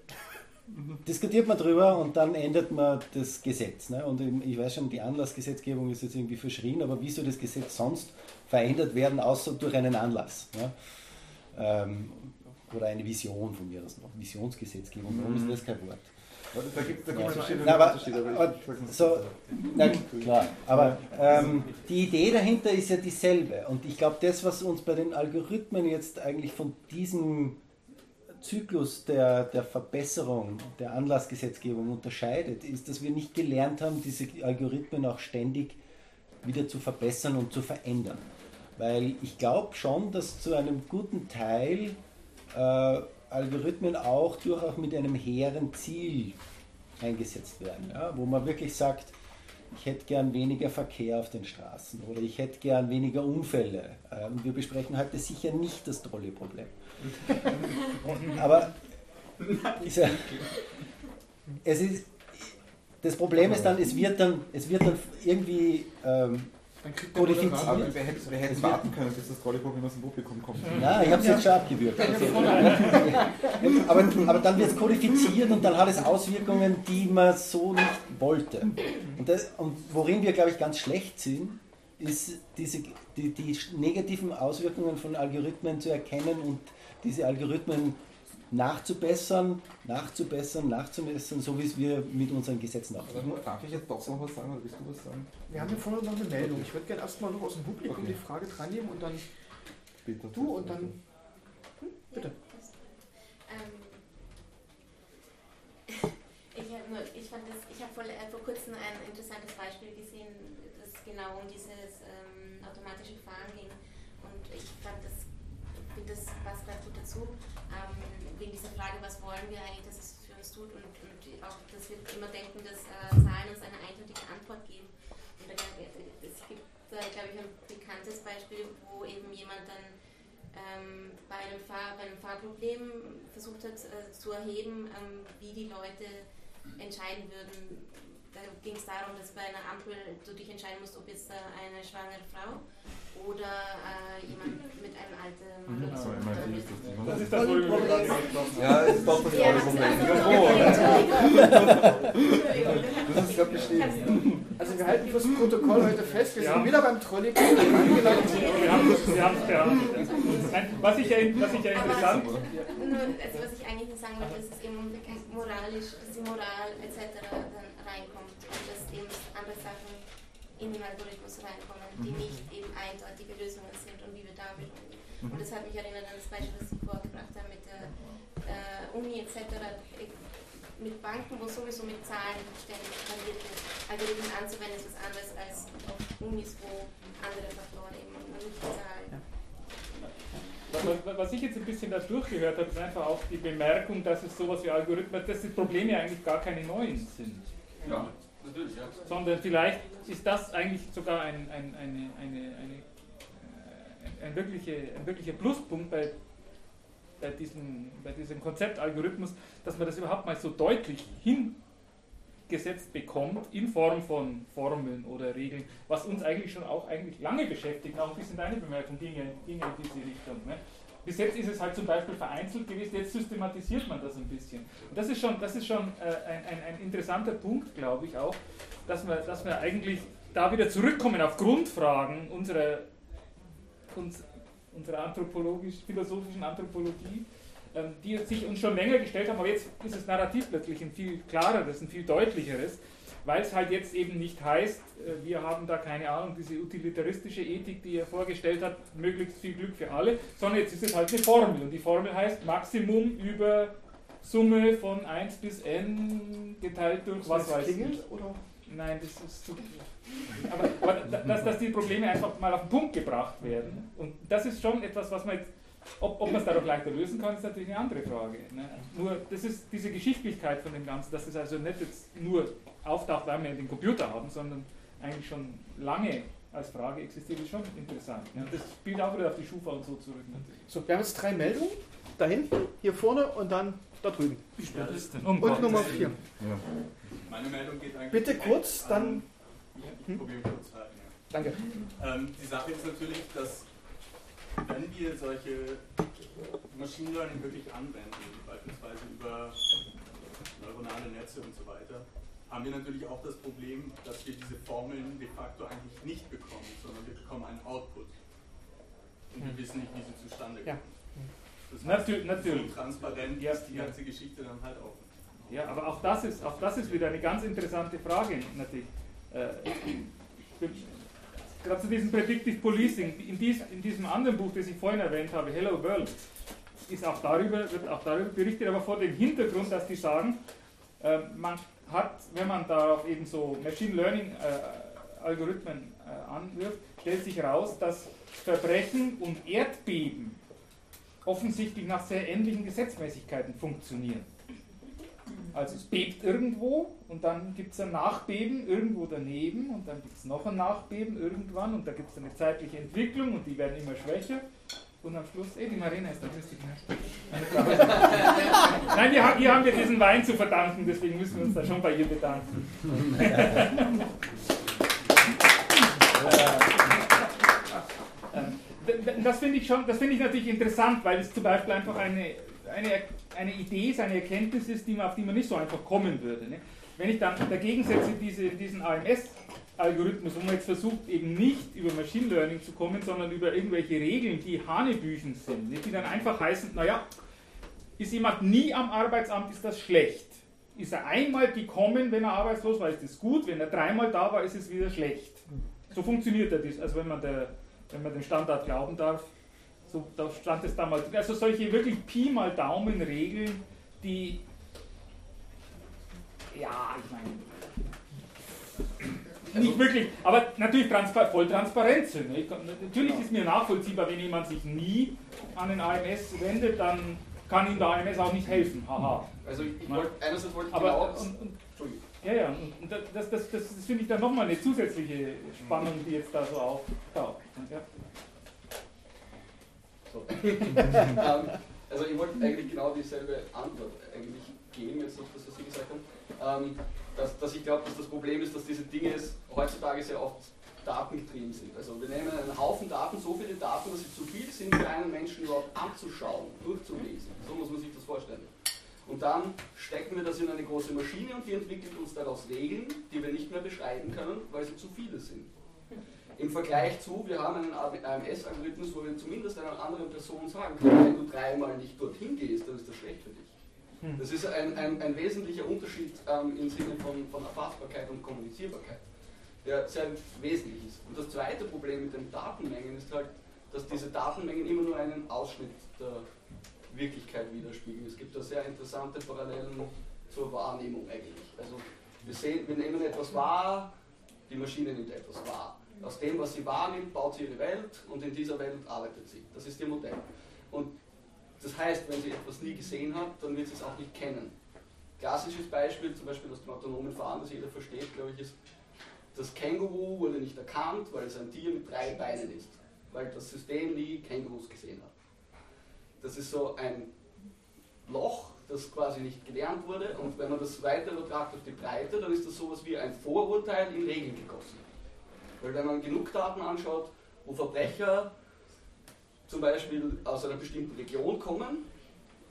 [SPEAKER 2] diskutiert man drüber und dann ändert man das Gesetz. Ne? Und im- ich weiß schon, die Anlassgesetzgebung ist jetzt irgendwie verschrien, aber wie soll das Gesetz sonst verändert werden, außer durch einen Anlass? Ne? Ähm, oder eine Vision von mir aus noch. Visionsgesetzgebung, warum ist das kein Wort?
[SPEAKER 3] Mhm. Da gibt- da gibt
[SPEAKER 2] Ja.
[SPEAKER 3] es verschiedene
[SPEAKER 2] Na, aber,
[SPEAKER 3] Unterschiede, aber ich-
[SPEAKER 2] aber,
[SPEAKER 3] ich weiß nicht.
[SPEAKER 2] so, na klar, aber ähm, die Idee dahinter ist ja dieselbe. Und ich glaube, das, was uns bei den Algorithmen jetzt eigentlich von diesem Zyklus der, der Verbesserung der Anlassgesetzgebung unterscheidet, ist, dass wir nicht gelernt haben, diese Algorithmen auch ständig wieder zu verbessern und zu verändern. Weil ich glaube schon, dass zu einem guten Teil äh, Algorithmen auch durchaus mit einem hehren Ziel eingesetzt werden, ja? wo man wirklich sagt, ich hätte gern weniger Verkehr auf den Straßen oder ich hätte gern weniger Unfälle. Ähm, wir besprechen heute sicher nicht das Trolley-Problem. Aber ich sag, es ist, das Problem ist dann, es wird dann, es wird dann irgendwie ähm,
[SPEAKER 3] Aber
[SPEAKER 2] kodifiziert.
[SPEAKER 3] wir hätten, wir hätten warten können, bis das Trolley-Problem aus dem Publikum kommt.
[SPEAKER 2] Na, ich habe es jetzt schon abgewürgt. Also, aber, aber dann wird es kodifiziert und dann hat es Auswirkungen, die man so nicht wollte. Und, das, und worin wir, glaube ich, ganz schlecht sind, ist diese, die, die negativen Auswirkungen von Algorithmen zu erkennen und diese Algorithmen nachzubessern, nachzubessern, nachzubessern, so wie es wir mit unseren Gesetzen auch tun.
[SPEAKER 3] Darf ich jetzt doch noch was sagen oder willst du was sagen?
[SPEAKER 4] Wir haben ja vorher noch eine Meldung. Ich würde gerne erstmal noch aus dem Publikum
[SPEAKER 3] Okay.
[SPEAKER 4] die Frage dran nehmen und dann
[SPEAKER 3] Bitte.
[SPEAKER 4] du und dann. Hm? Bitte.
[SPEAKER 9] Ähm, ich habe nur, ich fand das, ich habe vor, äh, vor kurzem ein interessantes Beispiel gesehen, das genau um dieses ähm, automatische Fahren ging. Und ich fand das, finde das passt gerade gut dazu, ähm, wegen dieser Frage, was wollen wir eigentlich, dass es für uns tut und, und die- auch, dass wir immer denken, dass äh, Zahlen uns eine eindeutige Antwort geben. Und da, glaub ich, es gibt da, glaube ich, ein bekanntes Beispiel, wo eben jemand dann ähm, bei, einem Fahr bei einem Fahrproblem versucht hat äh, zu erheben, ähm, wie die Leute entscheiden würden. Da ging es darum, dass bei einer Ampel du dich entscheiden musst, ob jetzt äh, eine schwangere Frau oder äh, jemand mit einem alten Mann oder so.
[SPEAKER 1] Genau, Das ist das, wo wir
[SPEAKER 3] Ja, es ist doch das
[SPEAKER 9] Ja,
[SPEAKER 3] Trolley-Problem.
[SPEAKER 9] also- Entschuldigung.
[SPEAKER 3] Das ist gerade bestätigt.
[SPEAKER 4] Also wir halten fürs Protokoll heute fest, wir
[SPEAKER 1] Ja.
[SPEAKER 4] sind wieder beim Trolley angelangt.
[SPEAKER 1] wir haben es bearbeitet. Nein, Was ich ja, was ich ja interessant
[SPEAKER 9] Nur, also was ich eigentlich nur sagen wollte, ist, dass eben moralisch, dass die Moral etc. dann reinkommt und dass eben andere Sachen in den Algorithmus reinkommen, die nicht eben eindeutige Lösungen sind und wie wir damit umgehen. Und das hat mich erinnert an das Beispiel, das Sie vorgebracht haben mit der äh, Uni etc. Ich- Mit Banken, wo sowieso mit Zahlen ständig hantiert wird, Algorithmen anzuwenden, ist was anderes als Unis, wo andere Faktoren eben noch nicht zahlen.
[SPEAKER 1] Was- Was ich jetzt ein bisschen da durchgehört habe, ist einfach auch die Bemerkung, dass es sowas wie Algorithmen, dass die Probleme eigentlich gar keine neuen sind.
[SPEAKER 5] Ja, natürlich, ja.
[SPEAKER 1] Sondern vielleicht ist das eigentlich sogar ein, ein, eine, eine, eine, äh, ein, wirkliche, ein wirklicher Pluspunkt bei, bei, diesem, bei diesem Konzept Algorithmus, dass man das überhaupt mal so deutlich hingesetzt bekommt in Form von Formeln oder Regeln, was uns eigentlich schon auch eigentlich lange beschäftigt. Auch ein bisschen deine Bemerkung ging ja, ging ja in diese Richtung. Ne? Bis jetzt ist es halt zum Beispiel vereinzelt gewesen, jetzt systematisiert man das ein bisschen. Und das ist schon, das ist schon äh, ein, ein, ein interessanter Punkt, glaube ich auch, dass wir, dass wir eigentlich da wieder zurückkommen auf Grundfragen unserer, uns, unserer anthropologisch-philosophischen Anthropologie, ähm, die sich uns schon länger gestellt haben, aber jetzt ist das Narrativ plötzlich ein viel klareres, ein viel deutlicheres, weil es halt jetzt eben nicht heißt, äh, wir haben da keine Ahnung, diese utilitaristische Ethik, die er vorgestellt hat, möglichst viel Glück für alle, sondern jetzt ist es halt eine Formel und die Formel heißt Maximum über Summe von 1 bis n geteilt durch
[SPEAKER 4] Muss
[SPEAKER 1] was
[SPEAKER 4] das
[SPEAKER 1] weiß ich.
[SPEAKER 4] klingeln, oder?
[SPEAKER 1] Nein, das ist zu. Aber, aber da- dass, dass die Probleme einfach mal auf den Punkt gebracht werden. Und das ist schon etwas, was man jetzt. Ob, ob man es dadurch leichter lösen kann, ist natürlich eine andere Frage. Ne? Nur, das ist diese Geschichtlichkeit von dem Ganzen, dass es also nicht jetzt nur auftaucht, weil wir den Computer haben, sondern eigentlich schon lange als Frage existiert, ist schon interessant. Ne? Und Das spielt auch wieder auf die Schufa und so zurück. Natürlich.
[SPEAKER 4] So, wir haben jetzt drei Meldungen. Da hinten, hier vorne und dann da drüben. Wie
[SPEAKER 1] spät ist denn? Um
[SPEAKER 4] Und
[SPEAKER 1] Gottes
[SPEAKER 4] Nummer
[SPEAKER 1] Willen.
[SPEAKER 4] vier.
[SPEAKER 13] Meine Meldung geht eigentlich.
[SPEAKER 4] Bitte
[SPEAKER 13] direkt
[SPEAKER 4] kurz,
[SPEAKER 13] an-
[SPEAKER 4] dann- Hm?
[SPEAKER 13] Ja, ich probiere kurz zu halten. ja.
[SPEAKER 4] Danke.
[SPEAKER 13] Ähm, die Sache ist natürlich, dass wenn wir solche Machine Learning wirklich anwenden, beispielsweise über neuronale Netze und so weiter, haben wir natürlich auch das Problem, dass wir diese Formeln de facto eigentlich nicht bekommen, sondern wir bekommen einen Output. Und
[SPEAKER 4] Hm.
[SPEAKER 13] wir wissen nicht, wie sie zustande kommen.
[SPEAKER 1] Ja.
[SPEAKER 13] Das
[SPEAKER 1] Natür- natürlich.
[SPEAKER 13] So transparent
[SPEAKER 1] Ja,
[SPEAKER 13] ist die
[SPEAKER 1] ja.
[SPEAKER 13] ganze Geschichte dann halt auch. nicht.
[SPEAKER 1] Ja, aber auch das ist, auch das ist wieder eine ganz interessante Frage natürlich. Äh, wir- Gerade zu diesem Predictive Policing, in, dies, in diesem anderen Buch, das ich vorhin erwähnt habe, Hello World, ist auch darüber, wird auch darüber berichtet, aber vor dem Hintergrund, dass die sagen, äh, man hat, wenn man darauf eben so Machine Learning äh, Algorithmen äh, anwirft, stellt sich heraus, dass Verbrechen und Erdbeben offensichtlich nach sehr ähnlichen Gesetzmäßigkeiten funktionieren. Also es bebt irgendwo und dann gibt es ein Nachbeben irgendwo daneben und dann gibt es noch ein Nachbeben irgendwann und da gibt es eine zeitliche Entwicklung und die werden immer schwächer. Und am Schluss, eh, die Marina ist da, grüß dich. Ne? Eine Frage. Nein, wir haben, ihr haben wir diesen Wein zu verdanken, deswegen müssen wir uns da schon bei ihr bedanken. Ähm, d- d- das finde ich schon, das finde ich natürlich interessant, weil es zum Beispiel einfach eine, eine, eine Idee ist, eine Erkenntnis ist, die man, auf die man nicht so einfach kommen würde. Ne? Wenn ich dann dagegen setze diese, diesen AMS-Algorithmus, wo man jetzt versucht, eben nicht über Machine Learning zu kommen, sondern über irgendwelche Regeln, die Hanebüchen sind, ne? die dann einfach heißen, naja, ist jemand nie am Arbeitsamt, ist das schlecht. Ist er einmal gekommen, wenn er arbeitslos war, ist es gut. Wenn er dreimal da war, ist es wieder schlecht. So funktioniert das. Also wenn man, der, wenn man dem Standard glauben darf, so da stand es damals. drin. Also solche wirklich Pi mal Daumen Regeln, die ja, ich meine nicht wirklich, aber natürlich transpar voll transparent sind. ne? Ich kann- Natürlich ist mir nachvollziehbar, wenn jemand sich nie an den AMS wendet, dann kann ihm der AMS auch nicht helfen. Haha.
[SPEAKER 6] Also ich
[SPEAKER 1] Na?
[SPEAKER 6] wollte, einerseits wollte ich
[SPEAKER 1] Aber
[SPEAKER 6] genau...
[SPEAKER 1] und, und,
[SPEAKER 6] Entschuldigung.
[SPEAKER 1] ja, ja, und- und das, das, das, das finde ich dann nochmal eine zusätzliche Spannung, die jetzt da so auftaucht. Ja.
[SPEAKER 6] So. ähm, also ich wollte eigentlich genau dieselbe Antwort eigentlich geben, jetzt auf das, was Sie gesagt haben. Ähm, dass, dass ich glaube, dass das Problem ist, dass diese Dinge es heutzutage sehr oft datengetrieben sind. Also wir nehmen einen Haufen Daten, so viele Daten, dass sie zu viel sind, für einen Menschen überhaupt anzuschauen, durchzulesen. So muss man sich das vorstellen. Und dann stecken wir das in eine große Maschine und die entwickelt uns daraus Regeln, die wir nicht mehr beschreiben können, weil sie zu viele sind. Im Vergleich zu, wir haben einen AMS-Algorithmus, wo wir zumindest einer anderen Person sagen können, wenn du dreimal nicht dorthin gehst, dann ist das schlecht für dich. Das ist ein, ein, ein wesentlicher Unterschied ähm, im Sinne von, von Erfassbarkeit und Kommunizierbarkeit, der sehr wesentlich ist. Und das zweite Problem mit den Datenmengen ist halt, dass diese Datenmengen immer nur einen Ausschnitt der Wirklichkeit widerspiegeln. Es gibt da sehr interessante Parallelen zur Wahrnehmung eigentlich. Also wir sehen, wir nehmen etwas wahr, die Maschine nimmt etwas wahr. Aus dem, was sie wahrnimmt, baut sie ihre Welt und in dieser Welt arbeitet sie. Das ist ihr Modell. Und das heißt, wenn sie etwas nie gesehen hat, dann wird sie es auch nicht kennen. Klassisches Beispiel, zum Beispiel aus dem autonomen Fahren, das jeder versteht, glaube ich, ist, das Känguru wurde nicht erkannt, weil es ein Tier mit drei Beinen ist. Weil das System nie Kängurus gesehen hat. Das ist so ein Loch, das quasi nicht gelernt wurde. Und wenn man das weiter übertragt auf die Breite, dann ist das sowas wie ein Vorurteil in Regeln gegossen. Weil wenn man genug Daten anschaut, wo Verbrecher zum Beispiel aus einer bestimmten Region kommen,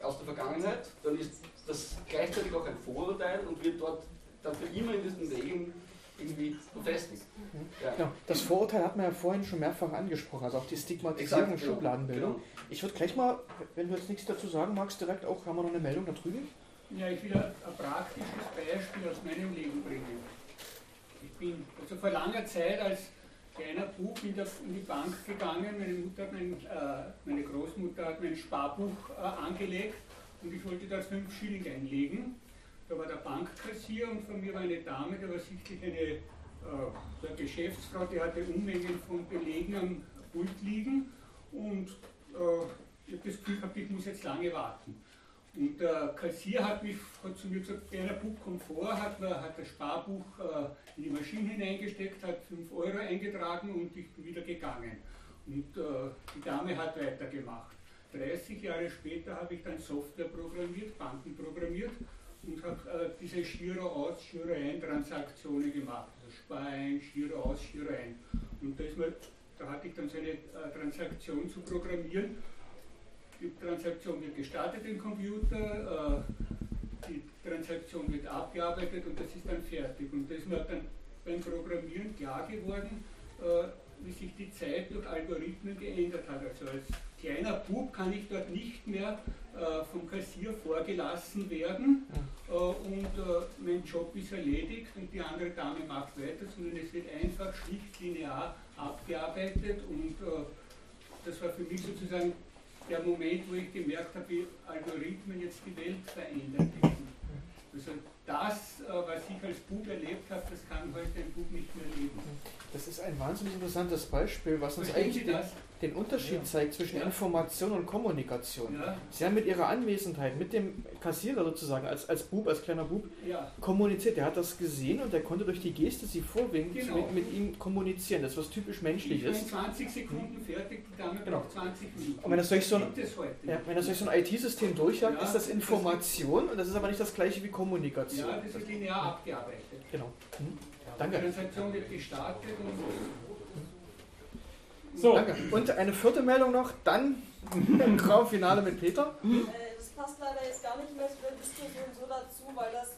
[SPEAKER 6] aus der Vergangenheit, dann ist das gleichzeitig auch ein Vorurteil und wird dort dann für immer in diesen Regeln irgendwie befestigt. Ja.
[SPEAKER 4] Genau. Das Vorurteil hat man ja vorhin schon mehrfach angesprochen, also auch die Stigmatisierung
[SPEAKER 6] Exakt,
[SPEAKER 4] und
[SPEAKER 6] genau.
[SPEAKER 4] Schubladenbildung.
[SPEAKER 6] Genau.
[SPEAKER 4] Ich würde gleich mal, wenn du jetzt nichts dazu sagen magst, direkt auch, haben wir noch eine Meldung da drüben?
[SPEAKER 14] Ja, ich will ein ein praktisches Beispiel aus meinem Leben bringen. Ich bin also vor langer Zeit als kleiner Bub in, der, in die Bank gegangen. Meine, Mutter hat mein, äh, meine Großmutter hat mein Sparbuch äh, angelegt und ich wollte da fünf Schilling einlegen. Da war der Bankkassier und von mir war eine Dame, da war sichtlich eine, äh, so eine Geschäftsfrau, die hatte Unmengen von Belegen am Pult liegen und äh, ich habe das Gefühl gehabt, ich muss jetzt lange warten. Und der Kassier hat mich hat zu mir gesagt, der Bub kommt vor, hat, mir- hat das Sparbuch äh, in die Maschine hineingesteckt, hat 5 Euro eingetragen und ich bin wieder gegangen. Und äh, die Dame hat weitergemacht. 30 Jahre später habe ich dann Software programmiert, Banken programmiert und habe äh, diese Giro-Aus-, Giro-Ein-Transaktionen gemacht. Also Spar-Ein, Giro-Aus, Giro-Ein. Und da, ist mir, da hatte ich dann so eine äh, Transaktion zu programmieren die Transaktion wird gestartet im Computer, äh, die Transaktion wird abgearbeitet und das ist dann fertig. Und das ist mir dann beim Programmieren klar geworden, äh, wie sich die Zeit durch Algorithmen geändert hat. Also als kleiner Bub kann ich dort nicht mehr äh, vom Kassier vorgelassen werden äh, und äh, mein Job ist erledigt und die andere Dame macht weiter, sondern es wird einfach schlicht linear abgearbeitet und äh, das war für mich sozusagen der Moment, wo ich gemerkt habe, wie Algorithmen jetzt die Welt verändern hätten. Also das, äh, was ich als Bub erlebt habe, das kann heute ein Bub nicht mehr erleben.
[SPEAKER 4] Das ist ein wahnsinnig interessantes Beispiel, was uns
[SPEAKER 14] Verstehen
[SPEAKER 4] eigentlich
[SPEAKER 14] Sie
[SPEAKER 4] den,
[SPEAKER 14] das?
[SPEAKER 4] den Unterschied zeigt zwischen Information und Kommunikation.
[SPEAKER 14] Ja.
[SPEAKER 4] Sie haben mit ihrer Anwesenheit, mit dem Kassierer sozusagen, als, als Bub, als kleiner Bub,
[SPEAKER 14] Ja.
[SPEAKER 4] kommuniziert. Er hat das gesehen und er konnte durch die Geste sie vorwinken,
[SPEAKER 14] Genau.
[SPEAKER 4] mit, mit ihm kommunizieren. Das ist was typisch
[SPEAKER 14] Ich bin
[SPEAKER 4] Menschliches.
[SPEAKER 14] in 20 Sekunden fertig, die Dame
[SPEAKER 4] Genau.
[SPEAKER 14] braucht 20 Minuten.
[SPEAKER 4] Und wenn das durch so ein,
[SPEAKER 14] Gibt es heute
[SPEAKER 4] ja,
[SPEAKER 14] nicht.
[SPEAKER 4] wenn das durch so ein IT-System durchjagt,
[SPEAKER 14] Ja,
[SPEAKER 4] ist das
[SPEAKER 14] das-
[SPEAKER 4] Information und das ist aber nicht das gleiche wie Kommunikation.
[SPEAKER 14] Ja, das ist linear abgearbeitet.
[SPEAKER 4] Genau. Mhm.
[SPEAKER 14] Die
[SPEAKER 4] Danke.
[SPEAKER 14] Transaktion wird gestartet und
[SPEAKER 4] So. Danke. Und eine vierte Meldung noch, dann Raumfinale mit Peter.
[SPEAKER 15] Äh, Das passt leider jetzt gar nicht mehr zu der Diskussion so dazu, weil das,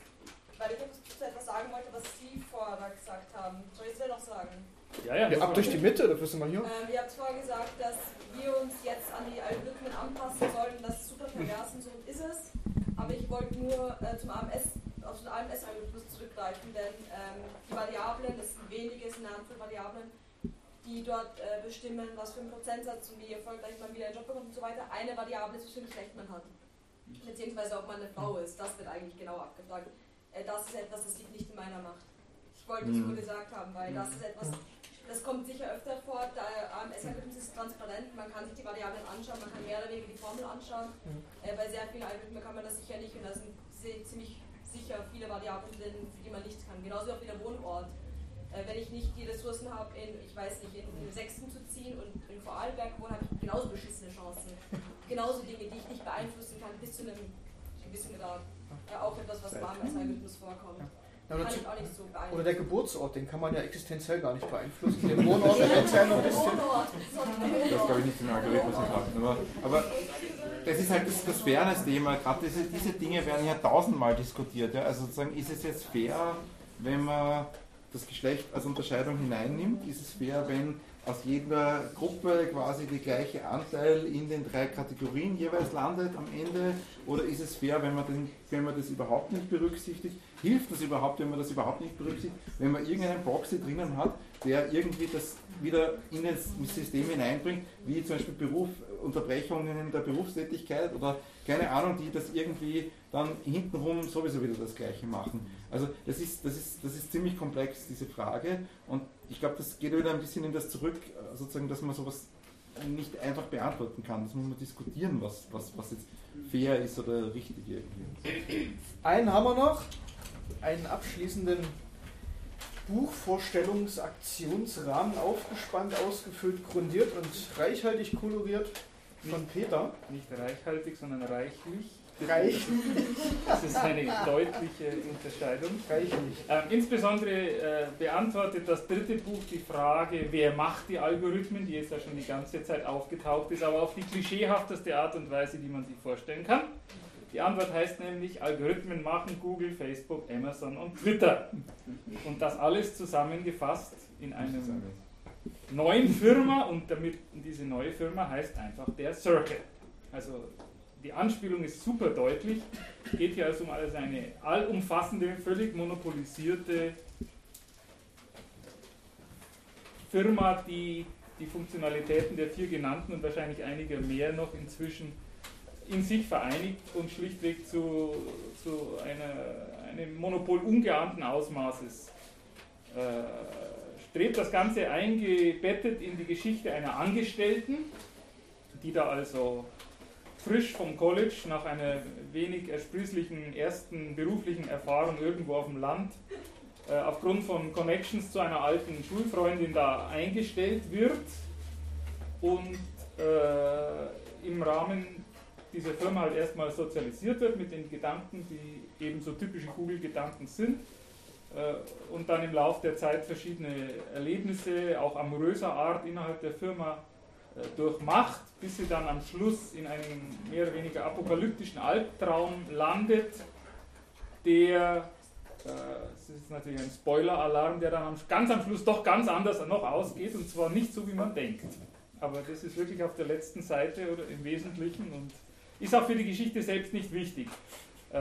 [SPEAKER 15] weil ich etwas- zu etwas sagen wollte, was Sie vorher gesagt haben. Soll ich es noch sagen?
[SPEAKER 4] ab durch die Mitte, das wissen wir hier.
[SPEAKER 15] Ähm, ihr habt vorher gesagt, dass wir uns jetzt an die Algorithmen anpassen sollten, das ist super pervers und so ist es. Aber ich wollte nur äh, zum AMS, auf den AMS-Algorithmus zurückgreifen, denn ähm, die Variablen, das sind wenige, es sind eine Handvoll Variablen, die dort äh, bestimmen, was für einen Prozentsatz und wie erfolgreich man wieder einen Job bekommt und so weiter. Eine Variable ist, wie viel Geschlecht man hat. Beziehungsweise ob man eine Frau ist, das wird eigentlich genau abgefragt. Äh, das ist etwas, das liegt nicht in meiner Macht. Ich wollte es
[SPEAKER 10] Mhm.
[SPEAKER 15] nur gesagt haben, weil das ist etwas, das kommt sicher öfter vor. Der AMS-Algorithmus ist transparent, man kann sich die Variablen anschauen, man kann mehr oder weniger die Formel anschauen. Äh, bei sehr vielen Algorithmen kann man das sicher nicht und da sind sehr- ziemlich sicher viele Variablen drin, für die man nichts kann. Genauso auch wie der Wohnort. Äh, wenn ich nicht die Ressourcen habe, in, ich weiß nicht, in den Sechsten zu ziehen und in Vorarlberg wohne, habe ich genauso beschissene Chancen. Genauso Dinge, die ich nicht beeinflussen kann, bis zu einem gewissen Grad. Äh, auch etwas, was im AMS-Algorithmus vorkommt.
[SPEAKER 4] Ja,
[SPEAKER 15] Kann
[SPEAKER 4] oder
[SPEAKER 15] ich
[SPEAKER 4] zu-
[SPEAKER 15] auch nicht so beeinflussen.
[SPEAKER 4] Oder der Geburtsort, den kann man ja existenziell gar nicht beeinflussen. Den Wohnort eventuell noch ein bisschen.
[SPEAKER 3] Das glaube ich nicht im Algorithmus enthalten. Aber, aber das ist halt das, das Fairness-Thema. Gerade diese, diese Dinge werden ja tausendmal diskutiert. Ja? Also sozusagen, ist es jetzt fair, wenn man das Geschlecht als Unterscheidung hineinnimmt? Ist es fair, wenn aus jeder Gruppe quasi der gleiche Anteil in den drei Kategorien jeweils landet am Ende? Oder ist es fair, wenn man, den, wenn man das überhaupt nicht berücksichtigt? Hilft das überhaupt, wenn man das überhaupt nicht berücksichtigt? Wenn man irgendeinen Proxy drinnen hat, der irgendwie das wieder in das System hineinbringt, wie zum Beispiel Beruf, Unterbrechungen der Berufstätigkeit oder keine Ahnung, die das irgendwie dann hintenrum sowieso wieder das Gleiche machen. Also das ist, das ist, das ist ziemlich komplex, diese Frage. Und ich glaube, das geht wieder ein bisschen in das zurück, äh, sozusagen, dass man sowas nicht einfach beantworten kann. Das muss man diskutieren, was, was, was jetzt fair ist oder richtig irgendwie.
[SPEAKER 4] Einen haben wir noch, einen abschließenden Buchvorstellungsaktionsrahmen aufgespannt, ausgefüllt, grundiert und reichhaltig koloriert von Peter.
[SPEAKER 1] Nicht reichhaltig, sondern reichlich.
[SPEAKER 4] Reichlich.
[SPEAKER 1] Das ist eine deutliche Unterscheidung.
[SPEAKER 4] Reichlich.
[SPEAKER 1] Ähm, insbesondere äh, beantwortet das dritte Buch die Frage, wer macht die Algorithmen, die jetzt ja schon die ganze Zeit aufgetaucht ist, aber auf die klischeehafteste Art und Weise, die man sich vorstellen kann. Die Antwort heißt nämlich, Algorithmen machen Google, Facebook, Amazon und Twitter. Und das alles zusammengefasst in einem neuen Firma und damit diese neue Firma heißt einfach der Circle. Also die Anspielung ist super deutlich. Es geht hier also um alles eine allumfassende, völlig monopolisierte Firma, die die Funktionalitäten der vier genannten und wahrscheinlich einiger mehr noch inzwischen in sich vereinigt und schlichtweg zu, zu einer, einem Monopol ungeahnten Ausmaßes äh, strebt. Das Ganze eingebettet in die Geschichte einer Angestellten, die da also frisch vom College nach einer wenig ersprießlichen ersten beruflichen Erfahrung irgendwo auf dem Land äh, aufgrund von Connections zu einer alten Schulfreundin da eingestellt wird und äh, im Rahmen dieser Firma halt erstmal sozialisiert wird mit den Gedanken, die eben so typische Google-Gedanken sind äh, und dann im Laufe der Zeit verschiedene Erlebnisse auch amoröser Art innerhalb der Firma äh, durchmacht, bis sie dann am Schluss in einem mehr oder weniger apokalyptischen Albtraum landet, der, äh, das ist natürlich ein Spoiler-Alarm, der dann am, ganz am Schluss doch ganz anders noch ausgeht und zwar nicht so, wie man denkt. Aber das ist wirklich auf der letzten Seite oder im Wesentlichen und ist auch für die Geschichte selbst nicht wichtig. Äh,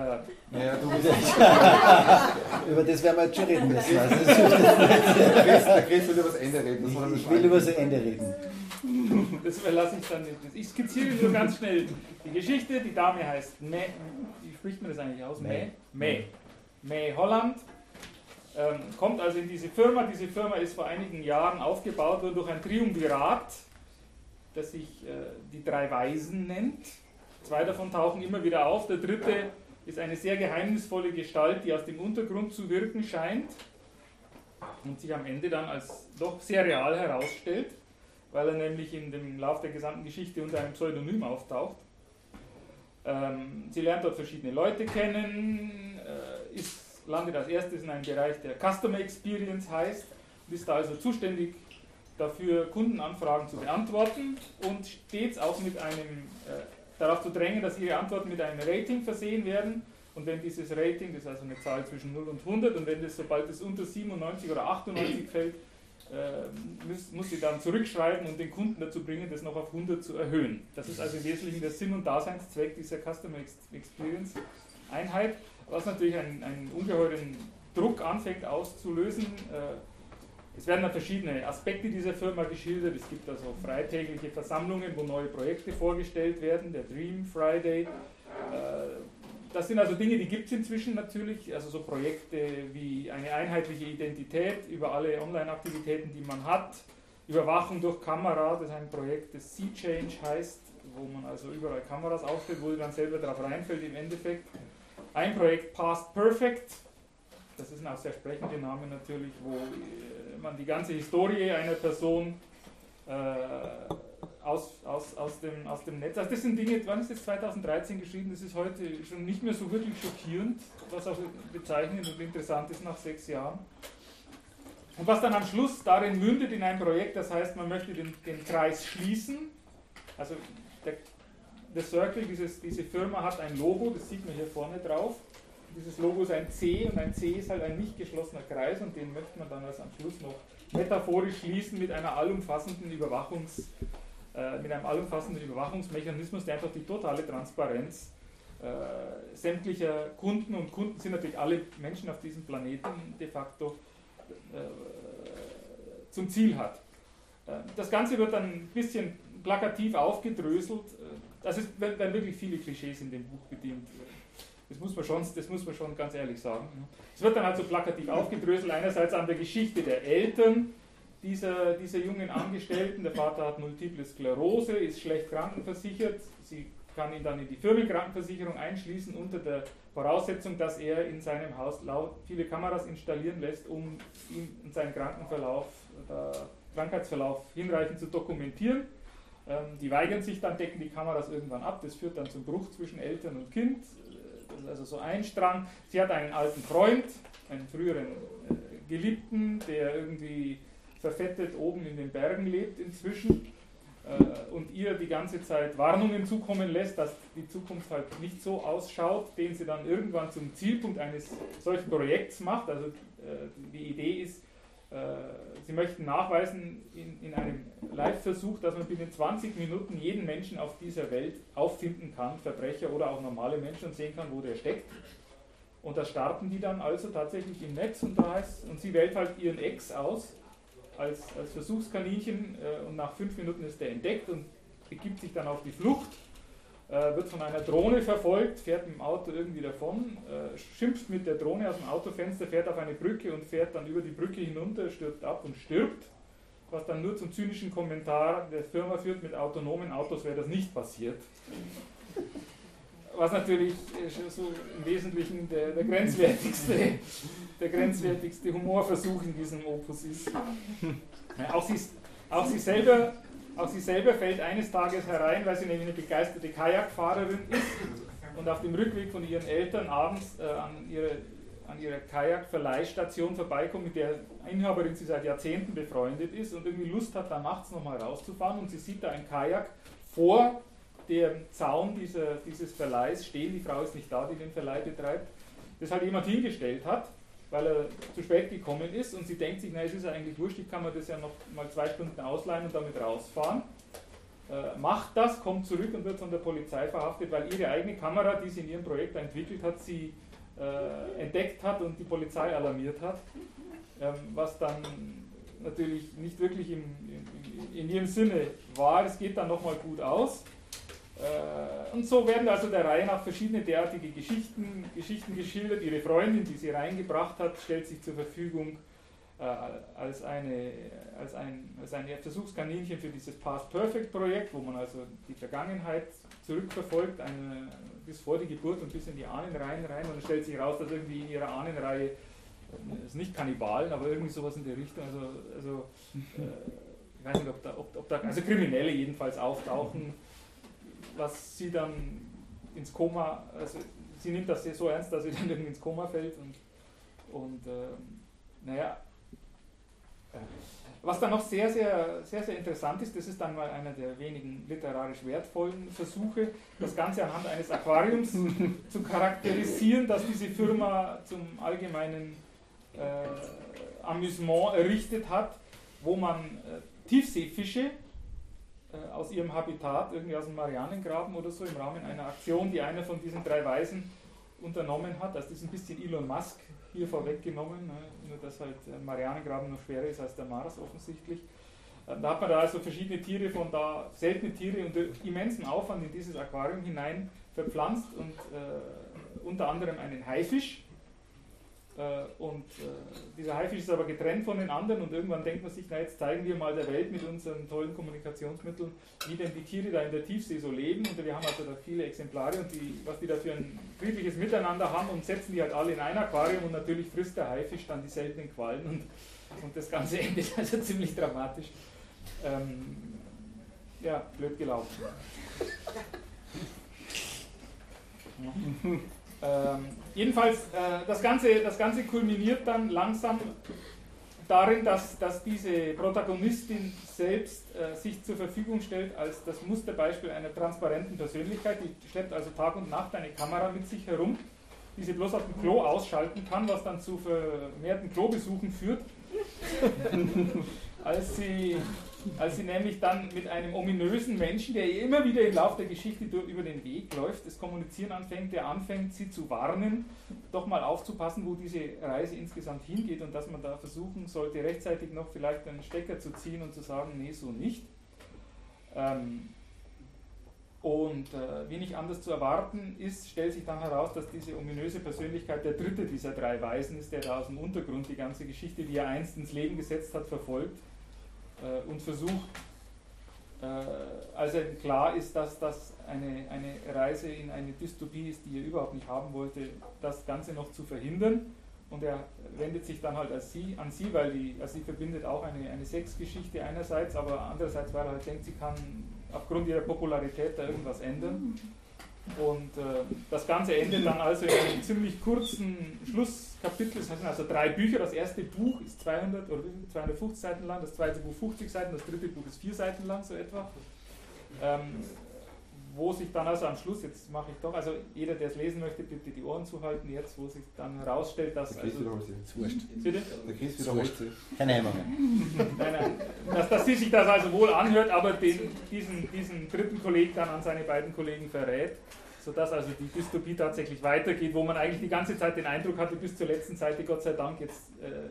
[SPEAKER 2] Naja, du Über das werden wir jetzt schon reden müssen. Also das ist-
[SPEAKER 3] Chris- der Chris will über das Ende reden, das hat er
[SPEAKER 2] Ich, ich
[SPEAKER 3] beschrieben.
[SPEAKER 2] will über das Ende reden.
[SPEAKER 1] Das überlasse ich dann nicht. Ich skizziere nur ganz schnell die Geschichte. Die Dame heißt May. Wie spricht man das eigentlich aus? May.
[SPEAKER 2] May.
[SPEAKER 1] May. May Holland. Ähm, kommt also in diese Firma. Diese Firma ist vor einigen Jahren aufgebaut worden durch ein Triumvirat, das sich äh, die drei Weisen nennt. Zwei davon tauchen immer wieder auf. Der dritte ist eine sehr geheimnisvolle Gestalt, die aus dem Untergrund zu wirken scheint und sich am Ende dann als doch sehr real herausstellt, weil er nämlich in dem Lauf der gesamten Geschichte unter einem Pseudonym auftaucht. Ähm, sie lernt dort verschiedene Leute kennen, äh, ist, landet als erstes in einem Bereich, der Customer Experience heißt, und ist da also zuständig dafür, Kundenanfragen zu beantworten und stets auch mit einem, äh, darauf zu drängen, dass ihre Antworten mit einem Rating versehen werden. Und wenn dieses Rating, das ist also eine Zahl zwischen 0 und 100, und wenn das, sobald es unter 97 oder 98 fällt, äh, muss, muss sie dann zurückschreiben und den Kunden dazu bringen, das noch auf 100 zu erhöhen. Das ist also im Wesentlichen der Sinn und Daseinszweck dieser Customer Ex- Experience Einheit, was natürlich einen, einen ungeheuren Druck anfängt auszulösen. Äh, Es werden dann verschiedene Aspekte dieser Firma geschildert. Es gibt also freitägliche Versammlungen, wo neue Projekte vorgestellt werden, der Dream Friday. Äh, Das sind also Dinge, die gibt es inzwischen natürlich, also so Projekte wie eine einheitliche Identität über alle Online-Aktivitäten, die man hat, Überwachung durch Kamera, das ist ein Projekt, das Sea Change heißt, wo man also überall Kameras aufstellt, wo dann selber drauf reinfällt im Endeffekt. Ein Projekt Past Perfect, das ist ein auch sehr sprechender Name natürlich, wo äh, man die ganze Historie einer Person äh, aus, aus, aus, dem, aus dem Netz. Also das sind Dinge, wann ist das 2013 geschrieben? Das ist heute schon nicht mehr so wirklich schockierend, was auch bezeichnend und interessant ist nach sechs Jahren. Und was dann am Schluss darin mündet in ein Projekt, das heißt, man möchte den, den Kreis schließen. Also der, der Circle, dieses, diese Firma hat ein Logo, das sieht man hier vorne drauf. Dieses Logo ist ein C und ein C ist halt ein nicht geschlossener Kreis und den möchte man dann als am Schluss noch metaphorisch schließen mit einer allumfassenden Überwachungs, äh, mit einem allumfassenden Überwachungsmechanismus, der einfach die totale Transparenz äh, sämtlicher Kunden und Kunden sind natürlich alle Menschen auf diesem Planeten de facto äh, zum Ziel hat. Äh, Das Ganze wird dann ein bisschen plakativ aufgedröselt. Äh, Also es werden werden wirklich viele Klischees in dem Buch bedient. Das muss man schon, das muss man schon halt ganz ehrlich sagen. Es wird dann also plakativ aufgedröselt, einerseits an der Geschichte der Eltern, dieser, dieser jungen Angestellten, der Vater hat multiple Sklerose, ist schlecht krankenversichert, sie kann ihn dann in die Firmenkrankenversicherung einschließen unter der Voraussetzung, dass er in seinem Haus laut viele Kameras installieren lässt, um ihn und seinen Krankenverlauf, äh, Krankheitsverlauf hinreichend zu dokumentieren. Ähm, die weigern sich dann, decken die Kameras irgendwann ab. Das führt dann zum Bruch zwischen Eltern und Kind. Das ist also so ein Strang. Sie hat einen alten Freund, einen früheren äh, Geliebten, der irgendwie verfettet oben in den Bergen lebt inzwischen äh, und ihr die ganze Zeit Warnungen zukommen lässt, dass die Zukunft halt nicht so ausschaut, den sie dann irgendwann zum Zielpunkt eines solchen Projekts macht. Also äh, die Idee ist, äh, sie möchten nachweisen in, in einem Live-Versuch, dass man binnen 20 Minuten jeden Menschen auf dieser Welt auffinden kann, Verbrecher oder auch normale Menschen und sehen kann, wo der steckt. Und da starten die dann also tatsächlich im Netz und da heißt, und sie wählt halt ihren Ex aus als, als Versuchskaninchen äh, und nach fünf Minuten ist der entdeckt und begibt sich dann auf die Flucht, äh, wird von einer Drohne verfolgt, fährt mit dem Auto irgendwie davon, äh, schimpft mit der Drohne aus dem Autofenster, fährt auf eine Brücke und fährt dann über die Brücke hinunter, stürzt ab und stirbt, was dann nur zum zynischen Kommentar der Firma führt, mit autonomen Autos wäre das nicht passiert. Was natürlich äh, so im Wesentlichen der, der grenzwertigste der grenzwertigste Humorversuch in diesem Opus ist. Ja, auch, sie, auch, sie selber, auch sie selber fällt eines Tages herein, weil sie nämlich eine begeisterte Kajakfahrerin ist und auf dem Rückweg von ihren Eltern abends äh, an ihre an ihrer Kajakverleihstation vorbeikommt, mit der Inhaberin sie seit Jahrzehnten befreundet ist und irgendwie Lust hat, da nachts nochmal rauszufahren und sie sieht da ein Kajak vor dem Zaun dieser, dieses Verleihs stehen, die Frau ist nicht da, die den Verleih betreibt, das halt jemand hingestellt hat weil er zu spät gekommen ist und sie denkt sich, na, es ist ja eigentlich wurscht, ich kann mir das ja noch mal zwei Stunden ausleihen und damit rausfahren. Äh, macht das, kommt zurück und wird von der Polizei verhaftet, weil ihre eigene Kamera, die sie in ihrem Projekt entwickelt hat, sie äh, entdeckt hat und die Polizei alarmiert hat, ähm, was dann natürlich nicht wirklich im, im, in ihrem Sinne war. Es geht dann nochmal gut aus. Und so werden also der Reihe nach verschiedene derartige Geschichten, Geschichten geschildert. Ihre Freundin, die sie reingebracht hat, stellt sich zur Verfügung äh, als, eine, als, ein, als ein Versuchskaninchen für dieses Past Perfect Projekt, wo man also die Vergangenheit zurückverfolgt, eine, bis vor die Geburt und bis in die Ahnenreihen rein. Und dann stellt sich heraus, dass irgendwie in ihrer Ahnenreihe, das Äh, ist nicht Kannibalen, aber irgendwie sowas in der Richtung, also, also äh, ich weiß nicht, ob da, ob, ob da, also Kriminelle jedenfalls auftauchen was sie dann ins Koma, also sie nimmt das so ernst, dass sie dann irgendwie ins Koma fällt und, und ähm, naja. Äh, Was dann noch sehr, sehr, sehr, sehr interessant ist, das ist dann mal einer der wenigen literarisch wertvollen Versuche, das Ganze anhand eines Aquariums zu charakterisieren, dass diese Firma zum allgemeinen äh, Amüsement errichtet hat, wo man äh, Tiefseefische äh, aus ihrem Habitat, irgendwie aus dem Marianengraben oder so, im Rahmen einer Aktion, die einer von diesen drei Weisen unternommen hat. Also das ist ein bisschen Elon Musk hier vorweggenommen, ne? nur dass halt Marianengraben noch schwerer ist als der Mars offensichtlich. Da hat man da also verschiedene Tiere von da, seltene Tiere unter immensen Aufwand in dieses Aquarium hinein verpflanzt und äh, unter anderem einen Haifisch. Äh, und äh, dieser Haifisch ist aber getrennt von den anderen und irgendwann denkt man sich, na jetzt zeigen wir mal der Welt mit unseren tollen Kommunikationsmitteln, wie denn die Tiere da in der Tiefsee so leben. Und wir haben also da viele Exemplare und die, was die da für ein friedliches Miteinander haben und setzen die halt alle in ein Aquarium und natürlich frisst der Haifisch dann die seltenen Quallen und, und das Ganze endet also ziemlich dramatisch. Ähm, ja, blöd gelaufen. Ja. Ähm, jedenfalls, äh, das, Ganze, das Ganze kulminiert dann langsam darin, dass, dass diese Protagonistin selbst äh, sich zur Verfügung stellt als das Musterbeispiel einer transparenten Persönlichkeit. Die schleppt also Tag und Nacht eine Kamera mit sich herum, die sie bloß auf dem Klo ausschalten kann, was dann zu vermehrten Klobesuchen führt. als sie als sie nämlich dann mit einem ominösen Menschen, der ihr immer wieder im Laufe der Geschichte über den Weg läuft, das Kommunizieren anfängt, der anfängt, sie zu warnen, doch mal aufzupassen, wo diese Reise insgesamt hingeht und dass man da versuchen sollte, rechtzeitig noch vielleicht einen Stecker zu ziehen und zu sagen, nee, so nicht. Ähm, und wenig anders zu erwarten ist, stellt sich dann heraus, dass diese ominöse Persönlichkeit der dritte dieser drei Weisen ist, der da aus dem Untergrund die ganze Geschichte, die er einst ins Leben gesetzt hat, verfolgt äh, und versucht, äh, als einem klar ist, dass das eine, eine Reise in eine Dystopie ist, die er überhaupt nicht haben wollte, das Ganze noch zu verhindern. Und er wendet sich dann halt als sie, an sie, weil die, also sie verbindet auch eine, eine Sexgeschichte einerseits, aber andererseits, weil er halt denkt, sie kann aufgrund ihrer Popularität da irgendwas ändern. Und äh, das Ganze endet dann also in einem ziemlich kurzen Schlusskapitel. Das sind also drei Bücher. Das erste Buch ist 200 oder 250 Seiten lang, das zweite Buch 50 Seiten, das dritte Buch ist vier Seiten lang, so etwa. Ähm, wo sich dann also am Schluss, jetzt mache ich doch, also jeder, der es lesen möchte, bitte die Ohren zuhalten, jetzt, wo sich dann herausstellt, dass. also
[SPEAKER 2] Der Chris wiederholt sie. Ist wurscht.
[SPEAKER 1] Bitte?
[SPEAKER 2] Der Chris wiederholt sie. Keine Hemmungen.
[SPEAKER 1] nein, nein. Dass, dass sie sich das also wohl anhört, aber den, diesen, diesen dritten Kollegen dann an seine beiden Kollegen verrät, sodass also die Dystopie tatsächlich weitergeht, wo man eigentlich die ganze Zeit den Eindruck hatte, bis zur letzten Seite, Gott sei Dank, jetzt. Äh,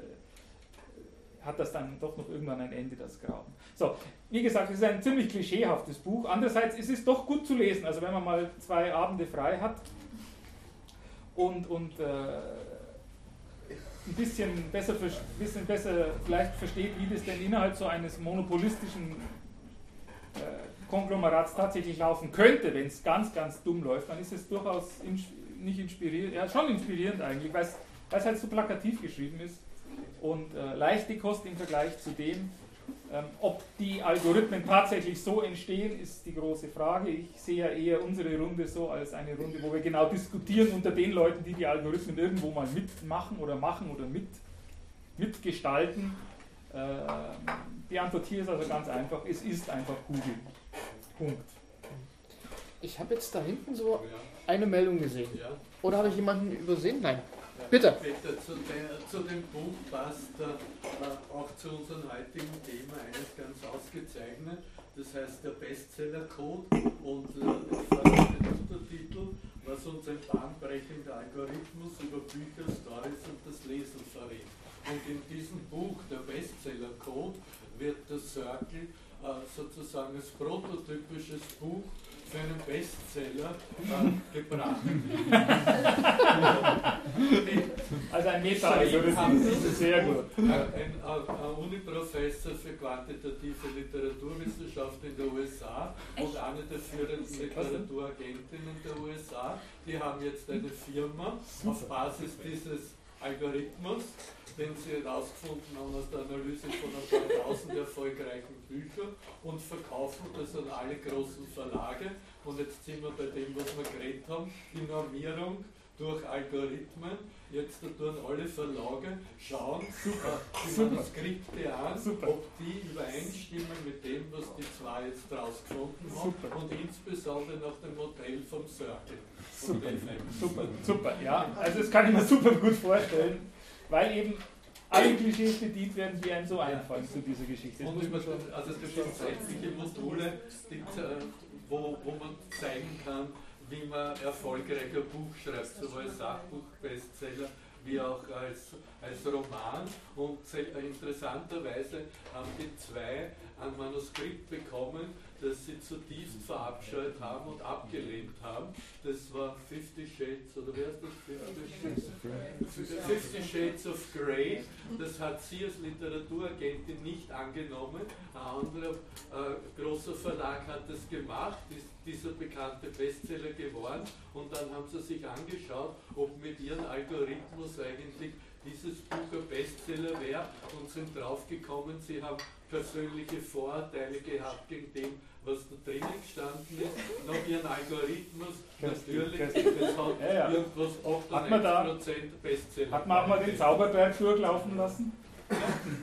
[SPEAKER 1] hat das dann doch noch irgendwann ein Ende, das Graben. So, wie gesagt, es ist ein ziemlich klischeehaftes Buch. Andererseits ist es doch gut zu lesen, also wenn man mal zwei Abende frei hat und, und äh, ein bisschen besser, bisschen besser vielleicht versteht, wie das denn innerhalb so eines monopolistischen äh, Konglomerats tatsächlich laufen könnte, wenn es ganz, ganz dumm läuft, dann ist es durchaus ins nicht inspirierend, ja schon inspirierend eigentlich, weil es halt so plakativ geschrieben ist und äh, leichte Kost im Vergleich zu dem. Ähm, ob die Algorithmen tatsächlich so entstehen, ist die große Frage. Ich sehe ja eher unsere Runde so als eine Runde, wo wir genau diskutieren unter den Leuten, die die Algorithmen irgendwo mal mitmachen oder machen oder mit, mitgestalten. Ähm, die Antwort hier ist also ganz einfach. Es ist einfach Google. Punkt.
[SPEAKER 16] Ich habe jetzt da hinten so eine Meldung gesehen. Oder habe ich jemanden übersehen? Nein. Bitte.
[SPEAKER 5] Peter, zu, der, zu dem Buch passt äh, auch zu unserem heutigen Thema eines ganz ausgezeichnet. Das heißt der Bestseller-Code und äh, das war auch der Untertitel, was uns ein bahnbrechender Algorithmus über Bücher, Stories und das Lesen verrät. Und in diesem Buch, der Bestseller-Code, wird der Circle äh, sozusagen als prototypisches Buch für einen Bestseller äh, gebracht.
[SPEAKER 1] Also ein Meta-Algorithmus, das ist sehr gut.
[SPEAKER 5] Ein, ein, ein Uniprofessor für quantitative Literaturwissenschaft in den USA und eine der führenden Literaturagentinnen der USA, die haben jetzt eine Firma auf Basis dieses Algorithmus, den sie herausgefunden haben aus der Analyse von ein paar tausend erfolgreichen Büchern und verkaufen das an alle großen Verlage. Und jetzt sind wir bei dem, was wir geredet haben, die Normierung durch Algorithmen. Jetzt tun alle Verlage schauen, Super. die
[SPEAKER 1] Super.
[SPEAKER 5] Manuskripte an,
[SPEAKER 1] Super.
[SPEAKER 5] ob die übereinstimmen mit dem, was die zwei jetzt rausgefunden haben
[SPEAKER 1] Super.
[SPEAKER 5] und insbesondere nach dem Modell vom Circle. Von
[SPEAKER 1] Super,
[SPEAKER 5] Bethlehem.
[SPEAKER 1] super, super, ja. Also das kann ich mir super gut vorstellen, weil eben alle Klischees bedient werden, die einem so einfallen zu dieser Geschichte. Das
[SPEAKER 5] Und
[SPEAKER 1] muss
[SPEAKER 5] über,
[SPEAKER 1] man schon
[SPEAKER 5] also es gibt sämtliche Module, die, äh, wo, wo man zeigen kann, wie man erfolgreich ein Buch schreibt, sowohl als Sachbuch, Bestseller, wie auch als, als Roman. Und se- äh, interessanterweise haben die zwei ein Manuskript bekommen, das sie zutiefst verabscheut haben und abgelehnt haben. Das war Fifty Shades, oder wer ist das? Fifty Shades, Fifty Shades of Grey. Das hat sie als Literaturagentin nicht angenommen. Ein anderer äh, großer Verlag hat das gemacht, ist dieser bekannte Bestseller geworden. Und dann haben sie sich angeschaut, ob mit ihrem Algorithmus eigentlich dieses Buch ein Bestseller wäre und sind draufgekommen, sie haben persönliche Vorurteile gehabt gegen dem, was da drinnen gestanden ist, nach ihrem Algorithmus.
[SPEAKER 1] Kerstin,
[SPEAKER 5] Natürlich, das
[SPEAKER 1] Kerstin.
[SPEAKER 5] hat
[SPEAKER 1] Ja, ja.
[SPEAKER 5] irgendwas
[SPEAKER 1] Hat man da-
[SPEAKER 5] 98% Bestseller.
[SPEAKER 1] Hat man auch mal den Zauberberg durchlaufen lassen?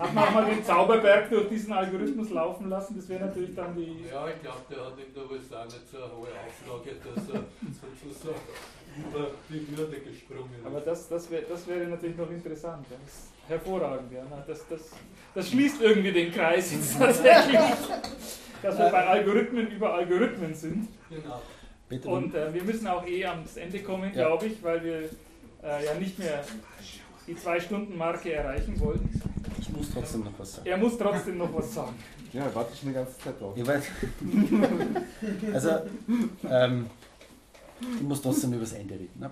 [SPEAKER 1] Hat man auch mal den Zauberberg durch diesen Algorithmus laufen lassen? Das wäre natürlich dann die.
[SPEAKER 5] Ja, ich glaube, der hat in der USA nicht so eine hohe Auflage, dass er sozusagen über die Hürde gesprungen ist.
[SPEAKER 1] Aber das, das, wär, das wäre natürlich noch interessant. ja. Das ist hervorragend, ja. Na, Das, das, das schließt irgendwie den Kreis jetzt tatsächlich. Dass wir bei Algorithmen über Algorithmen sind.
[SPEAKER 5] Genau.
[SPEAKER 2] Bitte.
[SPEAKER 1] Und äh, wir müssen auch eh ans Ende kommen,
[SPEAKER 2] Ja.
[SPEAKER 1] glaube ich, weil wir äh, ja nicht mehr die Zwei-Stunden-Marke erreichen wollen.
[SPEAKER 2] Ich muss trotzdem noch was sagen.
[SPEAKER 1] Er muss trotzdem noch was sagen.
[SPEAKER 2] Ja, warte schon die ganze Zeit drauf. Ich weiß. also, ähm, ich muss trotzdem übers Ende reden. Ne?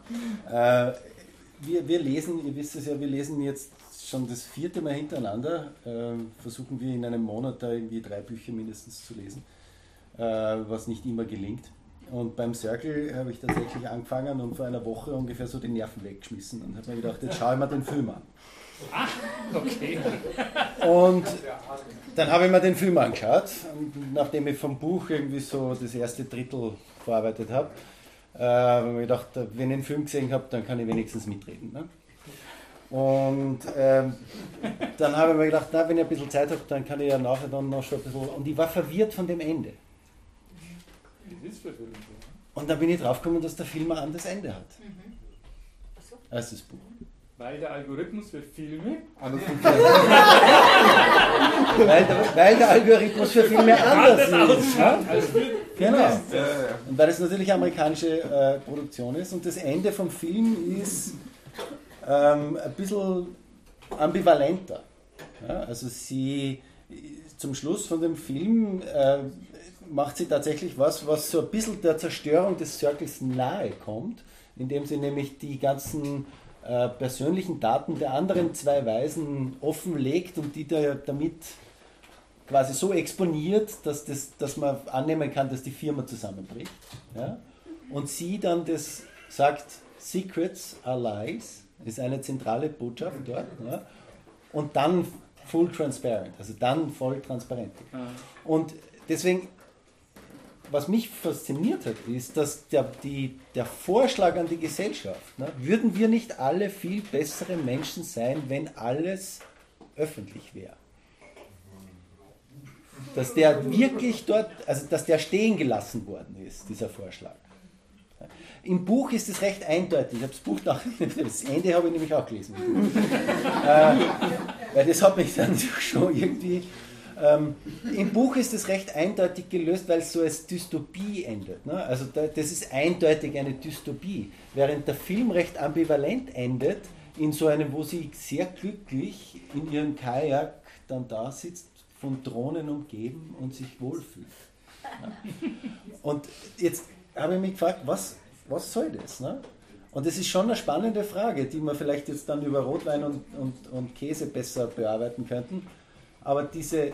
[SPEAKER 2] Äh, wir, wir lesen, ihr wisst es ja, wir lesen jetzt schon das vierte Mal hintereinander. Ähm, versuchen wir in einem Monat da irgendwie drei Bücher mindestens zu lesen, äh, was nicht immer gelingt. Und beim Circle habe ich tatsächlich angefangen und vor einer Woche ungefähr so die Nerven weggeschmissen und habe mir gedacht, jetzt schaue ich mir den Film an.
[SPEAKER 1] Ah, okay.
[SPEAKER 2] Und dann habe ich mir den Film angeschaut, und nachdem ich vom Buch irgendwie so das erste Drittel verarbeitet habe. Äh, habe ich mir gedacht, wenn ich den Film gesehen habe, dann kann ich wenigstens mitreden. Ne? Und ähm, dann habe ich mir gedacht, na, wenn ich ein bisschen Zeit habe, dann kann ich ja nachher dann noch schon ein bisschen. Und ich war verwirrt von dem Ende.
[SPEAKER 1] Das ist verwirrend.
[SPEAKER 2] Und dann bin ich draufgekommen, dass der Film ein anderes Ende hat als das Buch.
[SPEAKER 1] Weil der Algorithmus für Filme.
[SPEAKER 2] Anders funktioniert. weil, der, weil der Algorithmus für Filme anders ist. Ja? Genau. Und weil es natürlich amerikanische äh, Produktion ist und das Ende vom Film ist ähm, ein bisschen ambivalenter. Ja? Also sie zum Schluss von dem Film äh, macht sie tatsächlich was, was so ein bisschen der Zerstörung des Circles nahe kommt, indem sie nämlich die ganzen äh, persönlichen Daten der anderen zwei Weisen offenlegt und die da, damit quasi so exponiert, dass, das, dass man annehmen kann, dass die Firma zusammenbricht. Ja? Und sie dann das sagt, Secrets are lies, ist eine zentrale Botschaft dort. Ja? Und dann full transparent, also dann voll transparent. Und deswegen, was mich fasziniert hat, ist, dass der, die, der Vorschlag an die Gesellschaft, ne, würden wir nicht alle viel bessere Menschen sein, wenn alles öffentlich wäre? Dass der wirklich dort, also dass der stehen gelassen worden ist, dieser Vorschlag. Im Buch ist es recht eindeutig. Ich habe das Buch nach, das Ende habe ich nämlich auch gelesen. äh, weil das hat mich dann schon irgendwie. Ähm, Im Buch ist es recht eindeutig gelöst, weil es so als Dystopie endet. Ne? Also da, das ist eindeutig eine Dystopie, während der Film recht ambivalent endet in so einem, wo sie sehr glücklich in ihrem Kajak dann da sitzt, von Drohnen umgeben und sich wohlfühlt. Ja. Und jetzt habe ich mich gefragt, was, was soll das? Ne? Und das ist schon eine spannende Frage, die wir vielleicht jetzt dann über Rotwein und, und, und Käse besser bearbeiten könnten. Aber diese,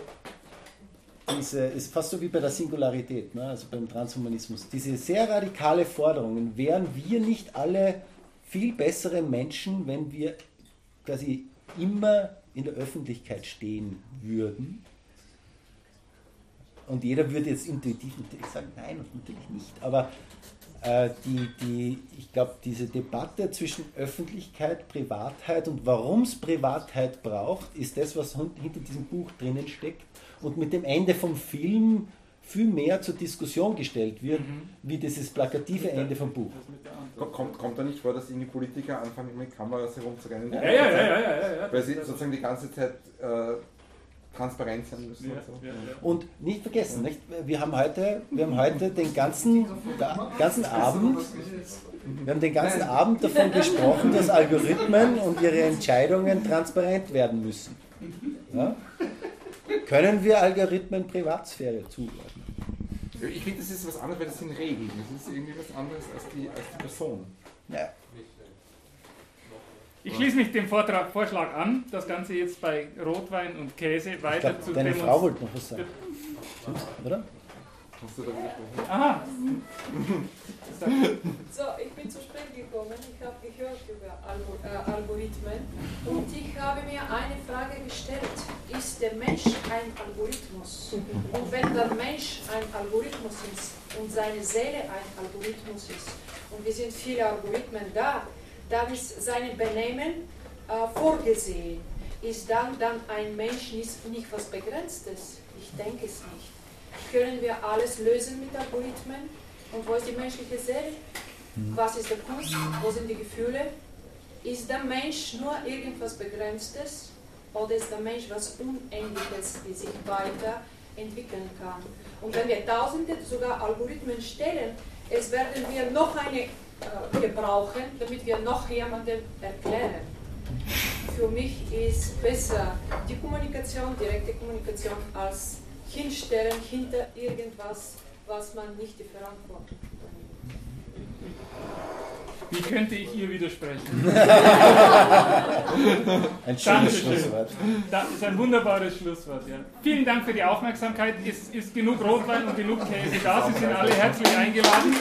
[SPEAKER 2] diese ist fast so wie bei der Singularität, ne? also beim Transhumanismus. Diese sehr radikale Forderungen, wären wir nicht alle viel bessere Menschen, wenn wir quasi immer in der Öffentlichkeit stehen würden? Und jeder würde jetzt intuitiv natürlich sagen, nein, und natürlich nicht. Aber äh, die, die, ich glaube, diese Debatte zwischen Öffentlichkeit, Privatheit und warum es Privatheit braucht, ist das, was hun- hinter diesem Buch drinnen steckt und mit dem Ende vom Film viel mehr zur Diskussion gestellt wird, wie dieses plakative Ende vom Buch.
[SPEAKER 3] Kommt, kommt da nicht vor, dass irgendwie Politiker anfangen, mit Kameras herumzurennen?
[SPEAKER 1] Ja, ja, ja, ja, ja, ja.
[SPEAKER 3] Weil sie sozusagen die ganze Zeit äh, transparent sein müssen. und so.
[SPEAKER 2] Und nicht vergessen, nicht? wir haben heute, wir haben heute den ganzen, da- ganzen Abend, wir haben den ganzen Abend davon gesprochen, dass Algorithmen und ihre Entscheidungen transparent werden müssen. Ja? Können wir Algorithmen Privatsphäre zuordnen?
[SPEAKER 3] Ich finde, das ist was anderes, weil das sind Regeln. Das ist irgendwie was anderes als die, als die Person.
[SPEAKER 2] Ja.
[SPEAKER 1] Ich schließe mich dem Vortrag, Vorschlag an, das Ganze jetzt bei Rotwein und Käse
[SPEAKER 2] Ich
[SPEAKER 1] weiter zu
[SPEAKER 2] glaub, deine
[SPEAKER 1] demonst-
[SPEAKER 2] Frau wollte noch was sagen. Oder?
[SPEAKER 3] Hast du da gesprochen?
[SPEAKER 1] Aha.
[SPEAKER 17] So, ich bin zu spät gekommen. Ich habe gehört über Algo äh, Algorithmen und ich habe mir eine Frage gestellt. Ist der Mensch ein Algorithmus? Und wenn der Mensch ein Algorithmus ist und seine Seele ein Algorithmus ist und wir sind viele Algorithmen da, dann ist sein Benehmen äh, vorgesehen. Ist dann, dann ein Mensch nicht, nicht was Begrenztes? Ich denke es nicht. Können wir alles lösen mit Algorithmen? Und wo ist die menschliche Seele? Was ist der Kunst? Wo sind die Gefühle? Ist der Mensch nur irgendwas Begrenztes oder ist der Mensch was Unendliches, die sich weiterentwickeln kann? Und wenn wir tausende sogar Algorithmen stellen, es werden wir noch eine äh, gebrauchen, damit wir noch jemandem erklären. Für mich ist besser die Kommunikation, direkte Kommunikation, als hinstellen hinter irgendwas, was man nicht die Verantwortung
[SPEAKER 1] Wie könnte ich ihr widersprechen?
[SPEAKER 14] Ein schönes
[SPEAKER 1] Dankeschön.
[SPEAKER 14] Schlusswort.
[SPEAKER 1] Das ist ein wunderbares Schlusswort, ja. Vielen Dank für die Aufmerksamkeit. Es ist genug Rotwein und genug Käse da. Sie sind alle herzlich eingeladen.